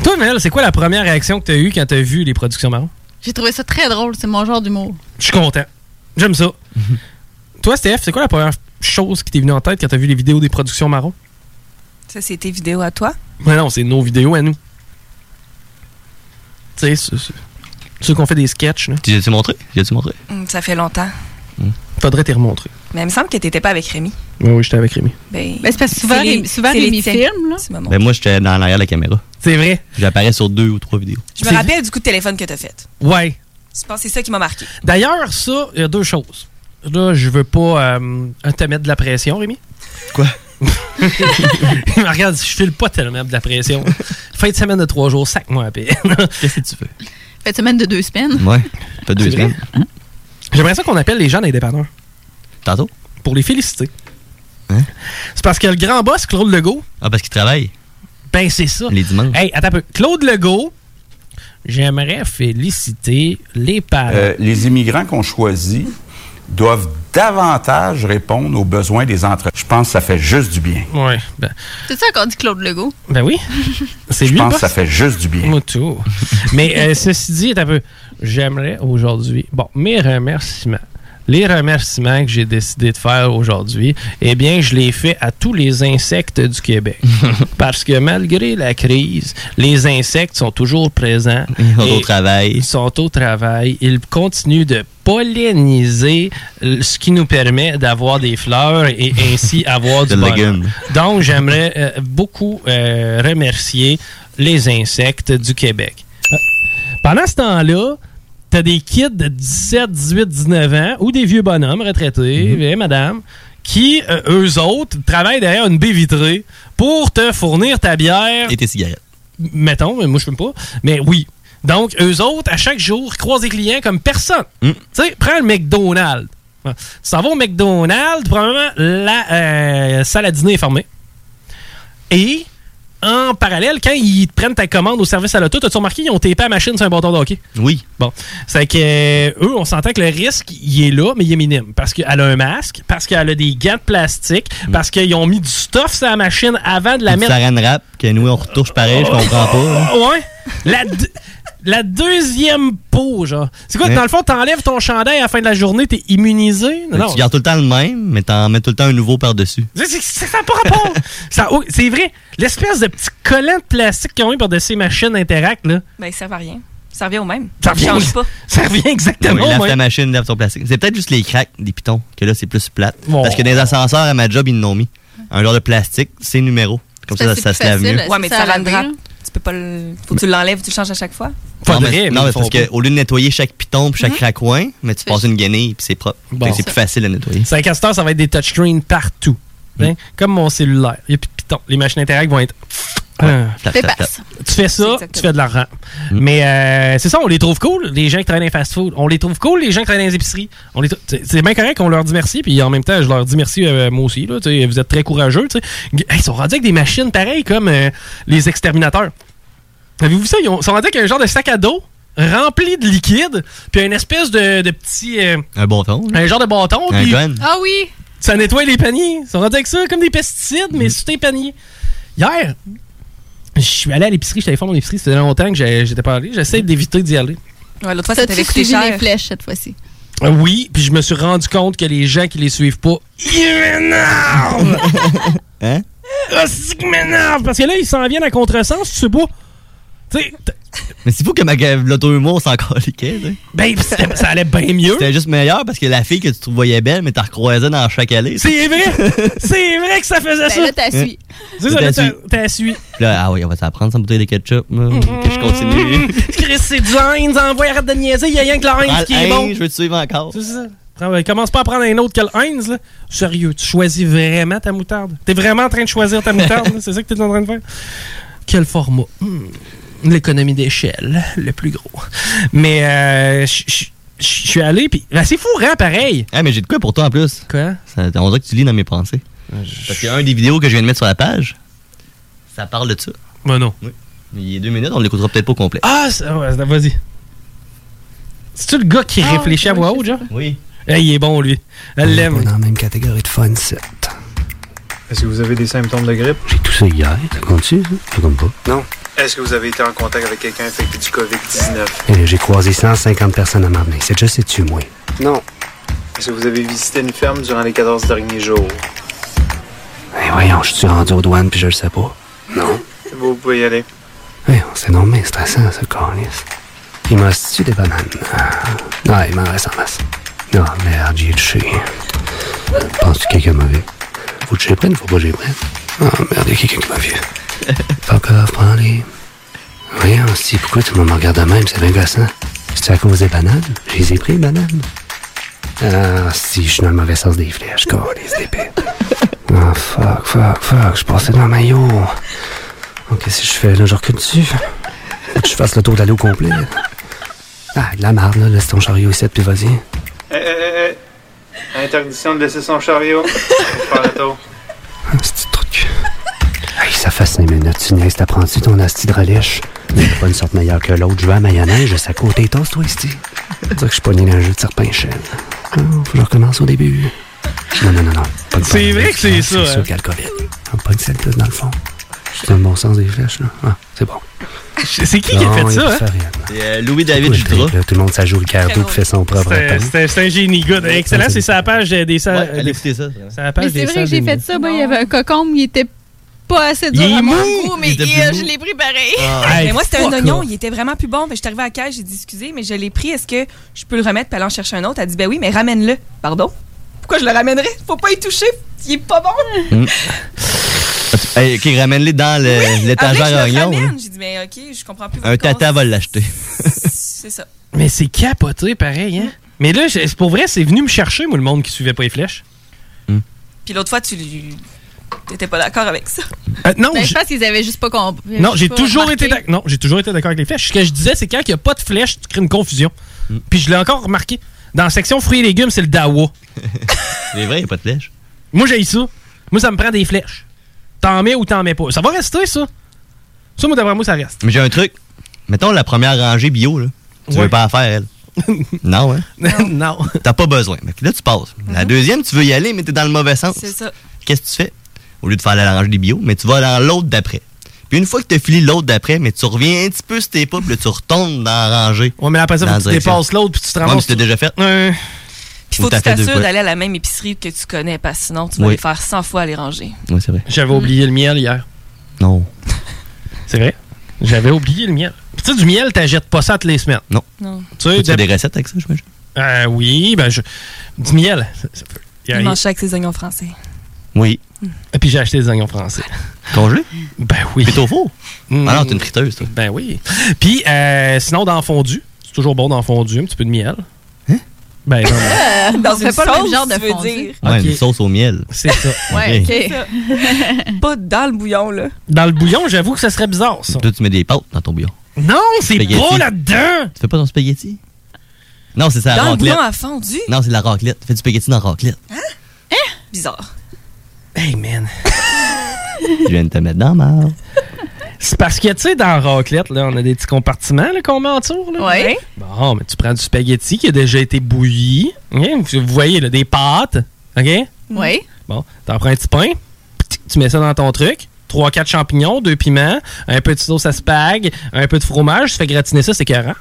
Toi, Mel, c'est quoi la première réaction que t'as eue quand t'as vu les productions marron? J'ai trouvé ça très drôle, c'est mon genre d'humour. Je suis content. J'aime ça. Toi, Steph, c'est quoi la première chose qui t'est venue en tête quand t'as vu les vidéos des productions marron? Ça, c'est tes vidéos à toi. Mais non, c'est nos vidéos à nous. Tu sais, ceux, ceux- ceux qu'on fait des sketchs. Là. Tu l'as-tu montré? Tu l'as-tu montré? Hum, Ça fait longtemps. Faudrait t'y remontrer. Mais il me semble que t'étais pas avec Rémi. Oui, oui, j'étais avec Rémi. Ben, c'est parce que souvent, c'est les- souvent, c'est les tiens. mi-films, Tu m'as montré. Ben moi, j'étais dans l'arrière de la caméra. C'est vrai? J'apparais sur deux ou trois vidéos. Je me rappelle du coup de téléphone que t'as fait. Ouais. Je pense que c'est ça qui m'a marqué. D'ailleurs, ça, il y a deux choses. Là, je veux pas euh, te mettre de la pression, Rémi. Quoi? Regarde, je file pas tellement de la pression. Fin de semaine de trois jours, sac moi à peine. Qu'est-ce que tu fais? Fait de semaine de deux semaines. Ouais. Pas deux C'est vrai? semaines. J'aimerais ça qu'on appelle les gens des dépanneurs. Tantôt? Pour les féliciter. C'est parce que le grand boss, Claude Legault, Hein? Ah, parce qu'il travaille. ben c'est ça. Les dimanches. Hey, attends un peu. Claude Legault, j'aimerais féliciter les parents. Euh, les immigrants qu'on choisit doivent davantage répondre aux besoins des entreprises. Je pense que ça fait juste du bien. Ouais, ben, C'est ça encore dit Claude Legault. ben oui. C'est Je lui, le pense que boss. ça fait juste du bien. Moi, tout. Mais euh, ceci dit, attends un peu. J'aimerais aujourd'hui. Bon, mes remerciements. Les remerciements que j'ai décidé de faire aujourd'hui, eh bien, je les fais à tous les insectes du Québec. Parce que malgré la crise, les insectes sont toujours présents. Ils sont Et au travail. Ils sont au travail. Ils continuent de polliniser euh, ce qui nous permet d'avoir des fleurs et ainsi avoir du Des bonheur. légumes. Donc, j'aimerais euh, beaucoup euh, remercier les insectes du Québec. Euh, Pendant ce temps-là, t'as des kids de 17, 18, 19 ans ou des vieux bonhommes Mhm. retraités, eh, madame, qui, euh, eux autres, travaillent derrière une baie vitrée pour te fournir ta bière Et tes cigarettes. M- mettons, mais moi je fume pas, mais oui. Donc, eux autres, à chaque jour, croisent des clients comme personne. Mhm. Tu sais, prends le McDonald's. Ouais. Tu s'en vas au McDonald's, probablement la euh, salle à dîner est fermée. Et en parallèle, quand ils te prennent ta commande au service à l'auto, t'as-tu remarqué, ils ont tapé la machine sur un bâton de hockey? Oui. Bon. C'est que euh, eux, on s'entend que le risque, il est là, mais il est minime. Parce qu'elle a un masque, parce qu'elle a des gants de plastique, Mm. parce qu'ils ont mis du stuff sur la machine avant de la La du mettre Oh! saran wrap, que nous, on retouche pareil, je comprends pas. hein. là. Ouais. La, deux- la deuxième peau, genre. C'est quoi, Ouais. dans le fond, t'enlèves ton chandail à la fin de la journée, t'es immunisé? Non, non. Tu gardes tout le temps le même, mais t'en mets tout le temps un nouveau par-dessus. C'est- c'est- c'est- Ça n'a pas rapport. Ça a au- C'est vrai. L'espèce de petit collant de plastique qu'ils ont mis par-dessus ces machines Interact, là. Ben, ils servent à rien. Ça revient au même. Ça revient- change pas. Ça revient Ouais, exactement. lave ouais. ta machine, lave ton plastique. C'est peut-être juste les cracks des pitons, que là, c'est plus plate. Bon. Parce que dans les ascenseurs, à ma job, ils l'ont mis. Un genre de plastique, c'est numéro. Comme ça, ça, ça se lave mieux. Ouais, mais ça à ça laver, l'attrape. Tu peux pas le. Faut que tu l'enlèves, tu le changes à chaque fois. Non, mais- Faudrait, mais non, ils mais font parce pas. que au lieu de nettoyer chaque piton puis chaque cracoin, mais tu passes une guenille puis c'est propre. Bon. Fait que C'est plus facile à nettoyer. C'est un castor, ça va être des touchscreens partout. Hein? Comme mon cellulaire. Il n'y a plus de piton. Les machines Interact vont être. Ah. Tap, tap, Mm. tap. Tu fais ça, tu fais de l'argent. Mais euh, c'est ça, on les trouve cool, les gens qui travaillent dans les fast-food. On les trouve cool, les gens qui travaillent dans les épiceries. On les trou- c'est c'est bien correct qu'on leur dit merci, puis en même temps, je leur dis merci euh, moi aussi. Là, tu sais, vous êtes très courageux. tu sais. G- hey, ils sont rendus avec des machines pareilles comme euh, les exterminateurs. Avez-vous vu ça? Ils ont- ils sont rendus avec un genre de sac à dos rempli de liquide, puis une espèce de, de petit... euh, Un bon ton. là. un genre de bâton. Un puis- gun. Ah oui! ça nettoie les paniers. Ils sont rendus avec ça, comme des pesticides, Mm. mais sous tes paniers. Hier, je suis allé à l'épicerie, j'étais allé faire mon épicerie, ça faisait longtemps que j'ai- j'étais pas allé. J'essaie Mm. d'éviter d'y aller. Ouais, l'autre fois, ça T'as-tu t'avait coûté suivi les cher. flèches cette fois-ci? Euh, Oui, puis je me suis rendu compte que les gens qui les suivent pas, ils m'énervent! Hein? Ah, c'est qu'ils m'énervent! Parce que là, ils s'en viennent à contresens, tu sais pas. Tu sais, t- Mais c'est fou que ma- l'auto-humour s'en caliquait. tu sais. ben, c'était- ça allait bien mieux. C'était juste meilleur parce que la fille que tu voyais belle, mais t'as recroisais dans chaque allée. C'est vrai! C'est vrai que ça faisait ça! Ben là, t'as suivi. C'est ça, Mm. T'as là, su. t'as t'as su. Puis là, ah oui, on va s'en prendre sa bouteille de ketchup. là, Mm-hmm. que je continue. Chris, c'est du Heinz, envoie, arrête de niaiser, il y a rien que le Prends Ah, Heinz qui le est bon. Hein, Je veux te suivre encore. C'est ça. Prends- euh, Commence pas à prendre un autre que le Heinz, là. Sérieux, tu choisis vraiment ta moutarde. T'es vraiment en train de choisir ta moutarde, là? c'est ça que t'es en train de faire? Quel format? Hmm. L'économie d'échelle, le plus gros. Mais euh, je je- je suis allé, puis ben, c'est fou, hein, pareil. Ah, mais j'ai Eh, de quoi pour toi en plus. Quoi? Ça- on dirait que tu lis dans mes pensées. Parce qu'il y a un des vidéos que je viens de mettre sur la page, ça parle de ça. Ben non. Il est deux minutes, on l'écoutera peut-être pas au complet. Ah, ça- ouais, vas-y. C'est-tu le gars qui Ah, réfléchit à oui, voix c'est haute, genre? Oui. Eh, il est bon, lui. Elle l'aime. Dans la même catégorie de fun, c'est. Est-ce que vous avez des symptômes de grippe? J'ai tout ça hier. Ça compte-tu, ça? Ça compte pas. Non. Est-ce que vous avez été en contact avec quelqu'un infecté du COVID-19? Et Eh, J'ai croisé 150 personnes à m'amener. C'est déjà, c'est-tu, moi? Non. Est-ce que vous avez visité une ferme durant les 14 derniers jours? Eh voyons, je suis rendu aux douanes puis je le sais pas. Non. C'est beau, vous pouvez y aller. Eh, c'est non, mais stressant, ce cornice. Il m'a su des bananes. Ah, ouais, il m'en reste en masse. Non, merde, j'y ai touché. Penses-tu que quelqu'un m'a vu? Faut que je les prenne, faut pas que je les prenne. Ah, merde, il y a quelqu'un qui m'a vu. Fuck off, prends-les. Voyons, si, pourquoi tout le monde me regarde de même? C'est bien gossant. C'est à cause des bananes? Je les ai pris, les bananes. Ah, si, je suis dans le mauvais sens des flèches, cornice d'épée. Ah, fuck, fuck, fuck, je suis passé dans le maillot. Ok, si je fais, là, je recule dessus. Faut que je fasse le tour de l'allée au complet. Ah, de la marde, là, laisse ton chariot ici, puis vas-y. Eh, eh, eh, eh. Interdiction de laisser son chariot. Je vais faire le tour. Ah, C'est trop de cul. Hey, ça fait cinq minutes, tu niaises, t'apprends-tu ton asti de relèche? Mais pas une sorte meilleure que l'autre, je veux à mayonnaise, je sais à côté toast, toi, ici. C'est que je suis pas né dans le jeu de serpent chêne. Ah, faut que je recommence au début. Non, non, non, non. pas de C'est problème. vrai que c'est ça, C'est hein. sûr qu'il y a le COVID. Ah, Pas une seule plus, dans le fond. C'est un bon sens des flèches, là. Ah, c'est bon. C'est c'est qui qui a Non, fait il ça, fait hein? rien. C'est euh, Louis-David Jutras. Là, tout le monde, ça joue le cardo qui fait son propre C'était- pain. C'était c'était un génie, gars. Excellent, c'est sa page euh, des salles. allez écouter ça. C'est la Mais page c'est des vrai que salles. j'ai génie. fait ça. moi, il y avait un cocombe, il était pas assez dur Il est à mon mou! goût, mais Il était euh, plus je mou. l'ai préparé. Ah, hey, mais moi, c'était un fuck oignon, off. il était vraiment plus bon. Fait que je suis arrivée à la cage, j'ai dit excusez, mais je l'ai pris, est-ce que je peux le remettre puis aller en chercher un autre? Elle dit ben oui, mais ramène-le. Pardon? Pourquoi je le ramènerais? Faut pas y toucher, il est pas bon. Mm. Hey, ok, ramène-les dans le- l'étagère Après, à je le oignons. là. hein. ramène. J'ai dit mais ok, je comprends plus. Un votre tata va l'acheter. concept. C'est ça. Mais c'est capoté, pareil, hein? Mais là, j'ai- c'est pour vrai, c'est venu me chercher, moi, le monde qui suivait pas les flèches. Puis l'autre fois, tu lui- t'étais pas d'accord avec ça. Euh, non, Ben, j'ai- je pense qu'ils avaient juste pas compris. Non, j'ai toujours été d'ac- non, j'ai toujours été d'accord avec les flèches. Ce que je disais, c'est quand il n'y a pas de flèche, tu crées une confusion. Mm. Puis je l'ai encore remarqué. Dans la section fruits et légumes, c'est le dawa. C'est vrai, il n'y a pas de flèche. Moi, j'ai ça. Moi, ça me prend des flèches. T'en mets ou t'en mets pas. Ça va rester, ça. Ça, moi, d'après moi, ça reste. Mais j'ai un truc. Mettons la première rangée bio, là. Tu Ouais. veux pas la faire, elle. non, hein? non. T'as pas besoin. Mais là, tu passes. La deuxième, tu veux y aller, mais t'es dans le mauvais sens. Mhm. C'est ça. Qu'est-ce que tu fais? Au lieu de faire la rangée des bio, mais tu vas dans l'autre d'après. Puis une fois que t'as fini l'autre d'après, mais tu reviens un petit peu sur tes pas, puis là, tu retombnes dans la rangée. Ouais, mais après ça, faut que tu dépasses l'autre, puis tu te ramasses- Ouais, mais tu l'as déjà fait. Puis Ou faut que t'as tu fait deux t'assures fois. d'aller à la même épicerie que tu connais, parce que sinon, tu vas Oui. les faire 100 fois à les ranger. Oui, c'est vrai. J'avais oublié le miel hier. Non. C'est vrai? J'avais oublié le miel. Puis Tu sais, du miel, t'achètes pas ça toutes les semaines. Non. Non. Tu sais, Tu as d'hab- des recettes avec ça, j'imagine? Euh, oui, ben, je... du miel. ça- ça peut- Il mange ça avec ses oignons français. Oui. Et puis j'ai acheté des oignons français. Congelé? Ben oui. Plutôt faux. Ah non, t'es une friteuse, toi. Ben oui. Puis euh, sinon, dans le fondu, c'est toujours bon dans le fondu, un petit peu de miel. Hein? Ben non. mais- Euh, Dans on une fait pas le sauce, même genre de tu veux fondue. dire. Ouais, Ok. une sauce au miel. C'est ça. Ouais, Ok. ok. Pas dans le bouillon, là. Dans le bouillon, j'avoue que ça serait bizarre, ça. Toi, tu mets des pâtes dans ton bouillon. Non, c'est Spaghetti. pas là-dedans! Tu fais pas ton spaghetti? Non, c'est ça, la Dans le raclette. bouillon à fondu. Non, c'est de la raclette. Fais du spaghetti dans la raclette. Hein? Bizarre. Hey, man. Je viens de te mettre dans la marde. C'est parce que, tu sais, dans la raclette, là, on a des petits compartiments là, qu'on met autour. Là. Ouais. Bon, mais tu prends du spaghetti qui a déjà été bouilli. ok? Vous voyez, là, des pâtes. OK? Oui. Bon, t'en prends un petit pain, p'tit, tu mets ça dans ton truc. 3-4 champignons, 2 piments, un peu de sauce à spag, un peu de fromage. Tu fais gratiner ça, c'est carré.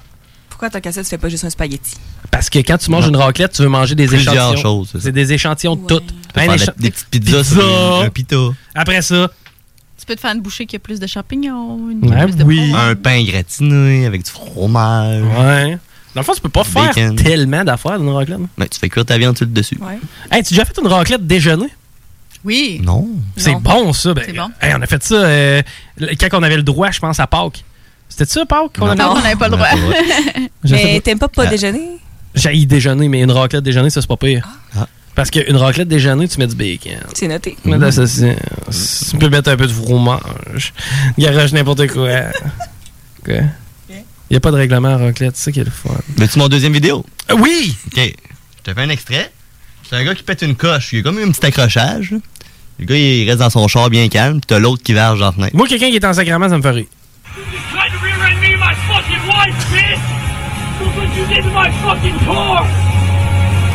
Pourquoi ta cassette, tu fais pas juste un spaghetti? Parce que quand tu manges une raclette, tu veux manger des Plusieurs échantillons. choses, c'est ça. C'est des échantillons de toutes. peux faire la- des petites pizzas sur des- un pita. Après ça, Tu peux te faire une bouchée qui a plus de champignons. une Ouais, plus de oui. fromage. Un pain gratiné avec du fromage. Ouais. dans le fond, tu peux pas faire Bacon. tellement d'affaires d'une raclette. Mais tu fais cuire ta viande sur le dessus. Ouais. Hey, tu as déjà fait une raclette déjeuner? Oui. Non. C'est bon, ça. Ben, C'est bon. hey, on a fait ça euh, le- quand on avait le droit, je pense, à Pâques. C'était ça, Pâques? qu'on Non, avait? on n'avait pas le droit. Je sais Mais pas. t'aimes pas pas Ah. déjeuner? J'ai déjeuner, mais une raclette déjeuner, ça, c'est pas pire. Ah. Parce qu'une raclette déjeuner, tu mets du bacon. C'est noté. Tu mets de la saucisse. Tu peux mettre un peu de fromage. Garage n'importe quoi. quoi? Il n'y a pas de règlement à raclette, c'est ça qui est le fun. Veux-tu mon deuxième vidéo? Euh, oui! OK. Je te fais un extrait. C'est un gars qui pète une coche. Il a comme eu un petit accrochage. là. Le gars, il reste dans son char bien calme, pis t'as l'autre qui verge dans la fenêtre. Moi, quelqu'un qui est en sacrement, ça me fait rire. Trying to rear-end me and my fucking wife, bitch! Look what you did to my fucking car!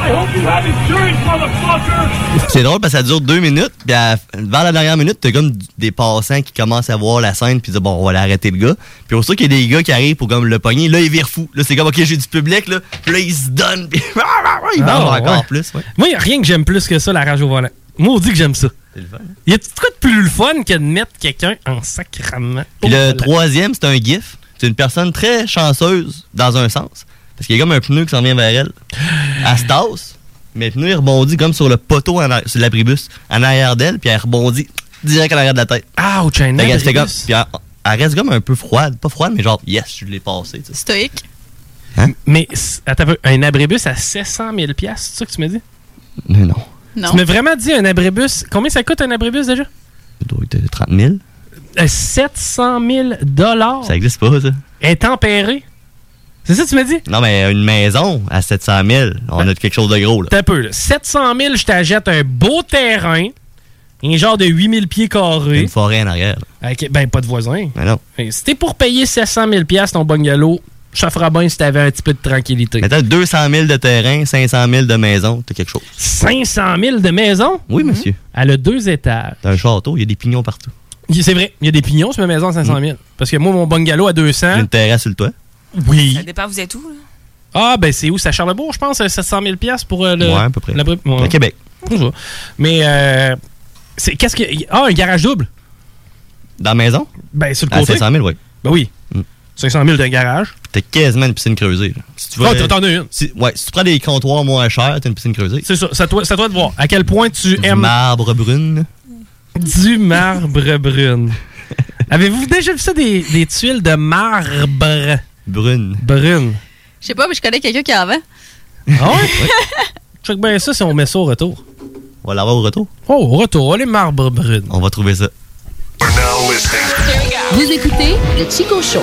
I hope you have insurance, motherfucker! C'est drôle parce que ça dure deux minutes, puis à- vers la dernière minute, t'as comme des passants qui commencent à voir la scène, puis disent bon, on va l'arrêter le gars. Puis aussitôt qu'il y a des gars qui arrivent pour comme le pogner, là, ils virent fou. Là, c'est comme, ok, j'ai du public, là, puis là, ils se donnent, puis ils Ah, mangent encore ouais. plus, ouais. Moi, il a rien que j'aime plus que ça, la rage au volant. Moi, on dit que j'aime ça. C'est le fun. Y a-tu de quoi de plus le fun que de mettre quelqu'un en sacrament? Puis le troisième, c'est un gif. C'est une personne très chanceuse dans un sens. Parce qu'il y a comme un pneu qui s'en vient vers elle. Elle se tasse, mais le pneu, il rebondit comme sur le poteau, en arri- sur l'abribus, en arrière d'elle, puis elle rebondit direct en arrière de la tête. Ah, au chaîne comme, Puis elle, elle reste comme un peu froide. Pas froide, mais genre, yes, je l'ai passé. tu sais. Hein? Stoïque. Mais, c- attends un peu, un abrébus à 700 000 piastres, c'est ça que tu me dis? Mais non. Non. Tu m'as vraiment dit un abrébus. Combien ça coûte un abrébus déjà? De 30 000. Euh, 700 000 dollars. Ça existe pas, ça. Intempéré. C'est ça que tu m'as dit? Ben, Non, mais une maison à 700 000, on a quelque chose de gros, là. T'as peu, là. 700 000, je t'achète un beau terrain, un genre de 8000 pieds carrés. Une forêt en arrière. là. Avec- ben, pas de voisin. Mais non. Si t'es pour payer 700 000 piastres ton bungalow, ça fera bien si t'avais un petit peu de tranquillité. Mais t'as 200 000 de terrain, 500 000 de maison, t'as quelque chose. 500 000 de maison? Mhm. Ah, Oui, monsieur. Elle a deux étages. T'as un château, il y a des pignons partout. Mm. Y- C'est vrai, il y a des pignons sur ma maison à 500 000. Parce que moi, mon bungalow à 200... Une terrasse sur le toit. Oui. Ça dépend, vous êtes où? là? Ah, ben c'est où? C'est à Charlebourg, je pense, euh, 700 000 piastres pour euh, le... Ouais, à peu près. la- ouais. Le Québec. Je vois. Mais, euh, c'est- qu'est-ce que... Ah, un garage double? Dans la maison? Ben, sur le À côté. 500 000, oui. Mm. Ben oui. 500 000 d'un garage. T'as quasiment une piscine creusée. là. Si tu veux- Ah, t'en- t'en as une. Si, ouais, si tu prends des comptoirs moins chers, t'as une piscine creusée. C'est ça, ça toi, ça toi de voir. À quel point tu aimes... Marbre brune. Du marbre brune. Avez-vous déjà vu ça, des, des tuiles de marbre? Brune. Brune. Je sais pas, mais je connais quelqu'un qui en vend. Ah ouais? Check bien ça si on met ça au retour. On va l'avoir au retour. Oh, au retour, les marbres brunes. On va trouver ça. Vous écoutez le Chico Show.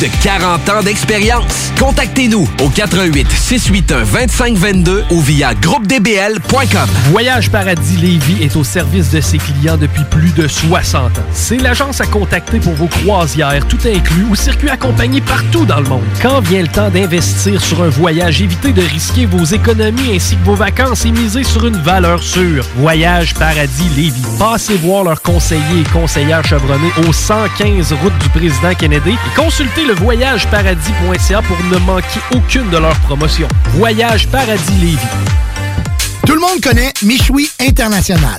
de 40 ans d'expérience. Contactez-nous au 88 681 2522 ou via groupedbl.com. Voyage Paradis Lévis est au service de ses clients depuis plus de 60 ans. C'est l'agence à contacter pour vos croisières, tout inclus ou circuits accompagnés partout dans le monde. Quand vient le temps d'investir sur un voyage, évitez de risquer vos économies ainsi que vos vacances et misez sur une valeur sûre. Voyage Paradis Lévis. Passez voir leurs conseillers et conseillères chevronnés au 115 route du président Kennedy et consultez le voyageparadis.ca pour ne manquer aucune de leurs promotions. Voyage Paradis Lévis. Tout le monde connaît Michoui International.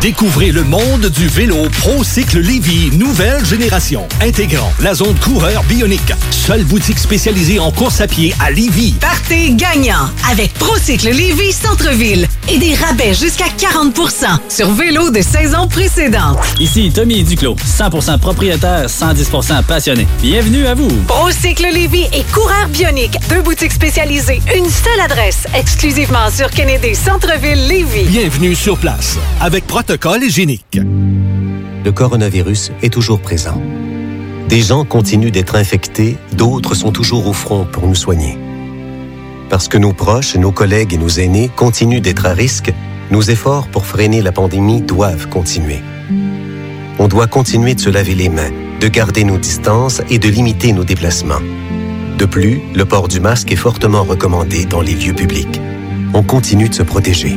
Découvrez le monde du vélo ProCycle Lévy, nouvelle génération, intégrant la zone coureur bionique. Seule boutique spécialisée en course à pied à Lévy. Partez gagnant avec Procycle Lévis Centre-ville et des rabais jusqu'à 40 sur vélo de saison précédente. Ici Tommy Duclos, 100% propriétaire, 110% passionné. Bienvenue à vous. Procycle Lévis et Coureur Bionique, deux boutiques spécialisées, une seule adresse, exclusivement sur Kennedy Centre-ville Lévis. Bienvenue sur place, avec protocole hygiénique. le coronavirus est toujours présent. Des gens continuent d'être infectés, d'autres sont toujours au front pour nous soigner. Parce que nos proches, nos collègues et nos aînés continuent d'être à risque, nos efforts pour freiner la pandémie doivent continuer. On doit continuer de se laver les mains, de garder nos distances et de limiter nos déplacements. De plus, le port du masque est fortement recommandé dans les lieux publics. On continue de se protéger.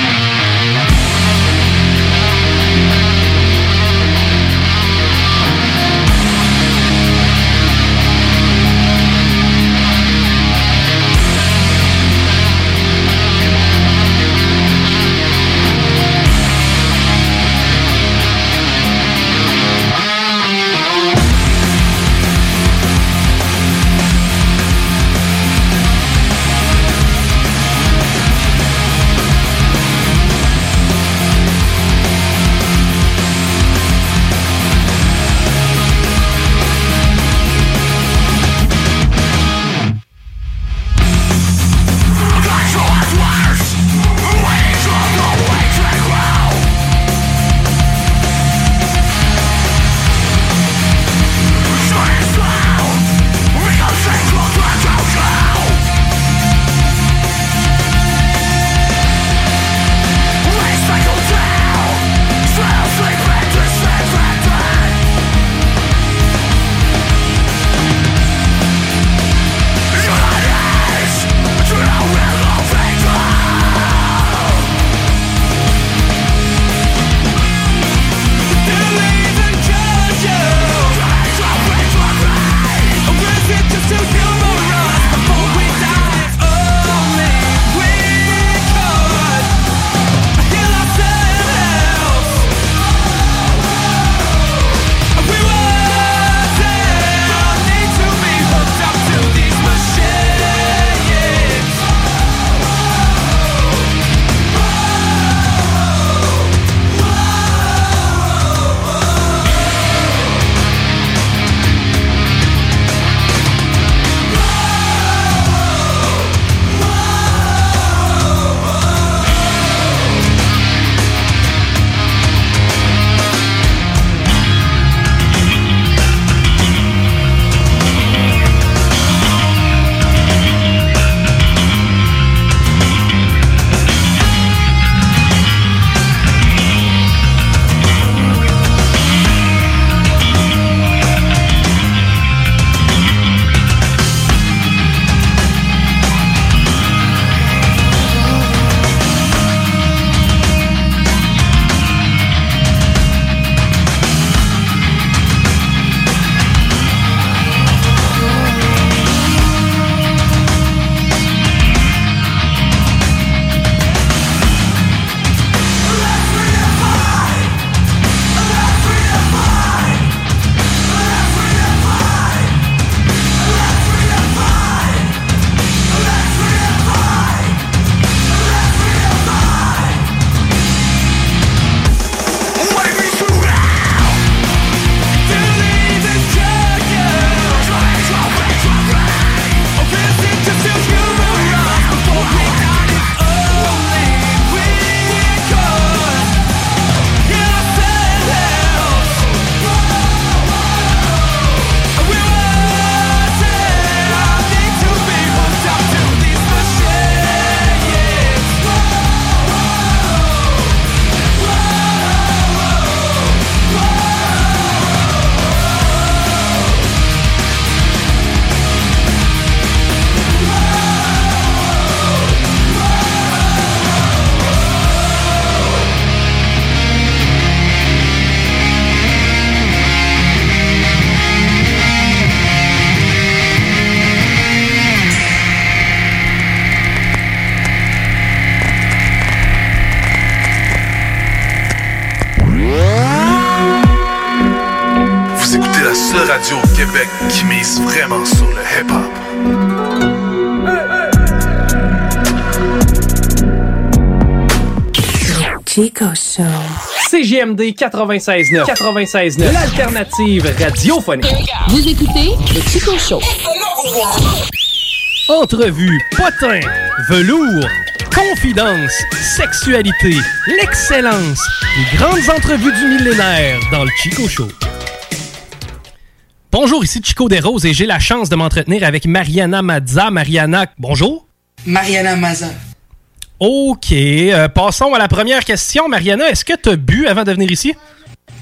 Vous écoutez la seule radio au Québec qui mise vraiment sur le hip-hop. Chico Show. CGMD 96.9. 96.9. L'alternative radiophonique. Vous écoutez le Chico Show. Entrevue, potin, velours, confidence, sexualité, l'excellence, les grandes entrevues du millénaire dans le Chico Show. Bonjour, ici Chico Desroses et j'ai la chance de m'entretenir avec Mariana Mazza. Mariana, bonjour. Mariana Maza. OK, euh, passons à la première question. Mariana, est-ce que tu as bu avant de venir ici?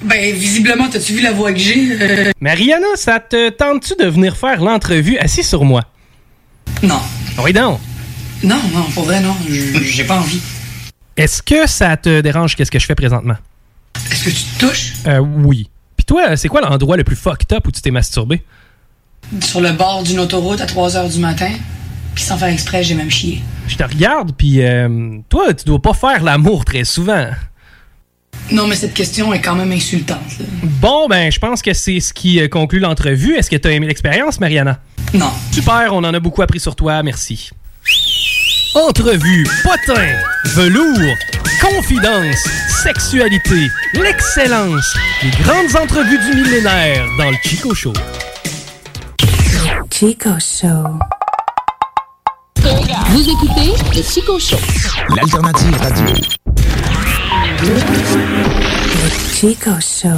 Ben, visiblement, t'as-tu vu la voix que j'ai? Euh, Mariana, ça te tente-tu de venir faire l'entrevue assis sur moi? Non. Oui, donc. Non, non, pour vrai, non. je- J'ai pas envie. Est-ce que ça te dérange qu'est-ce que je fais présentement? Est-ce que tu te touches Euh, oui. Puis toi, euh, c'est quoi l'endroit le plus fucked up où tu t'es masturbé? sur le bord d'une autoroute à 3 h du matin? Puis sans faire exprès, j'ai même chié. Je te regarde, puis euh, toi, tu dois pas faire l'amour très souvent. Non, mais cette question est quand même insultante. là. Bon, ben, je pense que c'est ce qui euh, conclut l'entrevue. Est-ce que tu as aimé l'expérience, Mariana? Non. Super, on en a beaucoup appris sur toi, merci. Entrevue, potin, velours, confidence, sexualité, l'excellence, les grandes entrevues du millénaire dans le Chico Show. Chico Show. Vous écoutez le Chico Show. L'alternative radio. Le Chico Show.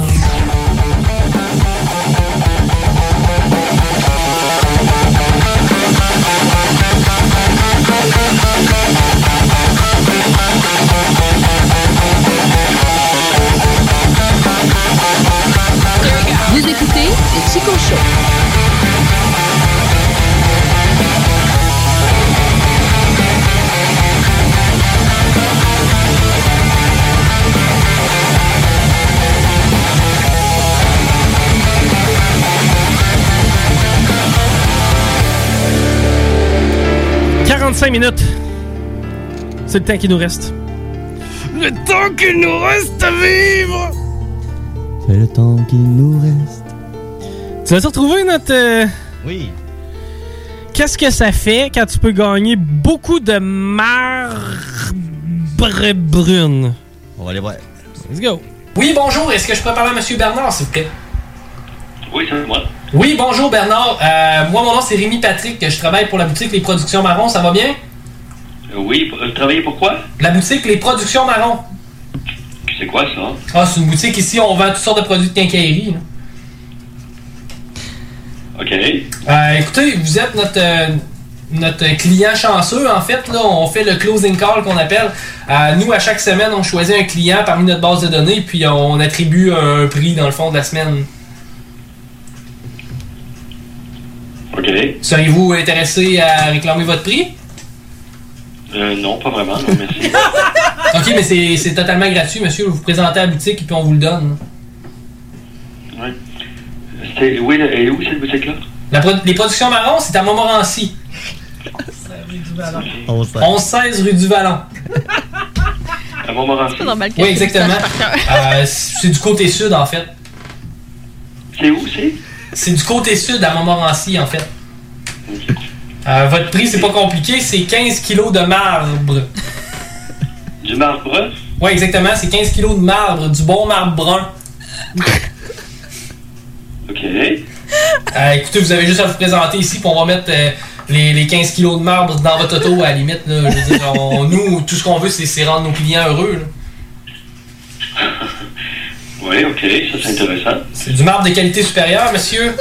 Vous écoutez le Chico Show. « 45 minutes. C'est le temps qui nous reste. Le temps qu'il nous reste à vivre! C'est le temps qui nous reste. Tu vas-tu retrouver notre. euh, Oui. Qu'est-ce que ça fait quand tu peux gagner beaucoup de marbre brune? On va aller voir. Let's go. Oui, bonjour. Est-ce que je peux parler à Monsieur Bernard, s'il vous plaît? Oui, c'est moi. Oui, bonjour Bernard. Euh, moi, mon nom, c'est Rémi Patrick. Je travaille pour la boutique Les Productions Marron. Ça va bien? Oui, pour- euh, travailler pour quoi? La boutique Les Productions Marron. C'est quoi ça? Ah, c'est une boutique ici. On vend toutes sortes de produits de quincaillerie. là. OK. Euh, écoutez, vous êtes notre, euh, notre client chanceux. En fait, là, on fait le closing call qu'on appelle. Euh, nous, à chaque semaine, on choisit un client parmi notre base de données, puis on attribue un prix dans le fond de la semaine. OK. Seriez-vous intéressé à réclamer votre prix? Euh, non, pas vraiment, non, merci. Ok, mais c'est c'est totalement gratuit, monsieur. Vous vous présentez à la boutique et puis on vous le donne. Ouais. C'était, oui, le- elle est où cette boutique-là? La pro- les productions marron, c'est à Montmorency. 11-16 rue du Vallon. À Montmorency. Oui, exactement. Euh, c'est du côté sud, en fait. C'est où, c'est? C'est du côté sud, à Montmorency, en fait. Euh, votre prix, c'est pas compliqué, c'est 15 kilos de marbre. Du marbre? Oui, exactement, c'est 15 kilos de marbre, du bon marbre brun. OK. Euh, écoutez, vous avez juste à vous présenter ici, puis on va mettre euh, les, les 15 kilos de marbre dans votre auto, à la limite. là. Je veux dire, on- nous, tout ce qu'on veut, c'est c'est rendre nos clients heureux. là. Oui, OK, ça c'est intéressant. C'est du marbre de qualité supérieure, monsieur.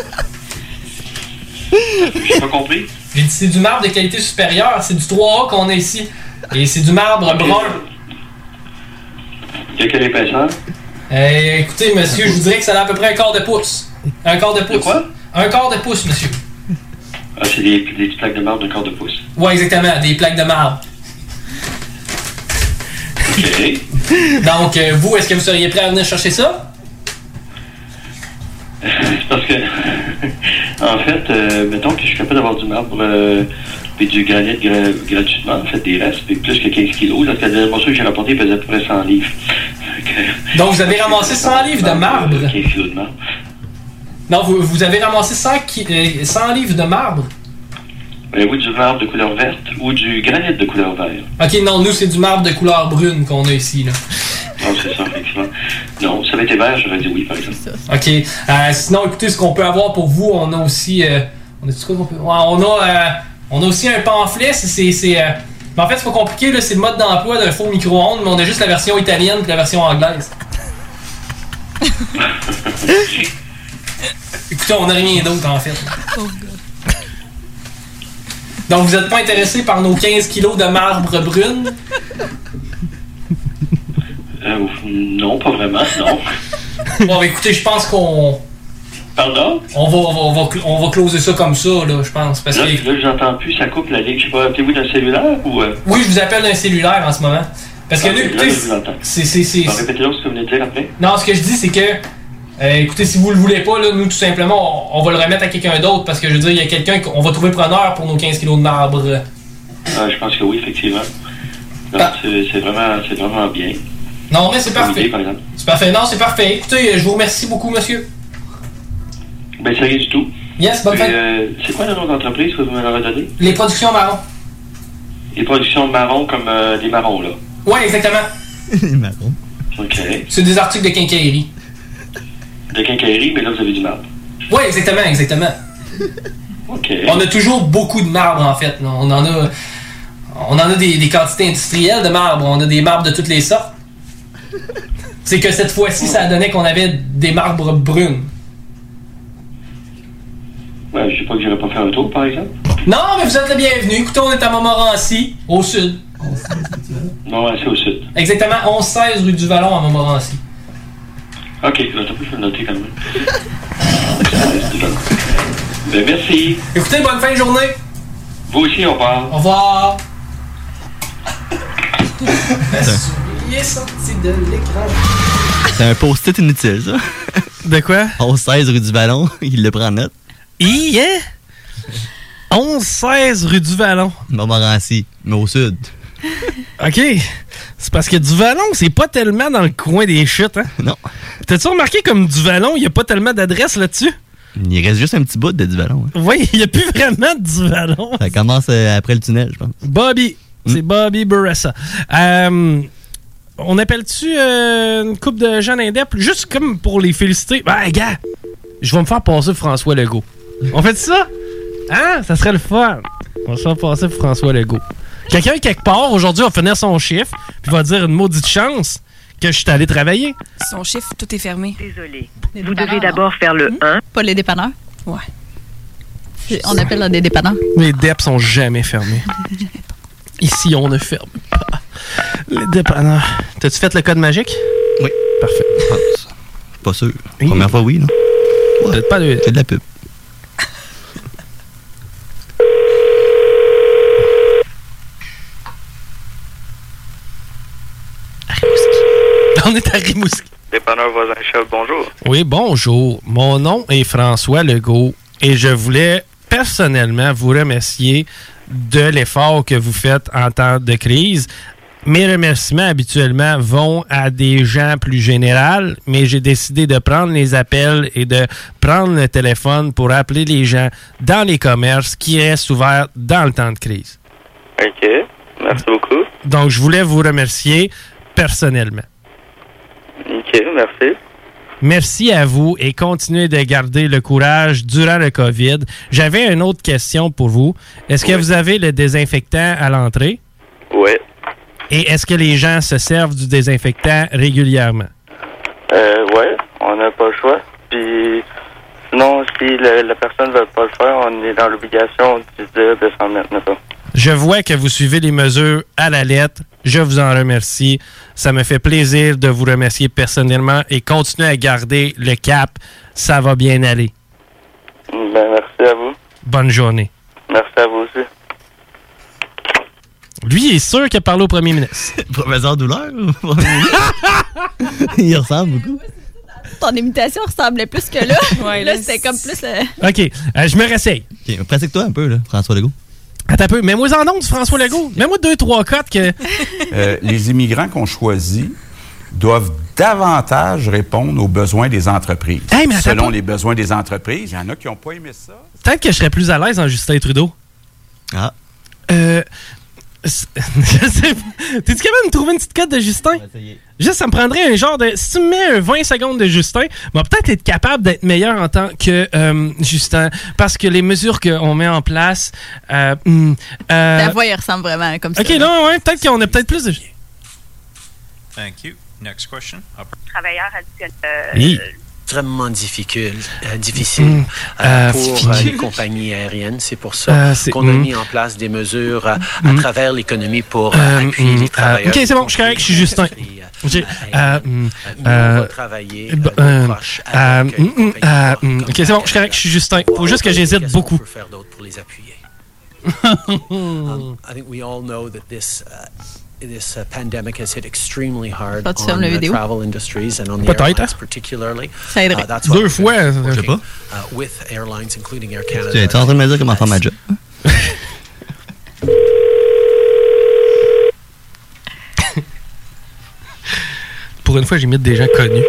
J'ai pas compris. J'ai dit, c'est du marbre de qualité supérieure, c'est du 3A qu'on a ici. Et c'est du marbre brun. Il y a quelle épaisseur? Euh, écoutez, monsieur, je vous dirais que ça a à peu près un quart de pouce. Un quart de pouce. quoi? Un quart de pouce, monsieur. Ah, c'est des, des petites plaques de marbre de quart de pouce. Ouais, exactement, des plaques de marbre. Donc, euh, vous, est-ce que vous seriez prêt à venir chercher ça? C'est parce que, en fait, euh, mettons que je suis capable d'avoir du marbre euh, puis du granit gra- gratuitement, en fait, des restes, puis plus que 15 kilos. Là, parce que la dernière morceau que j'ai rapporté pesait à peu près 100 livres. Donc, vous avez ramassé 100 livres de marbre. Euh, 15 kilos de marbre. Non, vous, vous avez ramassé 100, qui- euh, 100 livres de marbre. Euh, ou du marbre de couleur verte ou du granit de couleur verte. Ok, non, nous, c'est du marbre de couleur brune qu'on a ici, là. Non, Ah, c'est ça, effectivement. Non, ça avait été vert, j'aurais dit oui, par exemple. OK. Euh, sinon, écoutez, ce qu'on peut avoir pour vous, on a aussi. euh, on a, quoi qu'on peut- ouais, on, a euh, on a aussi un pamphlet. c'est- C'est. c'est, euh, mais en fait, c'est pas compliqué, là, c'est le mode d'emploi d'un faux micro-ondes, mais on a juste la version italienne et la version anglaise. Écoutez, on n'a rien d'autre, en fait. Donc, vous n'êtes pas intéressé par nos 15 kilos de marbre brune? Euh, non, pas vraiment, non. Bon, bah, écoutez, je pense qu'on. Pardon? On va, on, va, on, va, cl- on va closer ça comme ça, là, je pense. Parce là, que... là, j'entends plus, ça coupe la ligne. Je sais pas, appelez-vous d'un cellulaire ou. euh, Oui, je vous appelle d'un cellulaire en ce moment. Parce que Ah, là, là, écoutez, je vous entends. c'est- c'est- c'est- Bon, Répétez-le ce que vous venez de dire après. Non, ce que je dis, c'est que, euh, écoutez, si vous le voulez pas, là, nous, tout simplement, on, on va le remettre à quelqu'un d'autre parce que je veux dire, il y a quelqu'un qu'on va trouver preneur pour nos 15 kilos de marbre. Ah, je pense que oui, effectivement. Donc, Ah. c'est c'est vraiment, c'est vraiment bien. Non, mais c'est Comme parfait. idée, par exemple. C'est parfait. Non, c'est parfait. Écoutez, je vous remercie beaucoup, monsieur. Ben, c'est rien du tout. Yes, bonne Puis, fête. euh, c'est quoi le nom d'entreprise que vous m'avez donné? Les productions marron. Les productions marron comme euh, des marrons, là. Ouais, exactement. OK. C'est des articles de quincaillerie. De quincaillerie, mais là, vous avez du marbre. Ouais, exactement, exactement. OK. On a toujours beaucoup de marbre, en fait. On en a, on en a des, des quantités industrielles de marbre. On a des marbres de toutes les sortes. C'est que cette fois-ci, ça donnait qu'on avait des marbres brunes. Ouais, je sais pas que j'irais pas faire un tour, par exemple. Non, mais vous êtes le bienvenu. Écoutez, on est à Montmorency, au sud. Non, ouais, c'est au sud. Exactement 11-16 rue du Vallon à Montmorency. OK, là, t'as plus, je vais le noter quand même. ben, merci. Écoutez, bonne fin de journée. Vous aussi, on parle. Au revoir. Il est sorti de l'écran. C'est un post-it inutile, ça. De quoi? 11-16 rue du Ballon, il le prend en note. Hi, hein? 11-16 rue du Vallon. Montmorency, mais au sud. OK. C'est parce que du Vallon, c'est pas tellement dans le coin des chutes, hein? Non. T'as-tu remarqué comme du Vallon, il y a pas tellement d'adresses là-dessus? Il reste juste un petit bout de du Ballon. hein. Oui, il y a plus vraiment du Vallon. Ça commence euh, après le tunnel, je pense. Bobby. C'est Bobby Burressa. Euh, on appelle-tu euh, une coupe de Jean Indep juste comme pour les féliciter? Ben, gars, je vais me faire passer pour François Legault. On fait ça? Hein? Ça serait le fun. On va se faire passer pour François Legault. Quelqu'un, quelque part, aujourd'hui, va finir son chiffre puis va dire une maudite chance que je suis allé travailler. Son chiffre, tout est fermé. Désolé. Vous devez d'abord faire le 1. Ah. Pas les dépanneurs? Ouais. On appelle là des dépanneurs. Les DEP sont jamais fermés. Ici, on ne ferme pas. Les dépanneurs. T'as-tu fait le code magique? Oui. Parfait. Pas sûr. Première fois, oui. non. Peut-être pas de... C'est de la pub. On est à Rimouski. Dépanneur voisin chef, bonjour. Oui, bonjour. Mon nom est François Legault et je voulais personnellement vous remercier de l'effort que vous faites en temps de crise. Mes remerciements habituellement vont à des gens plus généraux, mais j'ai décidé de prendre les appels et de prendre le téléphone pour appeler les gens dans les commerces qui restent ouverts dans le temps de crise. OK. Merci beaucoup. Donc, je voulais vous remercier personnellement. OK, merci. Merci à vous et continuez de garder le courage durant le COVID. J'avais une autre question pour vous. Est-ce que vous avez le désinfectant à l'entrée? Oui. Et est-ce que les gens se servent du désinfectant régulièrement? Euh, ouais, on n'a pas le choix. Puis, sinon, si la, la personne ne veut pas le faire, on est dans l'obligation de dire de s'en mettre pas. Je vois que vous suivez les mesures à la lettre. Je vous en remercie. Ça me fait plaisir de vous remercier personnellement et continuez à garder le cap. Ça va bien aller. Ben, merci à vous. Bonne journée. Merci à vous aussi. Lui il est sûr qu'il a parlé au premier ministre. Professeur Douleur? ou premier ministre? il ressemble beaucoup. Ton imitation ressemblait plus que là. Ouais, là, là, c'était comme plus. euh, OK, euh, je me réessaye. Ah, OK, pratique-toi un peu, là, François Legault. Attends un peu. Mets-moi en ondes, François Legault. Mets-moi deux, trois cotes que. Euh, les immigrants qu'on choisit doivent davantage répondre aux besoins des entreprises. Hey, mais attends Selon pas. les besoins des entreprises, il y en a qui n'ont pas aimé ça. Peut-être que je serais plus à l'aise en Justin Trudeau. Ah. Euh. c'est- Je sais pas. T'es-tu capable de me trouver une petite cote de Justin? Juste, ça me prendrait un genre de. Si tu me mets un 20 secondes de Justin, on va peut-être être capable d'être meilleur en tant que euh, Justin. Parce que les mesures qu'on met en place. Euh, hmm, euh, Ta voix, elle ressemble vraiment comme ça. ok, là, ouais, peut-être qu'on a peut-être plus de. Thank you. Next question. Travailleurs additionnels. Euh, Oui. extrêmement difficile, euh, difficile Mm. euh, Euh, pour difficile. euh, les compagnies aériennes. C'est pour ça Euh, c'est- qu'on a mm. mis en place des mesures euh, à Mm. travers l'économie pour euh, Euh, appuyer hmm, les euh, travailleurs. ok, c'est bon, je suis correct, je suis Justin. J'ai. euh, hum, euh, travailler, b- euh, euh, hum, hum, euh, hum. Ok, c'est bon, je suis correct, je suis Justin. Faut juste que j'hésite beaucoup. peut faire d'autre pour les appuyer. Um, I think we all know that this uh, this uh, pandemic has hit extremely hard on Pas de ferme la the vidéo. travel industries and on the Peut-être, airlines hein? particularly. Uh, Ça aiderait. that's why Deux we've fois, been je sais working, pas. uh, with airlines, including Air Tu es Canada. en train de me dire comment faire ma job. Pour une fois, j'imite des gens connus.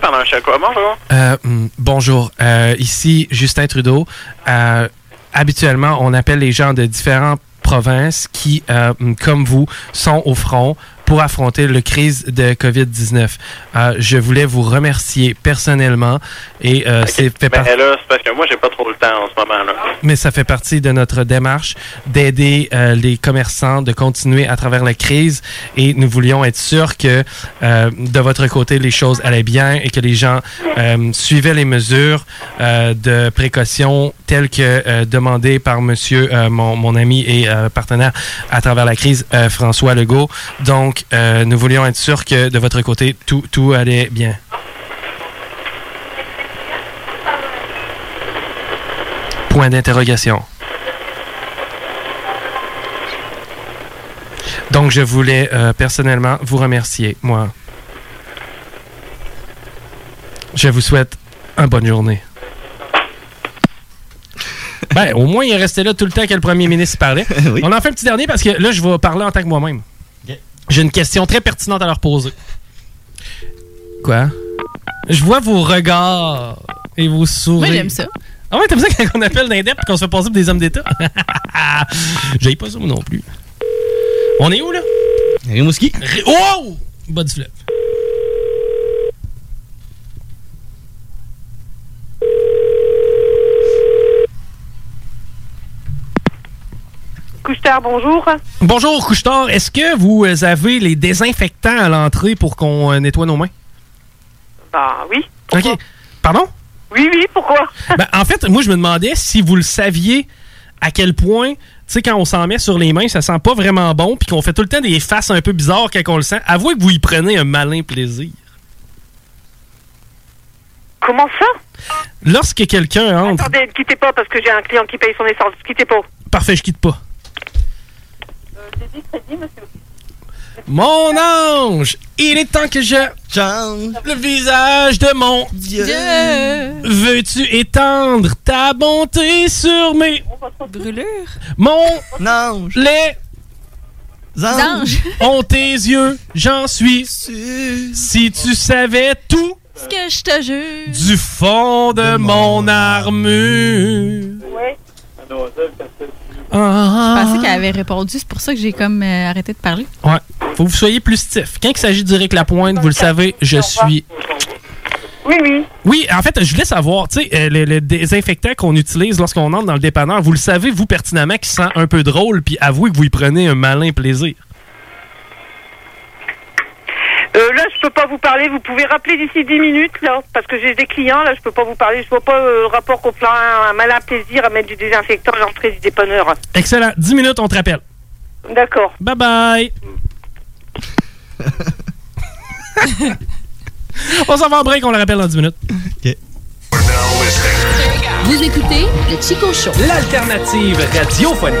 Pendant chaque quoi, bonjour. Euh, hum, bonjour, Euh, ici Justin Trudeau. Euh, habituellement, on appelle les gens de différentes provinces qui, euh, hum, comme vous, sont au front pour affronter la crise de COVID-19. Euh, je voulais vous remercier personnellement et euh, c'est fait Ben partie... là, c'est parce que moi, j'ai pas trop le temps en ce moment-là. mais ça fait partie de notre démarche d'aider euh, les commerçants de continuer à travers la crise et nous voulions être sûrs que euh, de votre côté les choses allaient bien et que les gens euh, suivaient les mesures euh, de précaution telles que euh, demandées par monsieur euh, mon, mon ami et euh, partenaire à travers la crise euh, François Legault. Donc euh, nous voulions être sûrs que de votre côté tout tout allait bien. Point d'interrogation. Donc, je voulais euh, personnellement vous remercier, moi. Je vous souhaite une bonne journée. Ben, au moins, il est resté là tout le temps que le premier ministre parlait. On en fait un petit dernier parce que là, je vais parler en tant que moi-même. Ok. J'ai une question très pertinente à leur poser. Quoi? Je vois vos regards et vos sourires. Moi, j'aime ça. Ah ouais, t'aimes ça quand on appelle l'indep et qu'on se fait passer pour des hommes d'État? J'ai pas ça, moi non plus. On est où, là? Rimouski. Oh! Bas du fleuve. Couchetard, bonjour. Bonjour, Couchetard. Est-ce que vous euh, avez les désinfectants à l'entrée pour qu'on euh, nettoie nos mains? Bah oui. OK. Pardon? Oui, oui, pourquoi? Ben, en fait, moi, je me demandais si vous le saviez à quel point, tu sais, quand on s'en met sur les mains, ça sent pas vraiment bon, puis qu'on fait tout le temps des faces un peu bizarres quand on le sent. Avouez que vous y prenez un malin plaisir. Comment ça? Lorsque quelqu'un entre. Attendez, ne quittez pas parce que j'ai un client qui paye son essence. Ne quittez pas. Parfait, je quitte pas. Mon ange, il est temps que je change le visage de mon Dieu. Veux-tu étendre ta bonté sur mes brûlures? Mon ange, les Anges. ont tes yeux, j'en suis Si tu savais tout Ce que je te jure. du fond de, mon, armure. Je pensais qu'elle avait répondu, c'est pour ça que j'ai comme euh, arrêté de parler. Ouais. Faut que vous soyez plus stiff. Quand il s'agit d'Éric Lapointe, vous le savez, je suis. Oui, oui. Oui, en fait, je voulais savoir, tu sais, euh, le, le désinfectant qu'on utilise lorsqu'on entre dans le dépanneur, vous le savez, vous pertinemment, qui sent un peu drôle, puis avouez que vous y prenez un malin plaisir. Euh, là, je peux pas vous parler. Vous pouvez rappeler d'ici 10 minutes, là, parce que j'ai des clients. Là, je peux pas vous parler. Je vois pas euh, le rapport qu'on prend un, un malin plaisir à mettre du désinfectant à l'entrée du dépanneur. Excellent. 10 minutes, on te rappelle. D'accord. Bye bye. on s'en va en break, on le rappelle dans 10 minutes. Vous écoutez le Chico Show. L'alternative radiophonique.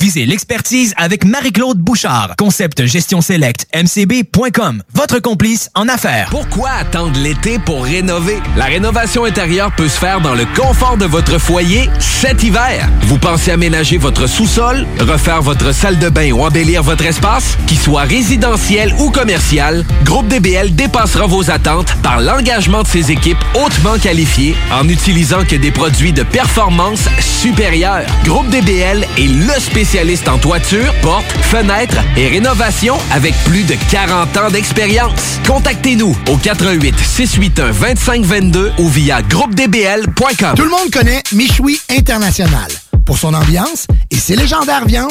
Visez l'expertise avec Marie-Claude Bouchard. Concept Gestion Select, mcb.com. Votre complice en affaires. Pourquoi attendre l'été pour rénover? La rénovation intérieure peut se faire dans le confort de votre foyer cet hiver. Vous pensez aménager votre sous-sol, refaire votre salle de bain ou embellir votre espace? Qu'il soit résidentiel ou commercial, Groupe DBL dépassera vos attentes par l'engagement de ses équipes hautement qualifiées en n'utilisant que des produits de performance supérieure. Groupe DBL est le spécialiste en toiture, portes, fenêtres et rénovation avec plus de 40 ans d'expérience. Contactez-nous au 88 681 2522 ou via groupedbl.com. Tout le monde connaît Michoui International pour son ambiance et ses légendaires viandes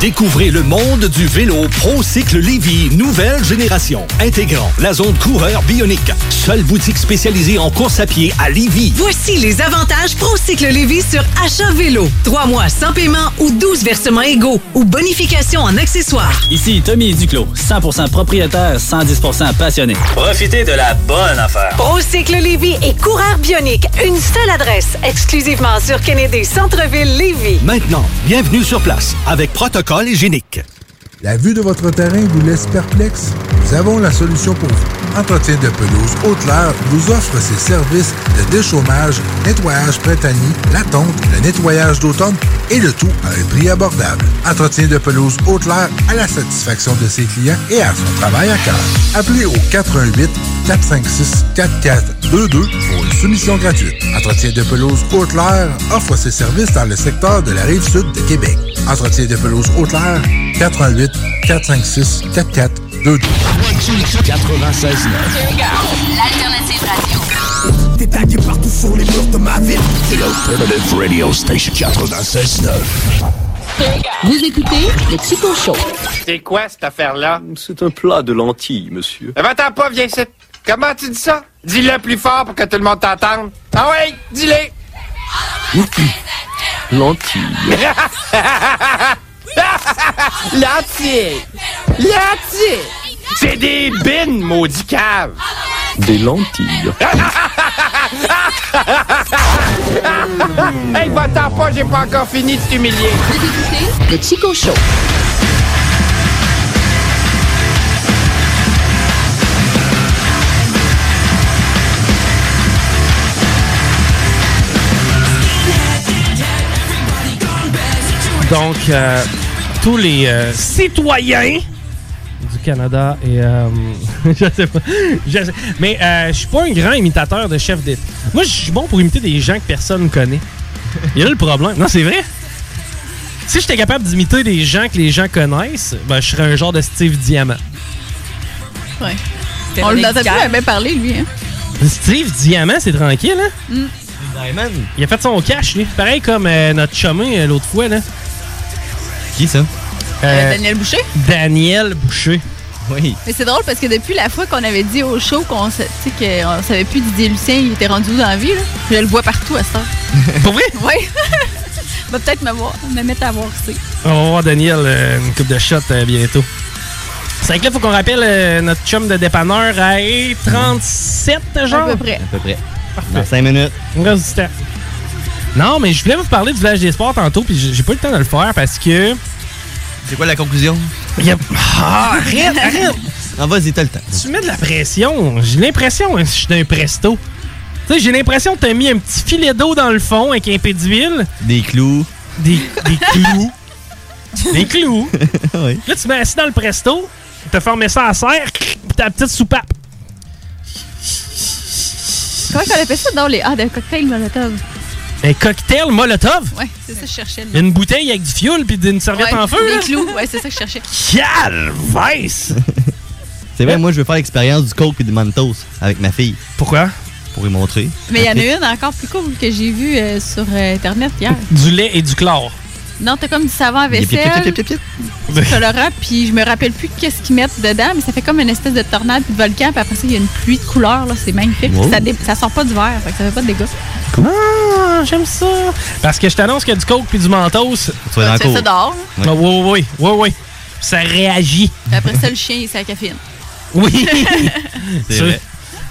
Découvrez le monde du vélo ProCycle Lévy nouvelle génération, intégrant la zone coureur bionique, seule boutique spécialisée en course à pied à Lévy. Voici les avantages Procycle Lévis sur achat vélo. 3 mois sans paiement ou 12 versements égaux ou bonification en accessoires. Ici Tommy Duclos, 100% propriétaire, 110% passionné. Profitez de la bonne affaire. Procycle Lévis et Coureur Bionique, une seule adresse, exclusivement sur Kennedy Centre-ville Lévis. Maintenant, bienvenue sur place avec protocole hygiénique. La vue de votre terrain vous laisse perplexe? Nous avons la solution pour vous. Entretien de pelouse Haute-Lair vous offre ses services de déchômage, nettoyage printanier, la tonte, le nettoyage d'automne et le tout à un prix abordable. Entretien de pelouse Haute-Lair à la satisfaction de ses clients et à son travail à cœur. Appelez au 418 456 4422 pour une soumission gratuite. Entretien de pelouse Haute-Lair offre ses services dans le secteur de la rive sud de Québec. Entretien de pelouse Haute-Lair 418 456 4422. 96.9. L'alternative radio. Détaillé partout sur les murs de ma ville. C'est l'Alternative Radio Station 96.9. Vous écoutez le Chico Show. C'est quoi cette affaire-là? C'est un plat de lentilles, monsieur. Eh ben, attends pas, viens ici. Comment tu dis ça? Dis-le plus fort pour que tout le monde t'entende. Ah oui, dis-le! Lentilles. L'entier! L'entier! C'est des bines, maudit cave! Des lentilles. hey, va-t'en pas, j'ai pas encore fini de t'humilier. Le Chico Show. Donc, euh, tous les euh, citoyens du Canada et. euh, je sais pas. Je sais- mais euh, je suis pas un grand imitateur de chef d'État. Moi, je suis bon pour imiter des gens que personne ne connaît. Il y a là le problème. Non, c'est vrai. Si j'étais capable d'imiter des gens que les gens connaissent, ben, je serais un genre de Steve Diamant. Ouais. On l'a entendu jamais parler, lui. Hein? Steve Diamant, c'est tranquille, hein? Mm. Il a fait son cash, lui. Pareil comme euh, notre chemin euh, l'autre fois, là. Qui, ça? Euh, Daniel Boucher? Daniel Boucher. Oui. Mais c'est drôle parce que depuis la fois qu'on avait dit au show qu'on sa- tu sais, qu'on savait plus Didier Lucien, il était rendu où dans la vie, là? je le vois partout à ça. Pour vrai? Oui. va peut-être me, voir- me mettre à voir c'est. On va voir Daniel euh, une coupe de shot euh, bientôt. C'est vrai que là, faut qu'on rappelle euh, notre chum de dépanneur à 37, genre? À peu près. À peu près. Dans 5 minutes. Il me reste du temps. Non, mais je voulais vous parler du village des sports tantôt, puis j'ai j'ai pas eu le temps de le faire parce que. C'est quoi la conclusion? Ah, arrête, arrête! Ah, vas-y, t'as le temps. Tu mets de la pression. J'ai l'impression hein, je suis d'un presto. Tu sais, j'ai l'impression que t'as mis un petit filet d'eau dans le fond avec un peu d'huile. Des clous. Des, des clous. des clous. Là, tu mets assis dans le presto, t'as formé ça à serre, pis ta petite soupape. Comment qu'on appelle ça dans les. Ah, des cocktails Molotov. Un cocktail Molotov? Ah, Ouais, c'est ça que je cherchais. là. Une bouteille avec du fioul puis d'une serviette Ouais, en feu? Des là? clous, ouais, c'est ça que je cherchais. Calvice! C'est vrai, moi, je veux faire l'expérience du coke et du mantos avec ma fille. Pourquoi? Pour lui montrer. Mais il y en a une encore plus cool que j'ai vue euh, sur euh, Internet hier. Du lait et du chlore. Non, t'as comme du savon à Yip, yip, vaisselle, yip, yip, yip, du colorant, puis je me rappelle plus qu'est-ce qu'ils mettent dedans, mais ça fait comme une espèce de tornade puis de volcan, puis après ça, il y a une pluie de couleurs, là, c'est magnifique. Wow. Puis Ça, dé- ça sort pas du verre, fait que ça fait pas de dégâts. Ah, j'aime ça. Parce que je t'annonce qu'il y a du coke puis du mentos. Tu vas dans Ah, Tu fais cours. ça dehors. Oui, oui, oui. oui, oui. Ça réagit. Puis après ça, le chien, il s'est à la caféine. Oui. C'est Ceux- vrai.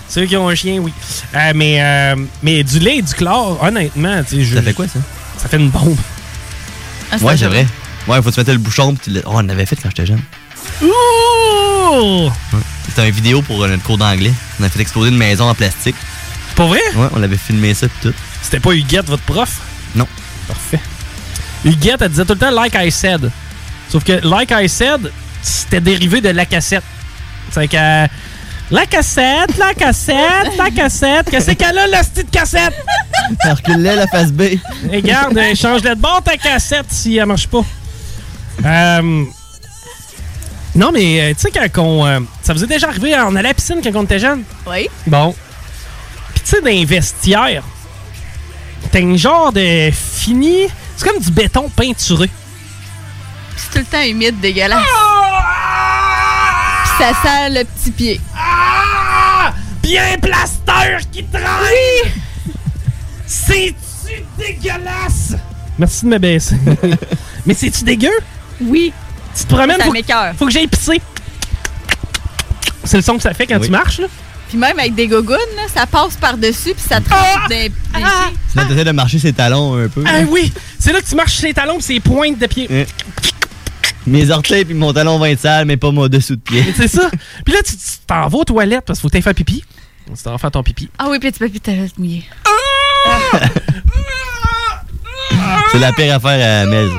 Ceux qui ont un chien, oui. Euh, mais, euh, mais du lait et du chlore, honnêtement, tu sais, je- Ça fait quoi, ça? Ça fait une bombe. Ah, c'est ouais, c'est dangereux. vrai. Ouais, faut que tu mettes le bouchon. Pis tu le- oh, on l'avait fait quand j'étais jeune. Ouh! Ouais. C'était une vidéo pour euh, notre cours d'anglais. On a fait exploser une maison en plastique. Pour vrai? Ouais, on l'avait filmé ça pis tout. C'était pas Huguette, votre prof? Non. Parfait. Huguette, elle disait tout le temps Like I said. Sauf que Like I said, c'était dérivé de la cassette. C'est que. euh, La cassette, la cassette, la cassette. Qu'est-ce qu'elle a, la petite cassette? Elle reculait la face B. Regarde, euh, change-la de bord ta cassette si elle marche pas. Euh, Non, mais euh, tu sais, quand on. euh, ça vous est déjà arrivé, hein, on allait à la piscine quand on était jeune? Oui. Bon. Puis tu sais, dans les vestiaires, t'as une genre de fini. C'est comme du béton peinturé. Puis c'est tout le temps humide, dégueulasse. Ah! Puis ça sent le petit pied. Bien plasteur qui traîne! Oui! C'est-tu dégueulasse? Merci de me baisser. mais c'est-tu dégueu? Oui. Tu te promènes, Ça faut, m'écoeure. faut que j'aille pisser. C'est le son que ça fait quand tu marches, là? Puis même avec des gogounes, là, ça passe par-dessus, puis ça te rentre des, des pieds. Tu t'essayes de marcher ses talons un peu. Ah oui! C'est là que tu marches sur les talons pis ses pointes de pied. Hein. Mes orteils puis mon talon va être sale, mais pas mon dessous de pied. Mais c'est ça. Puis là, tu tu t'en vas aux toilettes parce qu'il faut que t'ailles faire pipi. Tu t'en vas faire ton pipi. Ah oui, puis tu peux plus te mouiller. C'est la pire affaire à la maison.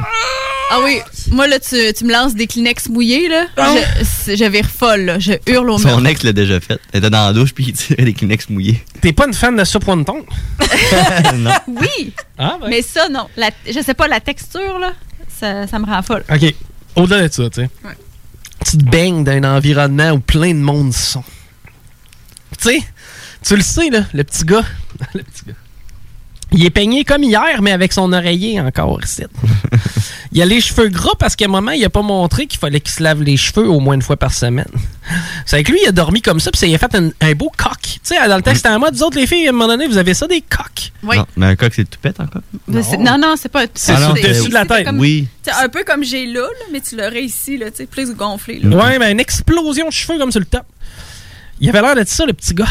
Ah oui, moi là, tu, tu me lances des Kleenex mouillés, là. Ah Je, c'est- je vire folle, là. Je hurle au Son mur. ex l'a déjà fait. Elle était dans la douche puis il tirait des Kleenex mouillés. T'es pas une fan de soupe wonton? non. Oui! Ah, Mais ça, non. La- je sais pas, la texture, là, ça, ça me rend folle. OK. Au-delà de ça, tu sais. Tu te baignes dans un environnement où plein de monde sont. Tu sais, tu le sais, là, le petit gars. le petit gars. Il est peigné comme hier, mais avec son oreiller encore ici. il a les cheveux gras parce qu'à un moment, il a pas montré qu'il fallait qu'il se lave les cheveux au moins une fois par semaine. C'est que lui, il a dormi comme ça, puis il a fait un, un beau coq. Tu sais, dans le texte, c'était à moi, vous autres, les filles, à un moment donné, vous avez ça, des coqs. Oui. Non, mais un coq, c'est tout pète encore. Mais Oh. c'est- Non, non, c'est pas. C'est sur le dessus de la c'est pas tête. comme- Oui. C'est un peu comme j'ai là, là, mais tu l'aurais ici, là, tu sais, plus gonflé. Là. Ouais, mais une explosion de cheveux comme sur le top. Il avait l'air d'être ça, le petit gars.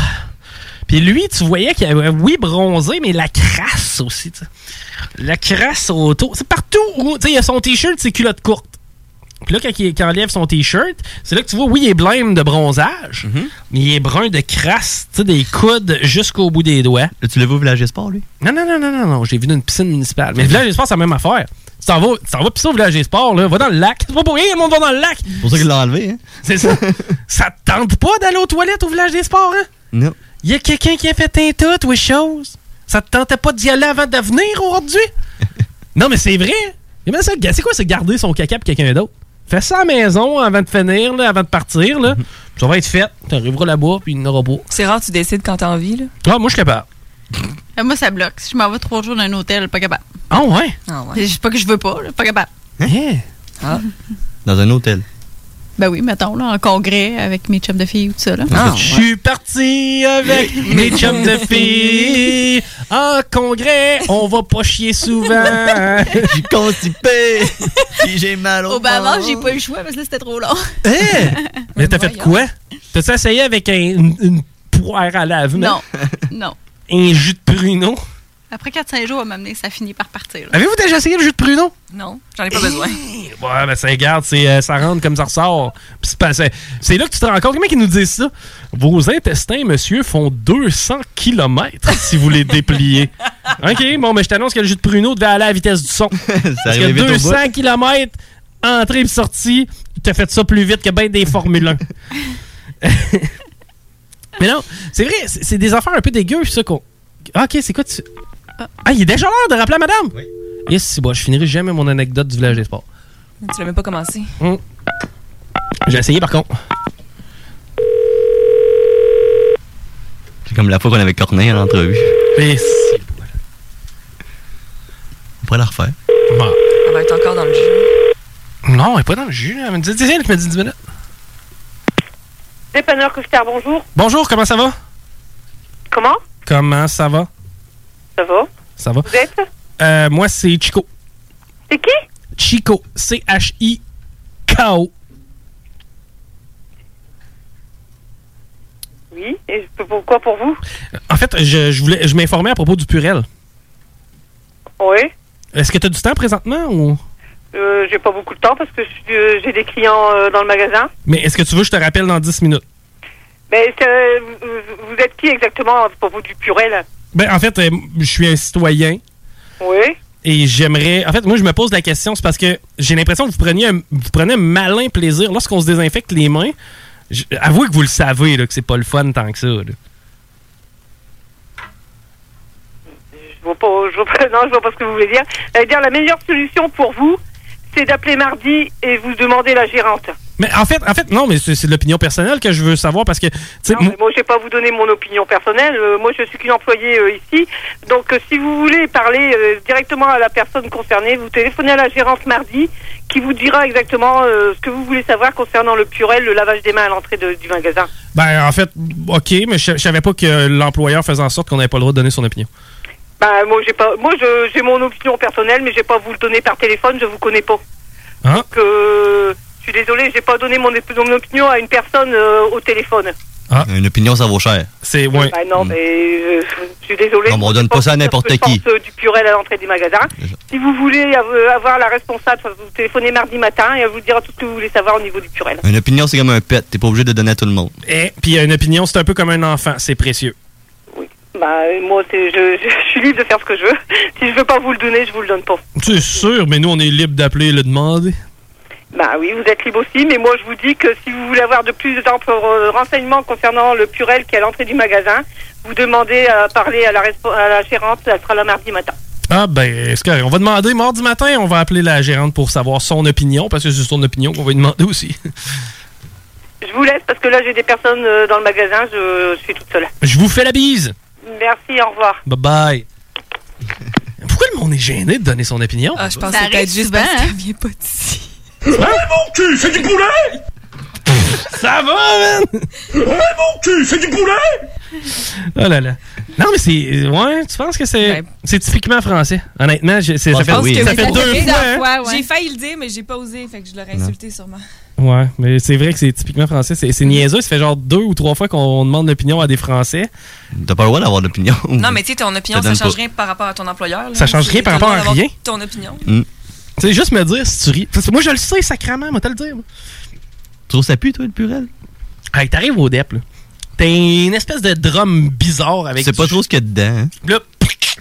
Puis lui, tu voyais qu'il avait, oui, bronzé, mais la crasse aussi, tu sais. La crasse autour. C'est partout où, tu sais, il a son t-shirt, ses culottes courtes. Puis là, quand il, quand il enlève son t-shirt, c'est là que tu vois, oui, il est blême de bronzage, Mhm. mais il est brun de crasse, tu sais, des coudes jusqu'au bout des doigts. tu l'as vu au village sport, lui? Non, non, non, non, non, non. J'ai vu d'une piscine municipale. Mais le village des sports, c'est la même affaire. Tu t'en vas, tu t'en vas pisser au village des sports, là. Va dans le lac. C'est pas pour rien, le monde va dans le lac. C'est pour ça qu'il l'a enlevé, hein? C'est ça. ça te tente pas d'aller aux toilettes au village des sports, hein? Non. Y a quelqu'un qui a fait un tout ou chose. Ça te tentait pas d'y aller avant de venir aujourd'hui? non, mais c'est vrai. Et même ça, c'est quoi, c'est garder son caca pour quelqu'un d'autre? Fais ça à la maison avant de finir, là, avant de partir, là. Ça va être fait. T'arriveras là-bas, puis il n'aura pas. C'est rare, tu décides quand t'as envie, là. Ah, moi, je suis capable. Euh, Moi, ça bloque. Si je m'en vais trois jours dans un hôtel, pas capable. Ah, ouais? Je sais pas que je veux pas, là, pas capable. Hein? Ah. Dans un hôtel. Ben oui, mettons, là, en congrès avec mes chums de filles ou tout ça, là. Ah, Je suis parti avec mes chums de filles en congrès. On va pas chier souvent. J'ai constipé. Puis j'ai mal au Au Bahamas, Oh. j'ai pas eu le choix parce que là, c'était trop long. Mais t'as fait quoi? T'as-tu essayé avec un- une, une poire Non, à l'avenir? non. Un jus de pruneau? Après 4-5 jours à m'amener, ça finit par partir. là. Avez-vous déjà essayé le jus de pruneau? Non, j'en ai pas besoin. Ouais, ben ça regarde, c'est, euh, ça rentre comme ça ressort. Puis c'est pas- c'est, c'est là que tu te rends compte. Comment ils nous disent ça? Vos intestins, monsieur, font 200 km si vous les dépliez. OK, bon, mais je t'annonce que le jus de pruneau devait aller à la vitesse du son. Parce que arrivé vite au 200 bout. km entrée et sortie, t'as fait ça plus vite que ben des Formule 1. Mais non, c'est vrai, c'est c'est des affaires un peu dégueu, ça qu'on. Ok, c'est quoi tu. Ah, il est déjà l'heure de rappeler à madame! Oui. Yes, c'est bon, je finirai jamais mon anecdote du village des sports. Tu l'as même pas commencé. Hum. J'ai essayé par contre. C'est comme la fois qu'on avait Corneille à l'entrevue. Mais c'est- On pourrait la refaire. Bon. On va être encore dans le jeu. Non, elle est pas dans le jus. Elle me dit, tiens, elle me dit 10 minutes. Dépanneur Couffetard, bonjour. Bonjour, comment ça va? Comment Comment ça va? Ça va Ça va? Vous êtes Euh, moi, c'est Chico. C'est qui? Chico. C-H-I-K-O. Oui. Et je peux- pourquoi pour vous En fait, je, je voulais je m'informais à propos du Purel. Oui. Est-ce que tu as du temps présentement ou. Euh, j'ai pas beaucoup de temps parce que je suis, euh, j'ai des clients euh, dans le magasin. Mais est-ce que tu veux que je te rappelle dans 10 minutes? Mais euh, vous- vous êtes qui exactement à propos du purée, là Ben, en fait, euh, je suis un citoyen Oui. et j'aimerais. En fait, moi, je me pose la question, c'est parce que j'ai l'impression que vous preniez un, vous prenez un malin plaisir lorsqu'on se désinfecte les mains. je- Avouez que vous le savez, là, que c'est pas le fun tant que ça. là. Je vois pas, je vois pas, non, je vois pas ce que vous voulez dire. J'allais dire la meilleure solution pour vous, c'est d'appeler mardi et vous demander la gérante. Mais en fait, en fait, non, mais c'est c'est de l'opinion personnelle que je veux savoir parce que, tu sais, Non, mais moi, je vais pas vous donner mon opinion personnelle. Euh, moi, je suis qu'une employée euh, ici. Donc, euh, si vous voulez parler euh, directement à la personne concernée, vous téléphonez à la gérante mardi qui vous dira exactement euh, ce que vous voulez savoir concernant le purel, le lavage des mains à l'entrée de- du magasin. ben, en fait, ok, mais je, je savais pas que l'employeur faisait en sorte qu'on n'avait pas le droit de donner son opinion. Bah, moi, j'ai pas, moi, je- j'ai mon opinion personnelle, mais je vais pas vous le donner par téléphone. Je vous connais pas. Hein? Donc, euh, je suis désolée, j'ai pas donné mon, op- mon opinion à une personne euh, au téléphone. Une opinion, ça vaut cher. Ah. C'est, Bah, non, mais euh, je suis désolée. Mm. Non, mais on donne Je pas ça à pense n'importe que je qui. pense, euh, du purel à l'entrée des magasins. Si vous voulez av- avoir la responsable, vous téléphonez mardi matin et elle vous dira tout ce que vous voulez savoir au niveau du purel. Une opinion, c'est comme un pet. T'es pas obligé de donner à tout le monde. Et Eh, puis, une opinion, c'est un peu comme un enfant, c'est précieux. Bah, euh, moi, c'est- je, je, je suis libre de faire ce que je veux. Si je veux pas vous le donner, je vous le donne pas. C'est sûr, mais nous, on est libre d'appeler et le demander. Bah oui, vous êtes libre aussi, mais moi je vous dis que si vous voulez avoir de plus d'amples euh, renseignements concernant le purel qui est à l'entrée du magasin, vous demandez à parler à la, respo- à la gérante, elle sera là mardi matin. Ah, ben, est-ce qu'on va demander mardi matin, on va appeler la gérante pour savoir son opinion, parce que c'est son opinion qu'on va lui demander aussi. Je vous laisse parce que là j'ai des personnes euh, dans le magasin, je, je suis toute seule. Je vous fais la bise. Merci, au revoir. Bye bye. Pourquoi le monde est gêné de donner son opinion? Ah, je pense Ça que arrive peut-être juste souvent, parce hein. qu'elle vient pas d'ici. Eh, mon cul, c'est du poulet! Ça va, man! Eh, mon cul, c'est du poulet! Oh là là. Non, mais c'est. Ouais, tu penses que Ben, c'est. C'est typiquement français. Honnêtement, je- c'est- Moi, ça je fait, pense que ça oui. fait Ça deux fait fois. hein. J'ai failli le dire, mais j'ai pas osé, fait que je l'aurais Non. insulté sûrement. Ouais, mais c'est vrai que c'est typiquement français. C'est c'est niaiseux. Ça fait genre deux ou trois fois qu'on demande l'opinion à des Français. T'as pas le droit d'avoir d'opinion. Non, mais tu sais, ton opinion, te ça donne change pas. rien par rapport à ton employeur. là. Ça change C'est- rien par tout le rapport à monde a rien. Ton opinion. Hmm. Tu sais, juste me dire si tu ris. Parce que moi, je le sais, sacrément, moi, te le dire. moi. Tu trouves ça pue, toi, le purel? Hey, t'arrives au DEP, là. T'as une espèce de drum bizarre avec. C'est pas trop ce qu'il y a dedans. hein? Là,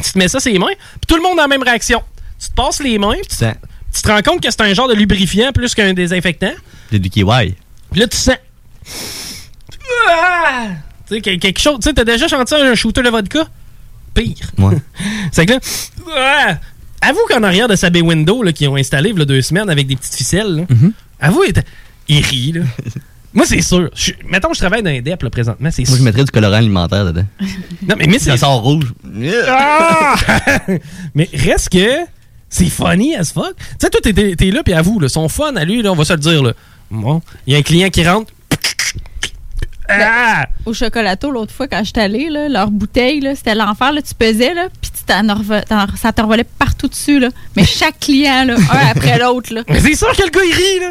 tu te mets ça sur les mains, puis tout le monde a la même réaction. Tu te passes les mains, puis Tu sens. tu te rends compte que c'est un genre de lubrifiant plus qu'un désinfectant. C'est du kiwi. Puis là, tu sens. Ah! Tu sais, quel- quelque chose. Tu sais, t'as déjà chanté un shooter de vodka? Pire. Ouais. c'est que là. Ah! Avoue qu'en arrière de sa bay window, là, qu'ils ont installé il deux semaines avec des petites ficelles, là, Mhm. avoue, il, était- il rit, là. Moi, c'est sûr. Je, mettons, je travaille dans les DEP, là, présentement, c'est Moi, sûr. je mettrais du colorant alimentaire dedans. Non, mais, mais c'est. Ça sent rouge. Ah! mais reste que c'est funny as fuck. Tu sais, toi, t'es- t'es t'es là, puis avoue, là, son fun à lui, là, on va se le dire. Là. Bon, il y a un client qui rentre. Ah! Au chocolato, l'autre fois, quand j'étais allée, là, leur bouteille, là, c'était l'enfer. Là, tu pesais, là, puis tu t'en enreve- t'en- ça t'envolait partout dessus. Là. Mais chaque client, là, un après l'autre. là. Mais c'est sûr que le gars, il rit. Là.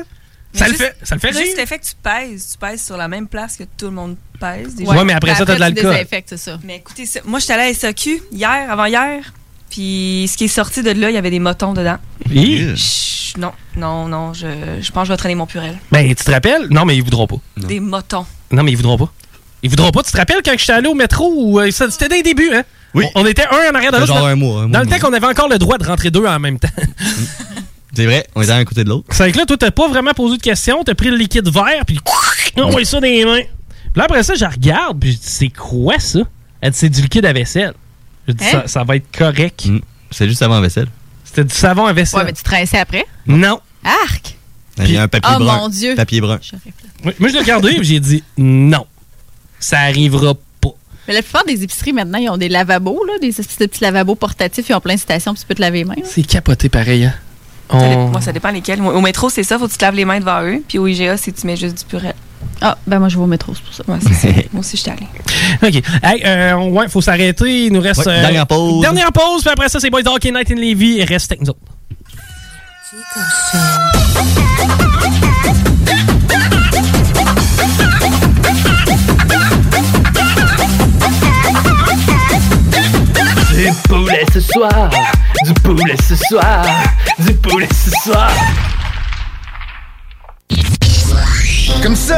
Mais Ça le juste- fait- ça le fait rire. Juste le fait que tu pèses, tu pèses sur la même place que tout le monde pèse. Ouais, mais après Puis ça, après, t'as de tu l'alcool. désinfectes, c'est ça. Mais écoutez, ça- moi, j'étais allée à SAQ hier, avant-hier, puis ce qui est sorti de là, il y avait des motons dedans. Hi. Chut, non, non, non, je, je pense que je vais traîner mon purel. Ben, tu te rappelles? Non, mais ils voudront pas. Des motons. Non, mais ils voudront pas. Ils voudront pas. Tu te rappelles quand j'étais allé au métro? Où, euh, ça- c'était dès les débuts, hein? Oui. On, on était un en arrière de C'était l'autre. genre dans- un mois, un mois, dans le un temps qu'on avait encore le droit de rentrer deux en même temps. C'est vrai, on est d'un côté de l'autre. C'est que là, toi, t'as pas vraiment posé de questions. T'as pris le liquide vert, puis... On voit ça dans les mains. Puis là, après ça, je regarde, puis je dis, c'est quoi ça? Elle dit, c'est du liquide à vaisselle. Je dis, Hein? ça, ça va être correct. Hmm. C'est juste avant la vaisselle. C'était du savon à vaisselle. Ouais, mais tu tressais après? Non. Arc! Il y a un papier Oh, brun. mon Dieu. Papier brun. Oui, Moi, je l'ai regardé, puis j'ai dit, non, ça arrivera pas. Mais la plupart des épiceries maintenant, ils ont des lavabos, là, des espèces de petits lavabos portatifs, ils ont plein de stations, puis tu peux te laver les mains. C'est capoté pareil, hein? Ça On- dé- Moi, ça dépend lesquels. Moi, Au métro, c'est ça, faut que tu te laves les mains devant eux. Puis au IGA, c'est tu mets juste du purel. Ah, ben moi, je vais au métro, c'est pour ça. Moi aussi, je suis allée. OK. Hey, euh, ouais, faut s'arrêter. Il nous reste. euh, Ouais, dernière pause. Dernière pause, puis après ça, c'est Boys de Hockey Night in Levy. Reste avec nous autres. Du poulet ce soir, du poulet ce soir, du poulet ce soir. Comme ça,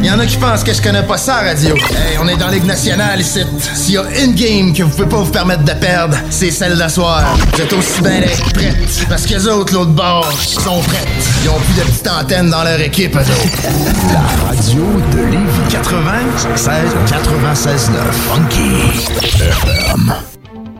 il y en a qui pensent que je connais pas ça, radio. Hey, on est dans Ligue nationale ici. S'il y a une game que vous pouvez pas vous permettre de perdre, c'est celle d'asseoir. Vous êtes aussi bien les prêtes. Parce que les autres, l'autre bord, sont prêtes. Ils ont plus de petites antennes dans leur équipe, eux autres. La radio de Lévis 96 96 9 Funky FM.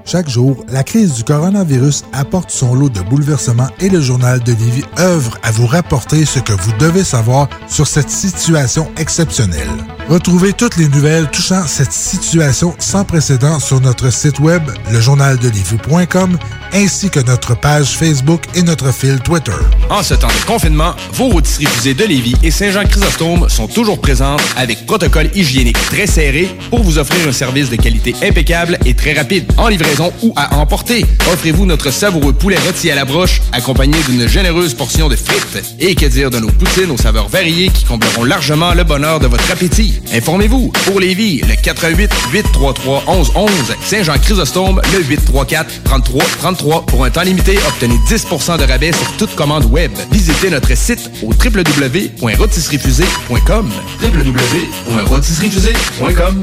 Chaque jour, la crise du coronavirus apporte son lot de bouleversements et le journal de Livy œuvre à vous rapporter ce que vous devez savoir sur cette situation exceptionnelle. Retrouvez toutes les nouvelles touchant cette situation sans précédent sur notre site web, lejournaldelivy.com, ainsi que notre page Facebook et notre fil Twitter. En ce temps de confinement, vos rôtisseries fusées de Lévis et Saint-Jean-Chrysostome sont toujours présentes avec protocole hygiénique très serré pour vous offrir un service de qualité impeccable et très rapide. En livraison ou à emporter, offrez-vous notre savoureux poulet rôti à la broche accompagné d'une généreuse portion de frites. Et que dire de nos poutines aux saveurs variées qui combleront largement le bonheur de votre appétit. Informez-vous, pour Lévis, le 88 833 1111, Saint-Jean-Chrysostome, le 834 33 33 pour un temps limité, obtenez 10 de rabais sur toute commande web. Visitez notre site au www.rotisseriefusée.com. www.rotisseriefusée.com.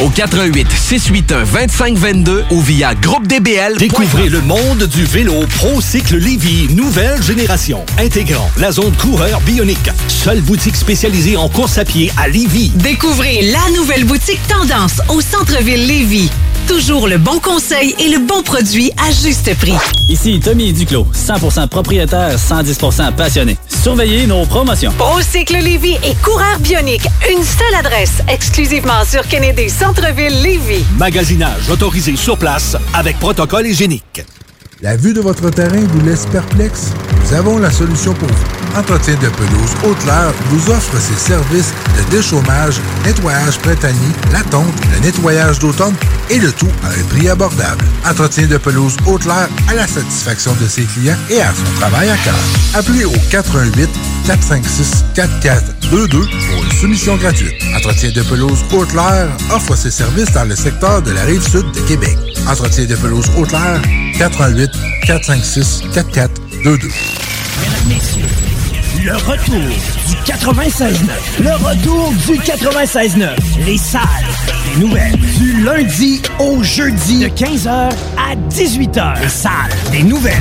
au 88 681 2522 ou via groupe DBL. Découvrez le monde du vélo ProCycle Lévy nouvelle génération, intégrant la zone coureur bionique, seule boutique spécialisée en course à pied à Lévy. Découvrez la nouvelle boutique Tendance au centre-ville Lévis. Toujours le bon conseil et le bon produit à juste prix. Ici Tommy Duclos, 100% propriétaire, 110% passionné. Surveillez nos promotions. Procycle Lévis et Coureur Bionique. Une seule adresse, exclusivement sur Kennedy Centre-ville Lévis. Magasinage autorisé sur place avec protocole hygiénique. La vue de votre terrain vous laisse perplexe? Nous avons la solution pour vous. Entretien de pelouse Haute-Lair vous offre ses services de déchômage, nettoyage printanier, la tonte, le nettoyage d'automne et le tout à un prix abordable. Entretien de pelouse Haute-Lair à la satisfaction de ses clients et à son travail à cœur. Appelez au 418 456 4422 pour une soumission gratuite. Entretien de pelouse Haute-Lair offre ses services dans le secteur de la rive sud de Québec. Entretien de pelouse Haute-Lair 418 456 4422. Le retour du 96.9. Le retour du 96.9. Les salles des nouvelles. Du lundi au jeudi. De 15h à 18h. Les salles des nouvelles.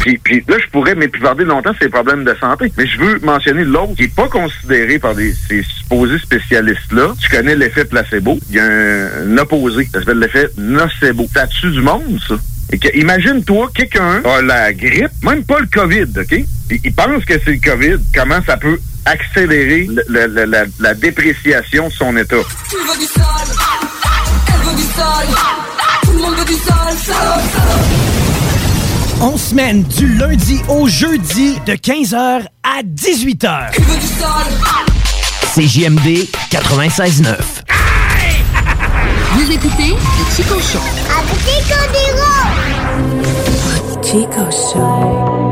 Puis, puis là, je pourrais m'épivarder longtemps sur les problèmes de santé. Mais je veux mentionner l'autre qui n'est pas considéré par des, ces supposés spécialistes-là. Tu connais l'effet placebo. Il y a un, un opposé. Ça s'appelle l'effet nocebo. T'as dessus du monde, ça? Et que- Imagine-toi, quelqu'un a la grippe, même pas le COVID, OK? Il, il pense que c'est le COVID. Comment ça peut accélérer le- le- le- la- la dépréciation de son état? Tu veux du sol Elle veut du sol Tout le monde veut du sol Salope, salope On semaine du lundi au jeudi. De 15h à 18h. Tu veux du sol CJMD 96.9. Vous écoutez le Chico Show. Ah, Avec Chico Chico Show.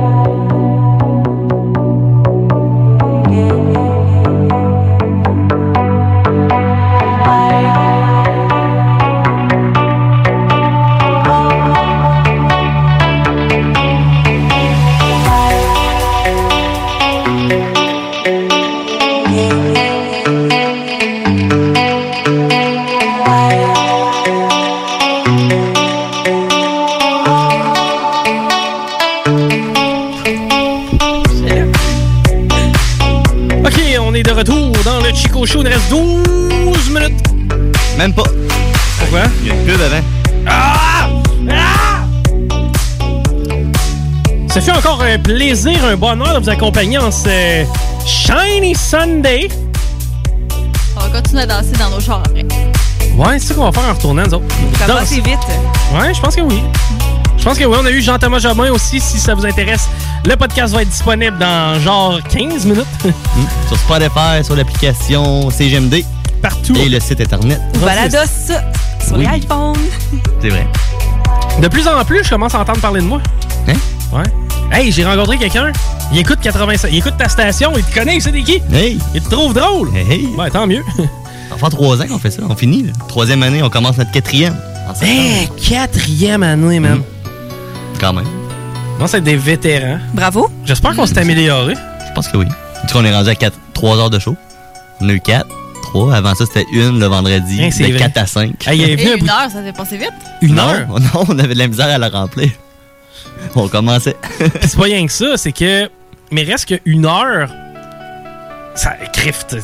Il nous reste 12 minutes. Même pas. Pourquoi? Il y a une pub avant. Ah! Ah! Ça fait encore un plaisir, un bonheur de vous accompagner en ce Shiny Sunday. On va continuer à danser dans nos chars après. Ouais, c'est ça qu'on va faire en retournant, nous autres. Ça va Danse. assez vite. Ouais, je pense que oui. Je pense que oui. On a eu Jean-Thomas Jobin aussi, si ça vous intéresse. Le podcast va être disponible dans genre 15 minutes. Hmm, Sur Spotify, sur l'application CGMD. Partout. Et le site internet. Balados sur Oui. l'iPhone. C'est vrai. De plus en plus, je commence à entendre parler de moi. Hein? Ouais. Hey, j'ai rencontré quelqu'un. Il écoute 85. Il écoute ta station. Il te connaît, c'est des qui? Hey! Il te trouve drôle. Hey! Ouais, Ben, tant mieux. Ça fait trois ans qu'on fait ça. On finit. là. Troisième année, on commence notre quatrième. Ah, En septembre. Hey, Eh, quatrième année, man. Quand même. Non, c'est des vétérans. Bravo. J'espère qu'on s'est amélioré. Mm. Je pense que oui. En tout cas, on est rendu à 4, 3 heures de show. On a eu 4, 3. Avant ça, c'était une le vendredi. Hein, c'est de vrai. 4 à 5. Et une heure, ça s'est passé vite. Une non, heure? Non, on avait de la misère à la remplir. On commençait. Puis c'est pas rien que ça, c'est que. Mais reste qu'une heure. Ça crifte.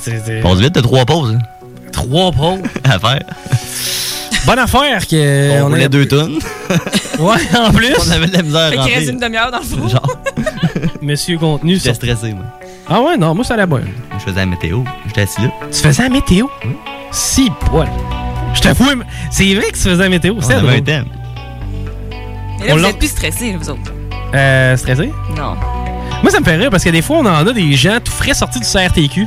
On se vite de trois pauses. hein, Trois pauses. à faire. Bonne affaire que. on Euh, on roulait ait- deux tonnes. Ouais, en plus. On avait de la misère à Fait qu'il reste remplir. une demi-heure dans le four. Monsieur Contenu. J'étais stressé, moi. Ah ouais, non, moi, c'est à la bonne. Je faisais la météo. J'étais assis là. Tu faisais la météo? Si, poil. Je t'avoue, mais c'est vrai que tu faisais la météo. On c'était avait drôle. un thème. Mais là, On vous l'a- êtes plus stressés, vous autres. Euh, stressé? Non. Moi, ça me fait rire parce que des fois, on en a des gens tout frais sortis du CRTQ.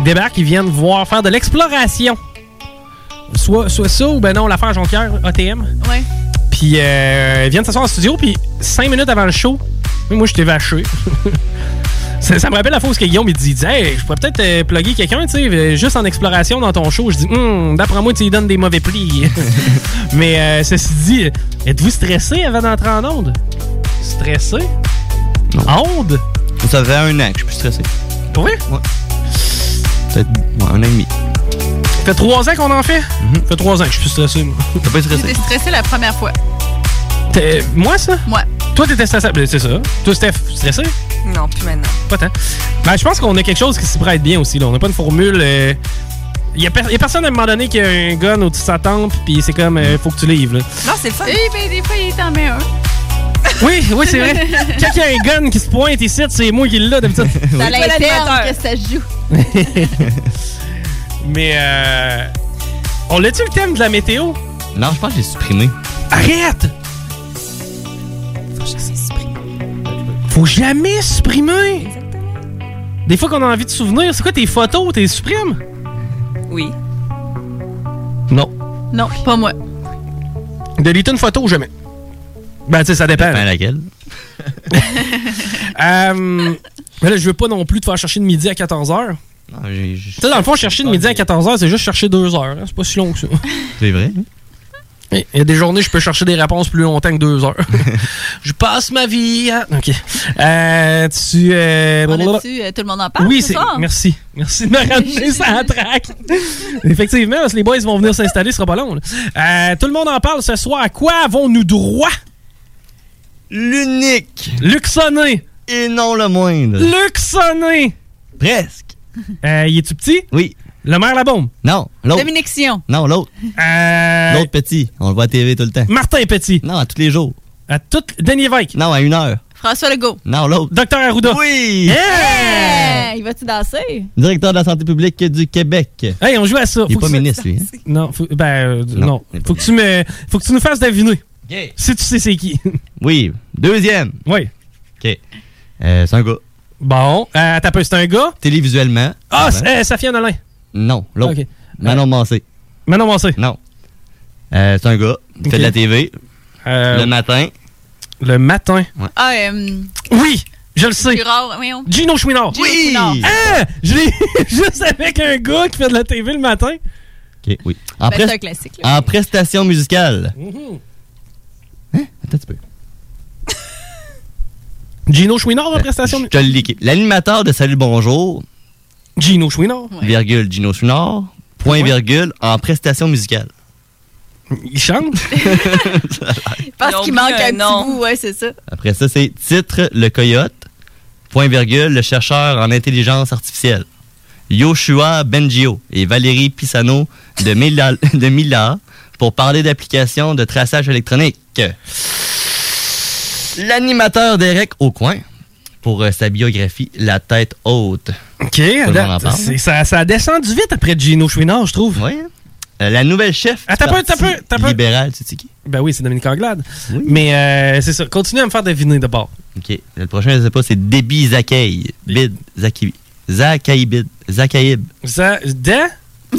Ils Débarquent, ils viennent voir faire de l'exploration. Soit, soit ça ou ben non, l'affaire Jonquière, ATM. Ouais. Puis euh, ils viennent s'asseoir en studio, puis cinq minutes avant le show, moi j'étais vaché. ça, ça me rappelle la fois où ce que Guillaume il dit, il dit, Hey, je pourrais peut-être euh, plugger quelqu'un, tu sais, euh, juste en exploration dans ton show. Je dis, Hum, d'après moi, tu lui donnes des mauvais plis. Mais euh, ceci dit, êtes-vous stressé avant d'entrer en onde? Stressé? En onde? Ça fait un an que je suis plus stressé. Pour vrai? Ouais. Peut-être ouais, un an et demi. Ça fait trois ans qu'on en fait? Ça fait trois ans que je suis plus stressé, moi. Mhm. T'as pas été J'étais stressé? stressée la première fois. T'es- Moi, ça? Moi. Toi, t'étais stressé. Ben, C'est ça. Toi, Steph, stressé? Non, plus maintenant. Pas tant. Ben, je pense qu'on a quelque chose qui s'y prête bien aussi. Là. On n'a pas une formule. euh, Il y, a per- il y a personne à un moment donné qui a un gun au-dessus de sa tempe, puis c'est comme, euh, faut que tu livres. là. Non, c'est le fun. Eh ben, des fois, il t'en met un. Oui, oui, c'est vrai. Quand il y a un gun qui se pointe ici, c'est moi qui l'ai d'habitude. C'est à Oui. l'interne L'animateur. que ça se joue. Mais, euh, on l'a-tu le thème de la météo? Non, je pense que j'ai supprimé. Arrête! Faut juste se supprimer. Faut jamais supprimer! Des fois qu'on a envie de souvenir, c'est quoi tes photos? T'es supprimes? Oui. Non. Non, pas moi. Déliter une photo, jamais. Ben, tu sais, ça dépend. Ben, laquelle? Euh, mais là, je veux pas non plus te faire chercher de midi à 14h. Non, j'ai. j'ai- Tu sais, dans le fond, chercher de midi à 14h, c'est juste chercher deux heures. hein. C'est pas si long que ça. C'est vrai. hein? Il y a des journées, je peux chercher des réponses plus longtemps que deux heures. je passe ma vie. à- OK. Euh, tu. euh, On blablabla. a-tu, euh, tout le monde en parle oui, ce c'est. soir? Merci. Merci de me ramener ça à la track. Effectivement, parce que les boys vont venir s'installer, ce sera pas long. là. Euh, tout le monde en parle ce soir. À quoi avons-nous droit? L'unique Luxonné! et non le moindre. Luxonné! Presque. Euh, y es-tu petit? Oui. Le maire la bombe. Non, l'autre. Dominique Sion. Non, l'autre. Euh, L'autre petit. On le voit à TV tout le temps. Martin Petit. Non, à tous les jours. À toute Denis Vike. Non, à une heure. François Legault. Non, l'autre. Docteur Arruda. Oui! Hey! Hey, il va-tu danser? Directeur de la santé publique du Québec. Hey, on joue à ça. Il Faut est pas que- ministre, lui. hein? Non, faut- ben, euh, Non, non. il est pas Faut que, tu me, faut que tu nous fasses deviner. OK. Si tu sais c'est qui. Oui. Deuxième. oui. OK. Euh, c'est un gars. Bon, euh, t'as peu, c'est un gars. Télévisuellement. Ah, Ouais. c'est- euh, Safia Nolin. Non, l'autre. Ok. Euh, Manon Massé. Manon Massé. Non. Euh, c'est un gars. Il Ok. fait de la TV. Euh, Le matin. le matin. Ah, euh, Oui, je le sais. Girard, voyons. Gino Chouinard. Gino Chouinard. Ah! Je l'ai juste avec un gars qui fait de la TV le matin. OK, oui. En, Ben, pres- c'est un classique. là. en prestation musicale. Mhm. Hein? Attends un petit peu. Gino Chouinard, en prestation. Euh, Je te le liquide. L'animateur de Salut Bonjour, Gino Chouinard. virgule Gino Chouinard, point virgule, en prestation musicale. Il chante. Ils ont Parce qu'il manque oublié un un nom. petit bout, ouais, c'est ça. Après ça, c'est titre, le coyote, point virgule, le chercheur en intelligence artificielle. Yoshua Bengio et Valérie Pisano de Mila, de Mila pour parler d'applications de traçage électronique. L'animateur d'Erec au coin pour euh, sa biographie La tête haute. OK, date, c'est- ça, ça a descendu vite après Gino Chouinard, je trouve. Oui. hein. Euh, la nouvelle chef. Ah, t'as du peu, t'as peu, Parti t'as peu. libéral, tu sais qui? Ben oui, c'est Dominique Anglade. Mais euh, c'est ça. Continue à me faire deviner de bord. OK. Le prochain, je sais pas, c'est Déby Zakaï. Bid. Zakaï. Zakaï Bid. Zakaïb. Za- de?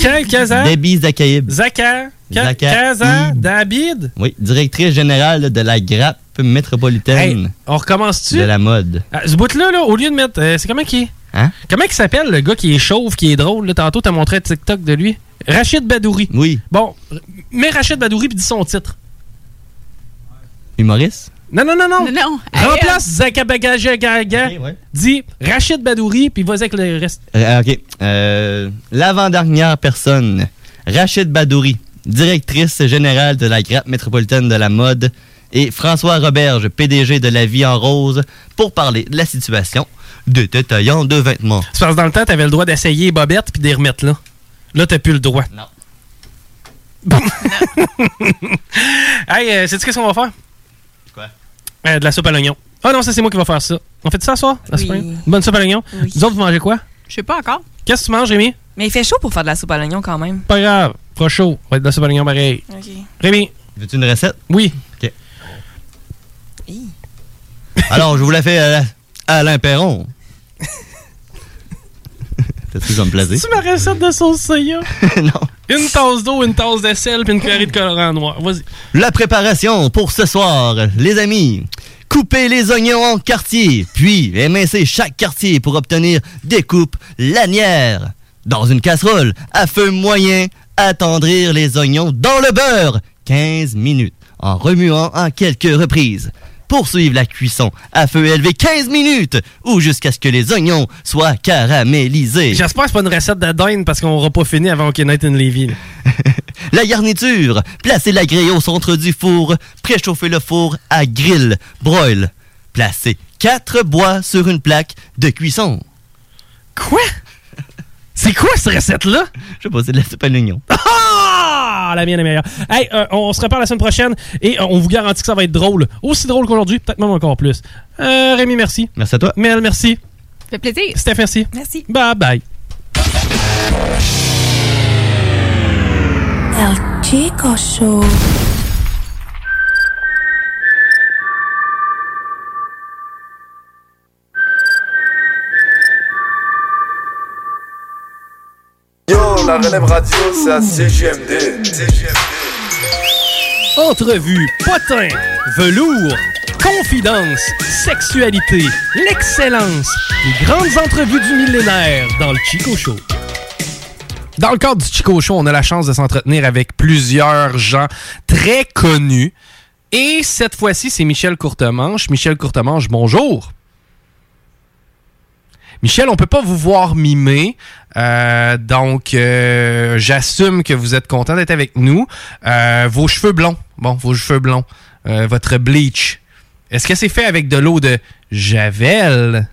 Quel Kazar? Déby Zakaïb. Zakar? Ka- Zakar- Kazar? Dabid? Oui. Directrice générale de la grappe métropolitaine On recommence-tu? de la mode. Ah, ce bout-là, là, au lieu de mettre. euh, c'est comment qui est? Hein? Comment il s'appelle le gars qui est chauve, qui est drôle? Là, tantôt, t'as montré un TikTok de lui. Rachid Badouri. Oui. Bon, r- mets Rachid Badouri puis dis son titre. Humoriste? Non, non, non, non. Non. Remplace Zakabagajagaga. Dis Rachid Badouri puis vas-y avec le reste. Euh, OK. Euh, L'avant-dernière personne, Rachid Badouri, directrice générale de la grappe métropolitaine de la mode, et François Roberge, PDG de La Vie en Rose, pour parler de la situation des détaillants de vêtements. C'est parce que dans le temps, t'avais le droit d'essayer les bobettes puis de les remettre là. Là, t'as plus le droit. Non. hey, euh, sais-tu qu'est-ce qu'on va faire? Quoi? Euh, de la soupe à l'oignon. Ah non, ça, c'est moi qui vais faire ça. On fait ça ce soir? La soupe à Oui. l'oignon? Une Bonne soupe à l'oignon. Vous autres, vous mangez quoi? Je sais pas encore. Qu'est-ce que tu manges, Rémi? Mais il fait chaud pour faire de la soupe à l'oignon quand même. Pas grave. Pas chaud. On va être de la soupe à l'oignon pareil. OK. Rémi? Veux-tu une recette? Oui. OK. Alors, je vous la fais à la- à Alain Perron. T'as toujours me plaisir. C'est ma recette de sauce soya. non. Une tasse d'eau, une tasse de sel puis une cuillerée de colorant noir. Vas-y. La préparation pour ce soir, les amis. Coupez les oignons en quartiers, puis émincez chaque quartier pour obtenir des coupes lanières. Dans une casserole, à feu moyen, attendrir les oignons dans le beurre 15 minutes en remuant à quelques reprises. Poursuivre la cuisson à feu élevé 15 minutes ou jusqu'à ce que les oignons soient caramélisés. J'espère que c'est pas une recette de dinde parce qu'on aura pas fini avant OK Night in Levy. là. La garniture. Placez la grille au centre du four. Préchauffez le four à grill. Broil. Placez quatre bois sur une plaque de cuisson. Quoi? C'est quoi cette recette-là? Je sais pas, c'est de la soupe à l'oignon. Ah! La mienne est meilleure. Hey, euh, on, on se repart la semaine prochaine et euh, on vous garantit que ça va être drôle. Aussi drôle qu'aujourd'hui, peut-être même encore plus. Euh, Rémi, merci. Merci à toi. Mel, merci. Ça fait plaisir. Steph, merci. Merci. Bye bye. El Chico Show. Yo, la relève radio, c'est à CGMD. Entrevue, potin, velours, confidence, sexualité, l'excellence, les grandes entrevues du millénaire dans le Chico Show. Dans le cadre du Chico Show, on a la chance de s'entretenir avec plusieurs gens très connus. Et cette fois-ci, c'est Michel Courtemanche. Michel Courtemanche, bonjour. Michel, on peut pas vous voir mimer, euh, donc euh, j'assume que vous êtes content d'être avec nous. Euh, vos cheveux blonds, bon, vos cheveux blonds, euh, votre bleach, est-ce que c'est fait avec de l'eau de javel?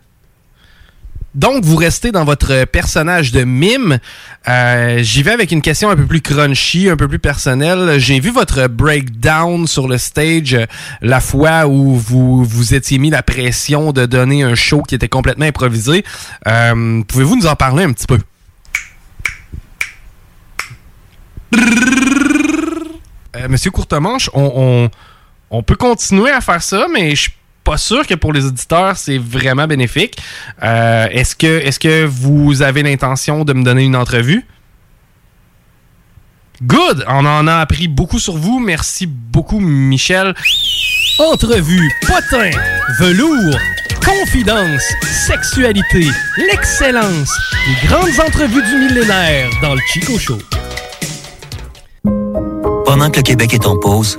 Donc, vous restez dans votre personnage de mime. Euh, J'y vais avec une question un peu plus crunchy, un peu plus personnelle. J'ai vu votre breakdown sur le stage euh, la fois où vous vous étiez mis la pression de donner un show qui était complètement improvisé. Euh, Pouvez-vous nous en parler un petit peu? Euh, Monsieur Courtemanche, on, on- on peut continuer à faire ça, mais je suis pas sûr que pour les auditeurs, c'est vraiment bénéfique. Euh, est-ce, que, est-ce que vous avez l'intention de me donner une entrevue? Good! On en a appris beaucoup sur vous. Merci beaucoup, Michel. Entrevue, potin, velours, confidence, sexualité, l'excellence, les grandes entrevues du millénaire dans le Chico Show. Pendant que le Québec est en pause,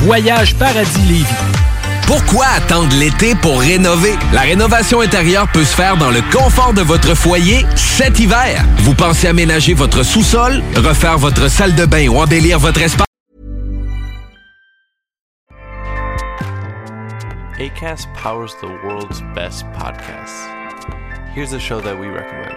Voyage Paradis Lévis. Pourquoi attendre l'été pour rénover? La rénovation intérieure peut se faire dans le confort de votre foyer cet hiver. Vous pensez aménager votre sous-sol, refaire votre salle de bain ou embellir votre espace? ACAST powers the world's best podcasts. Here's a show that we recommend.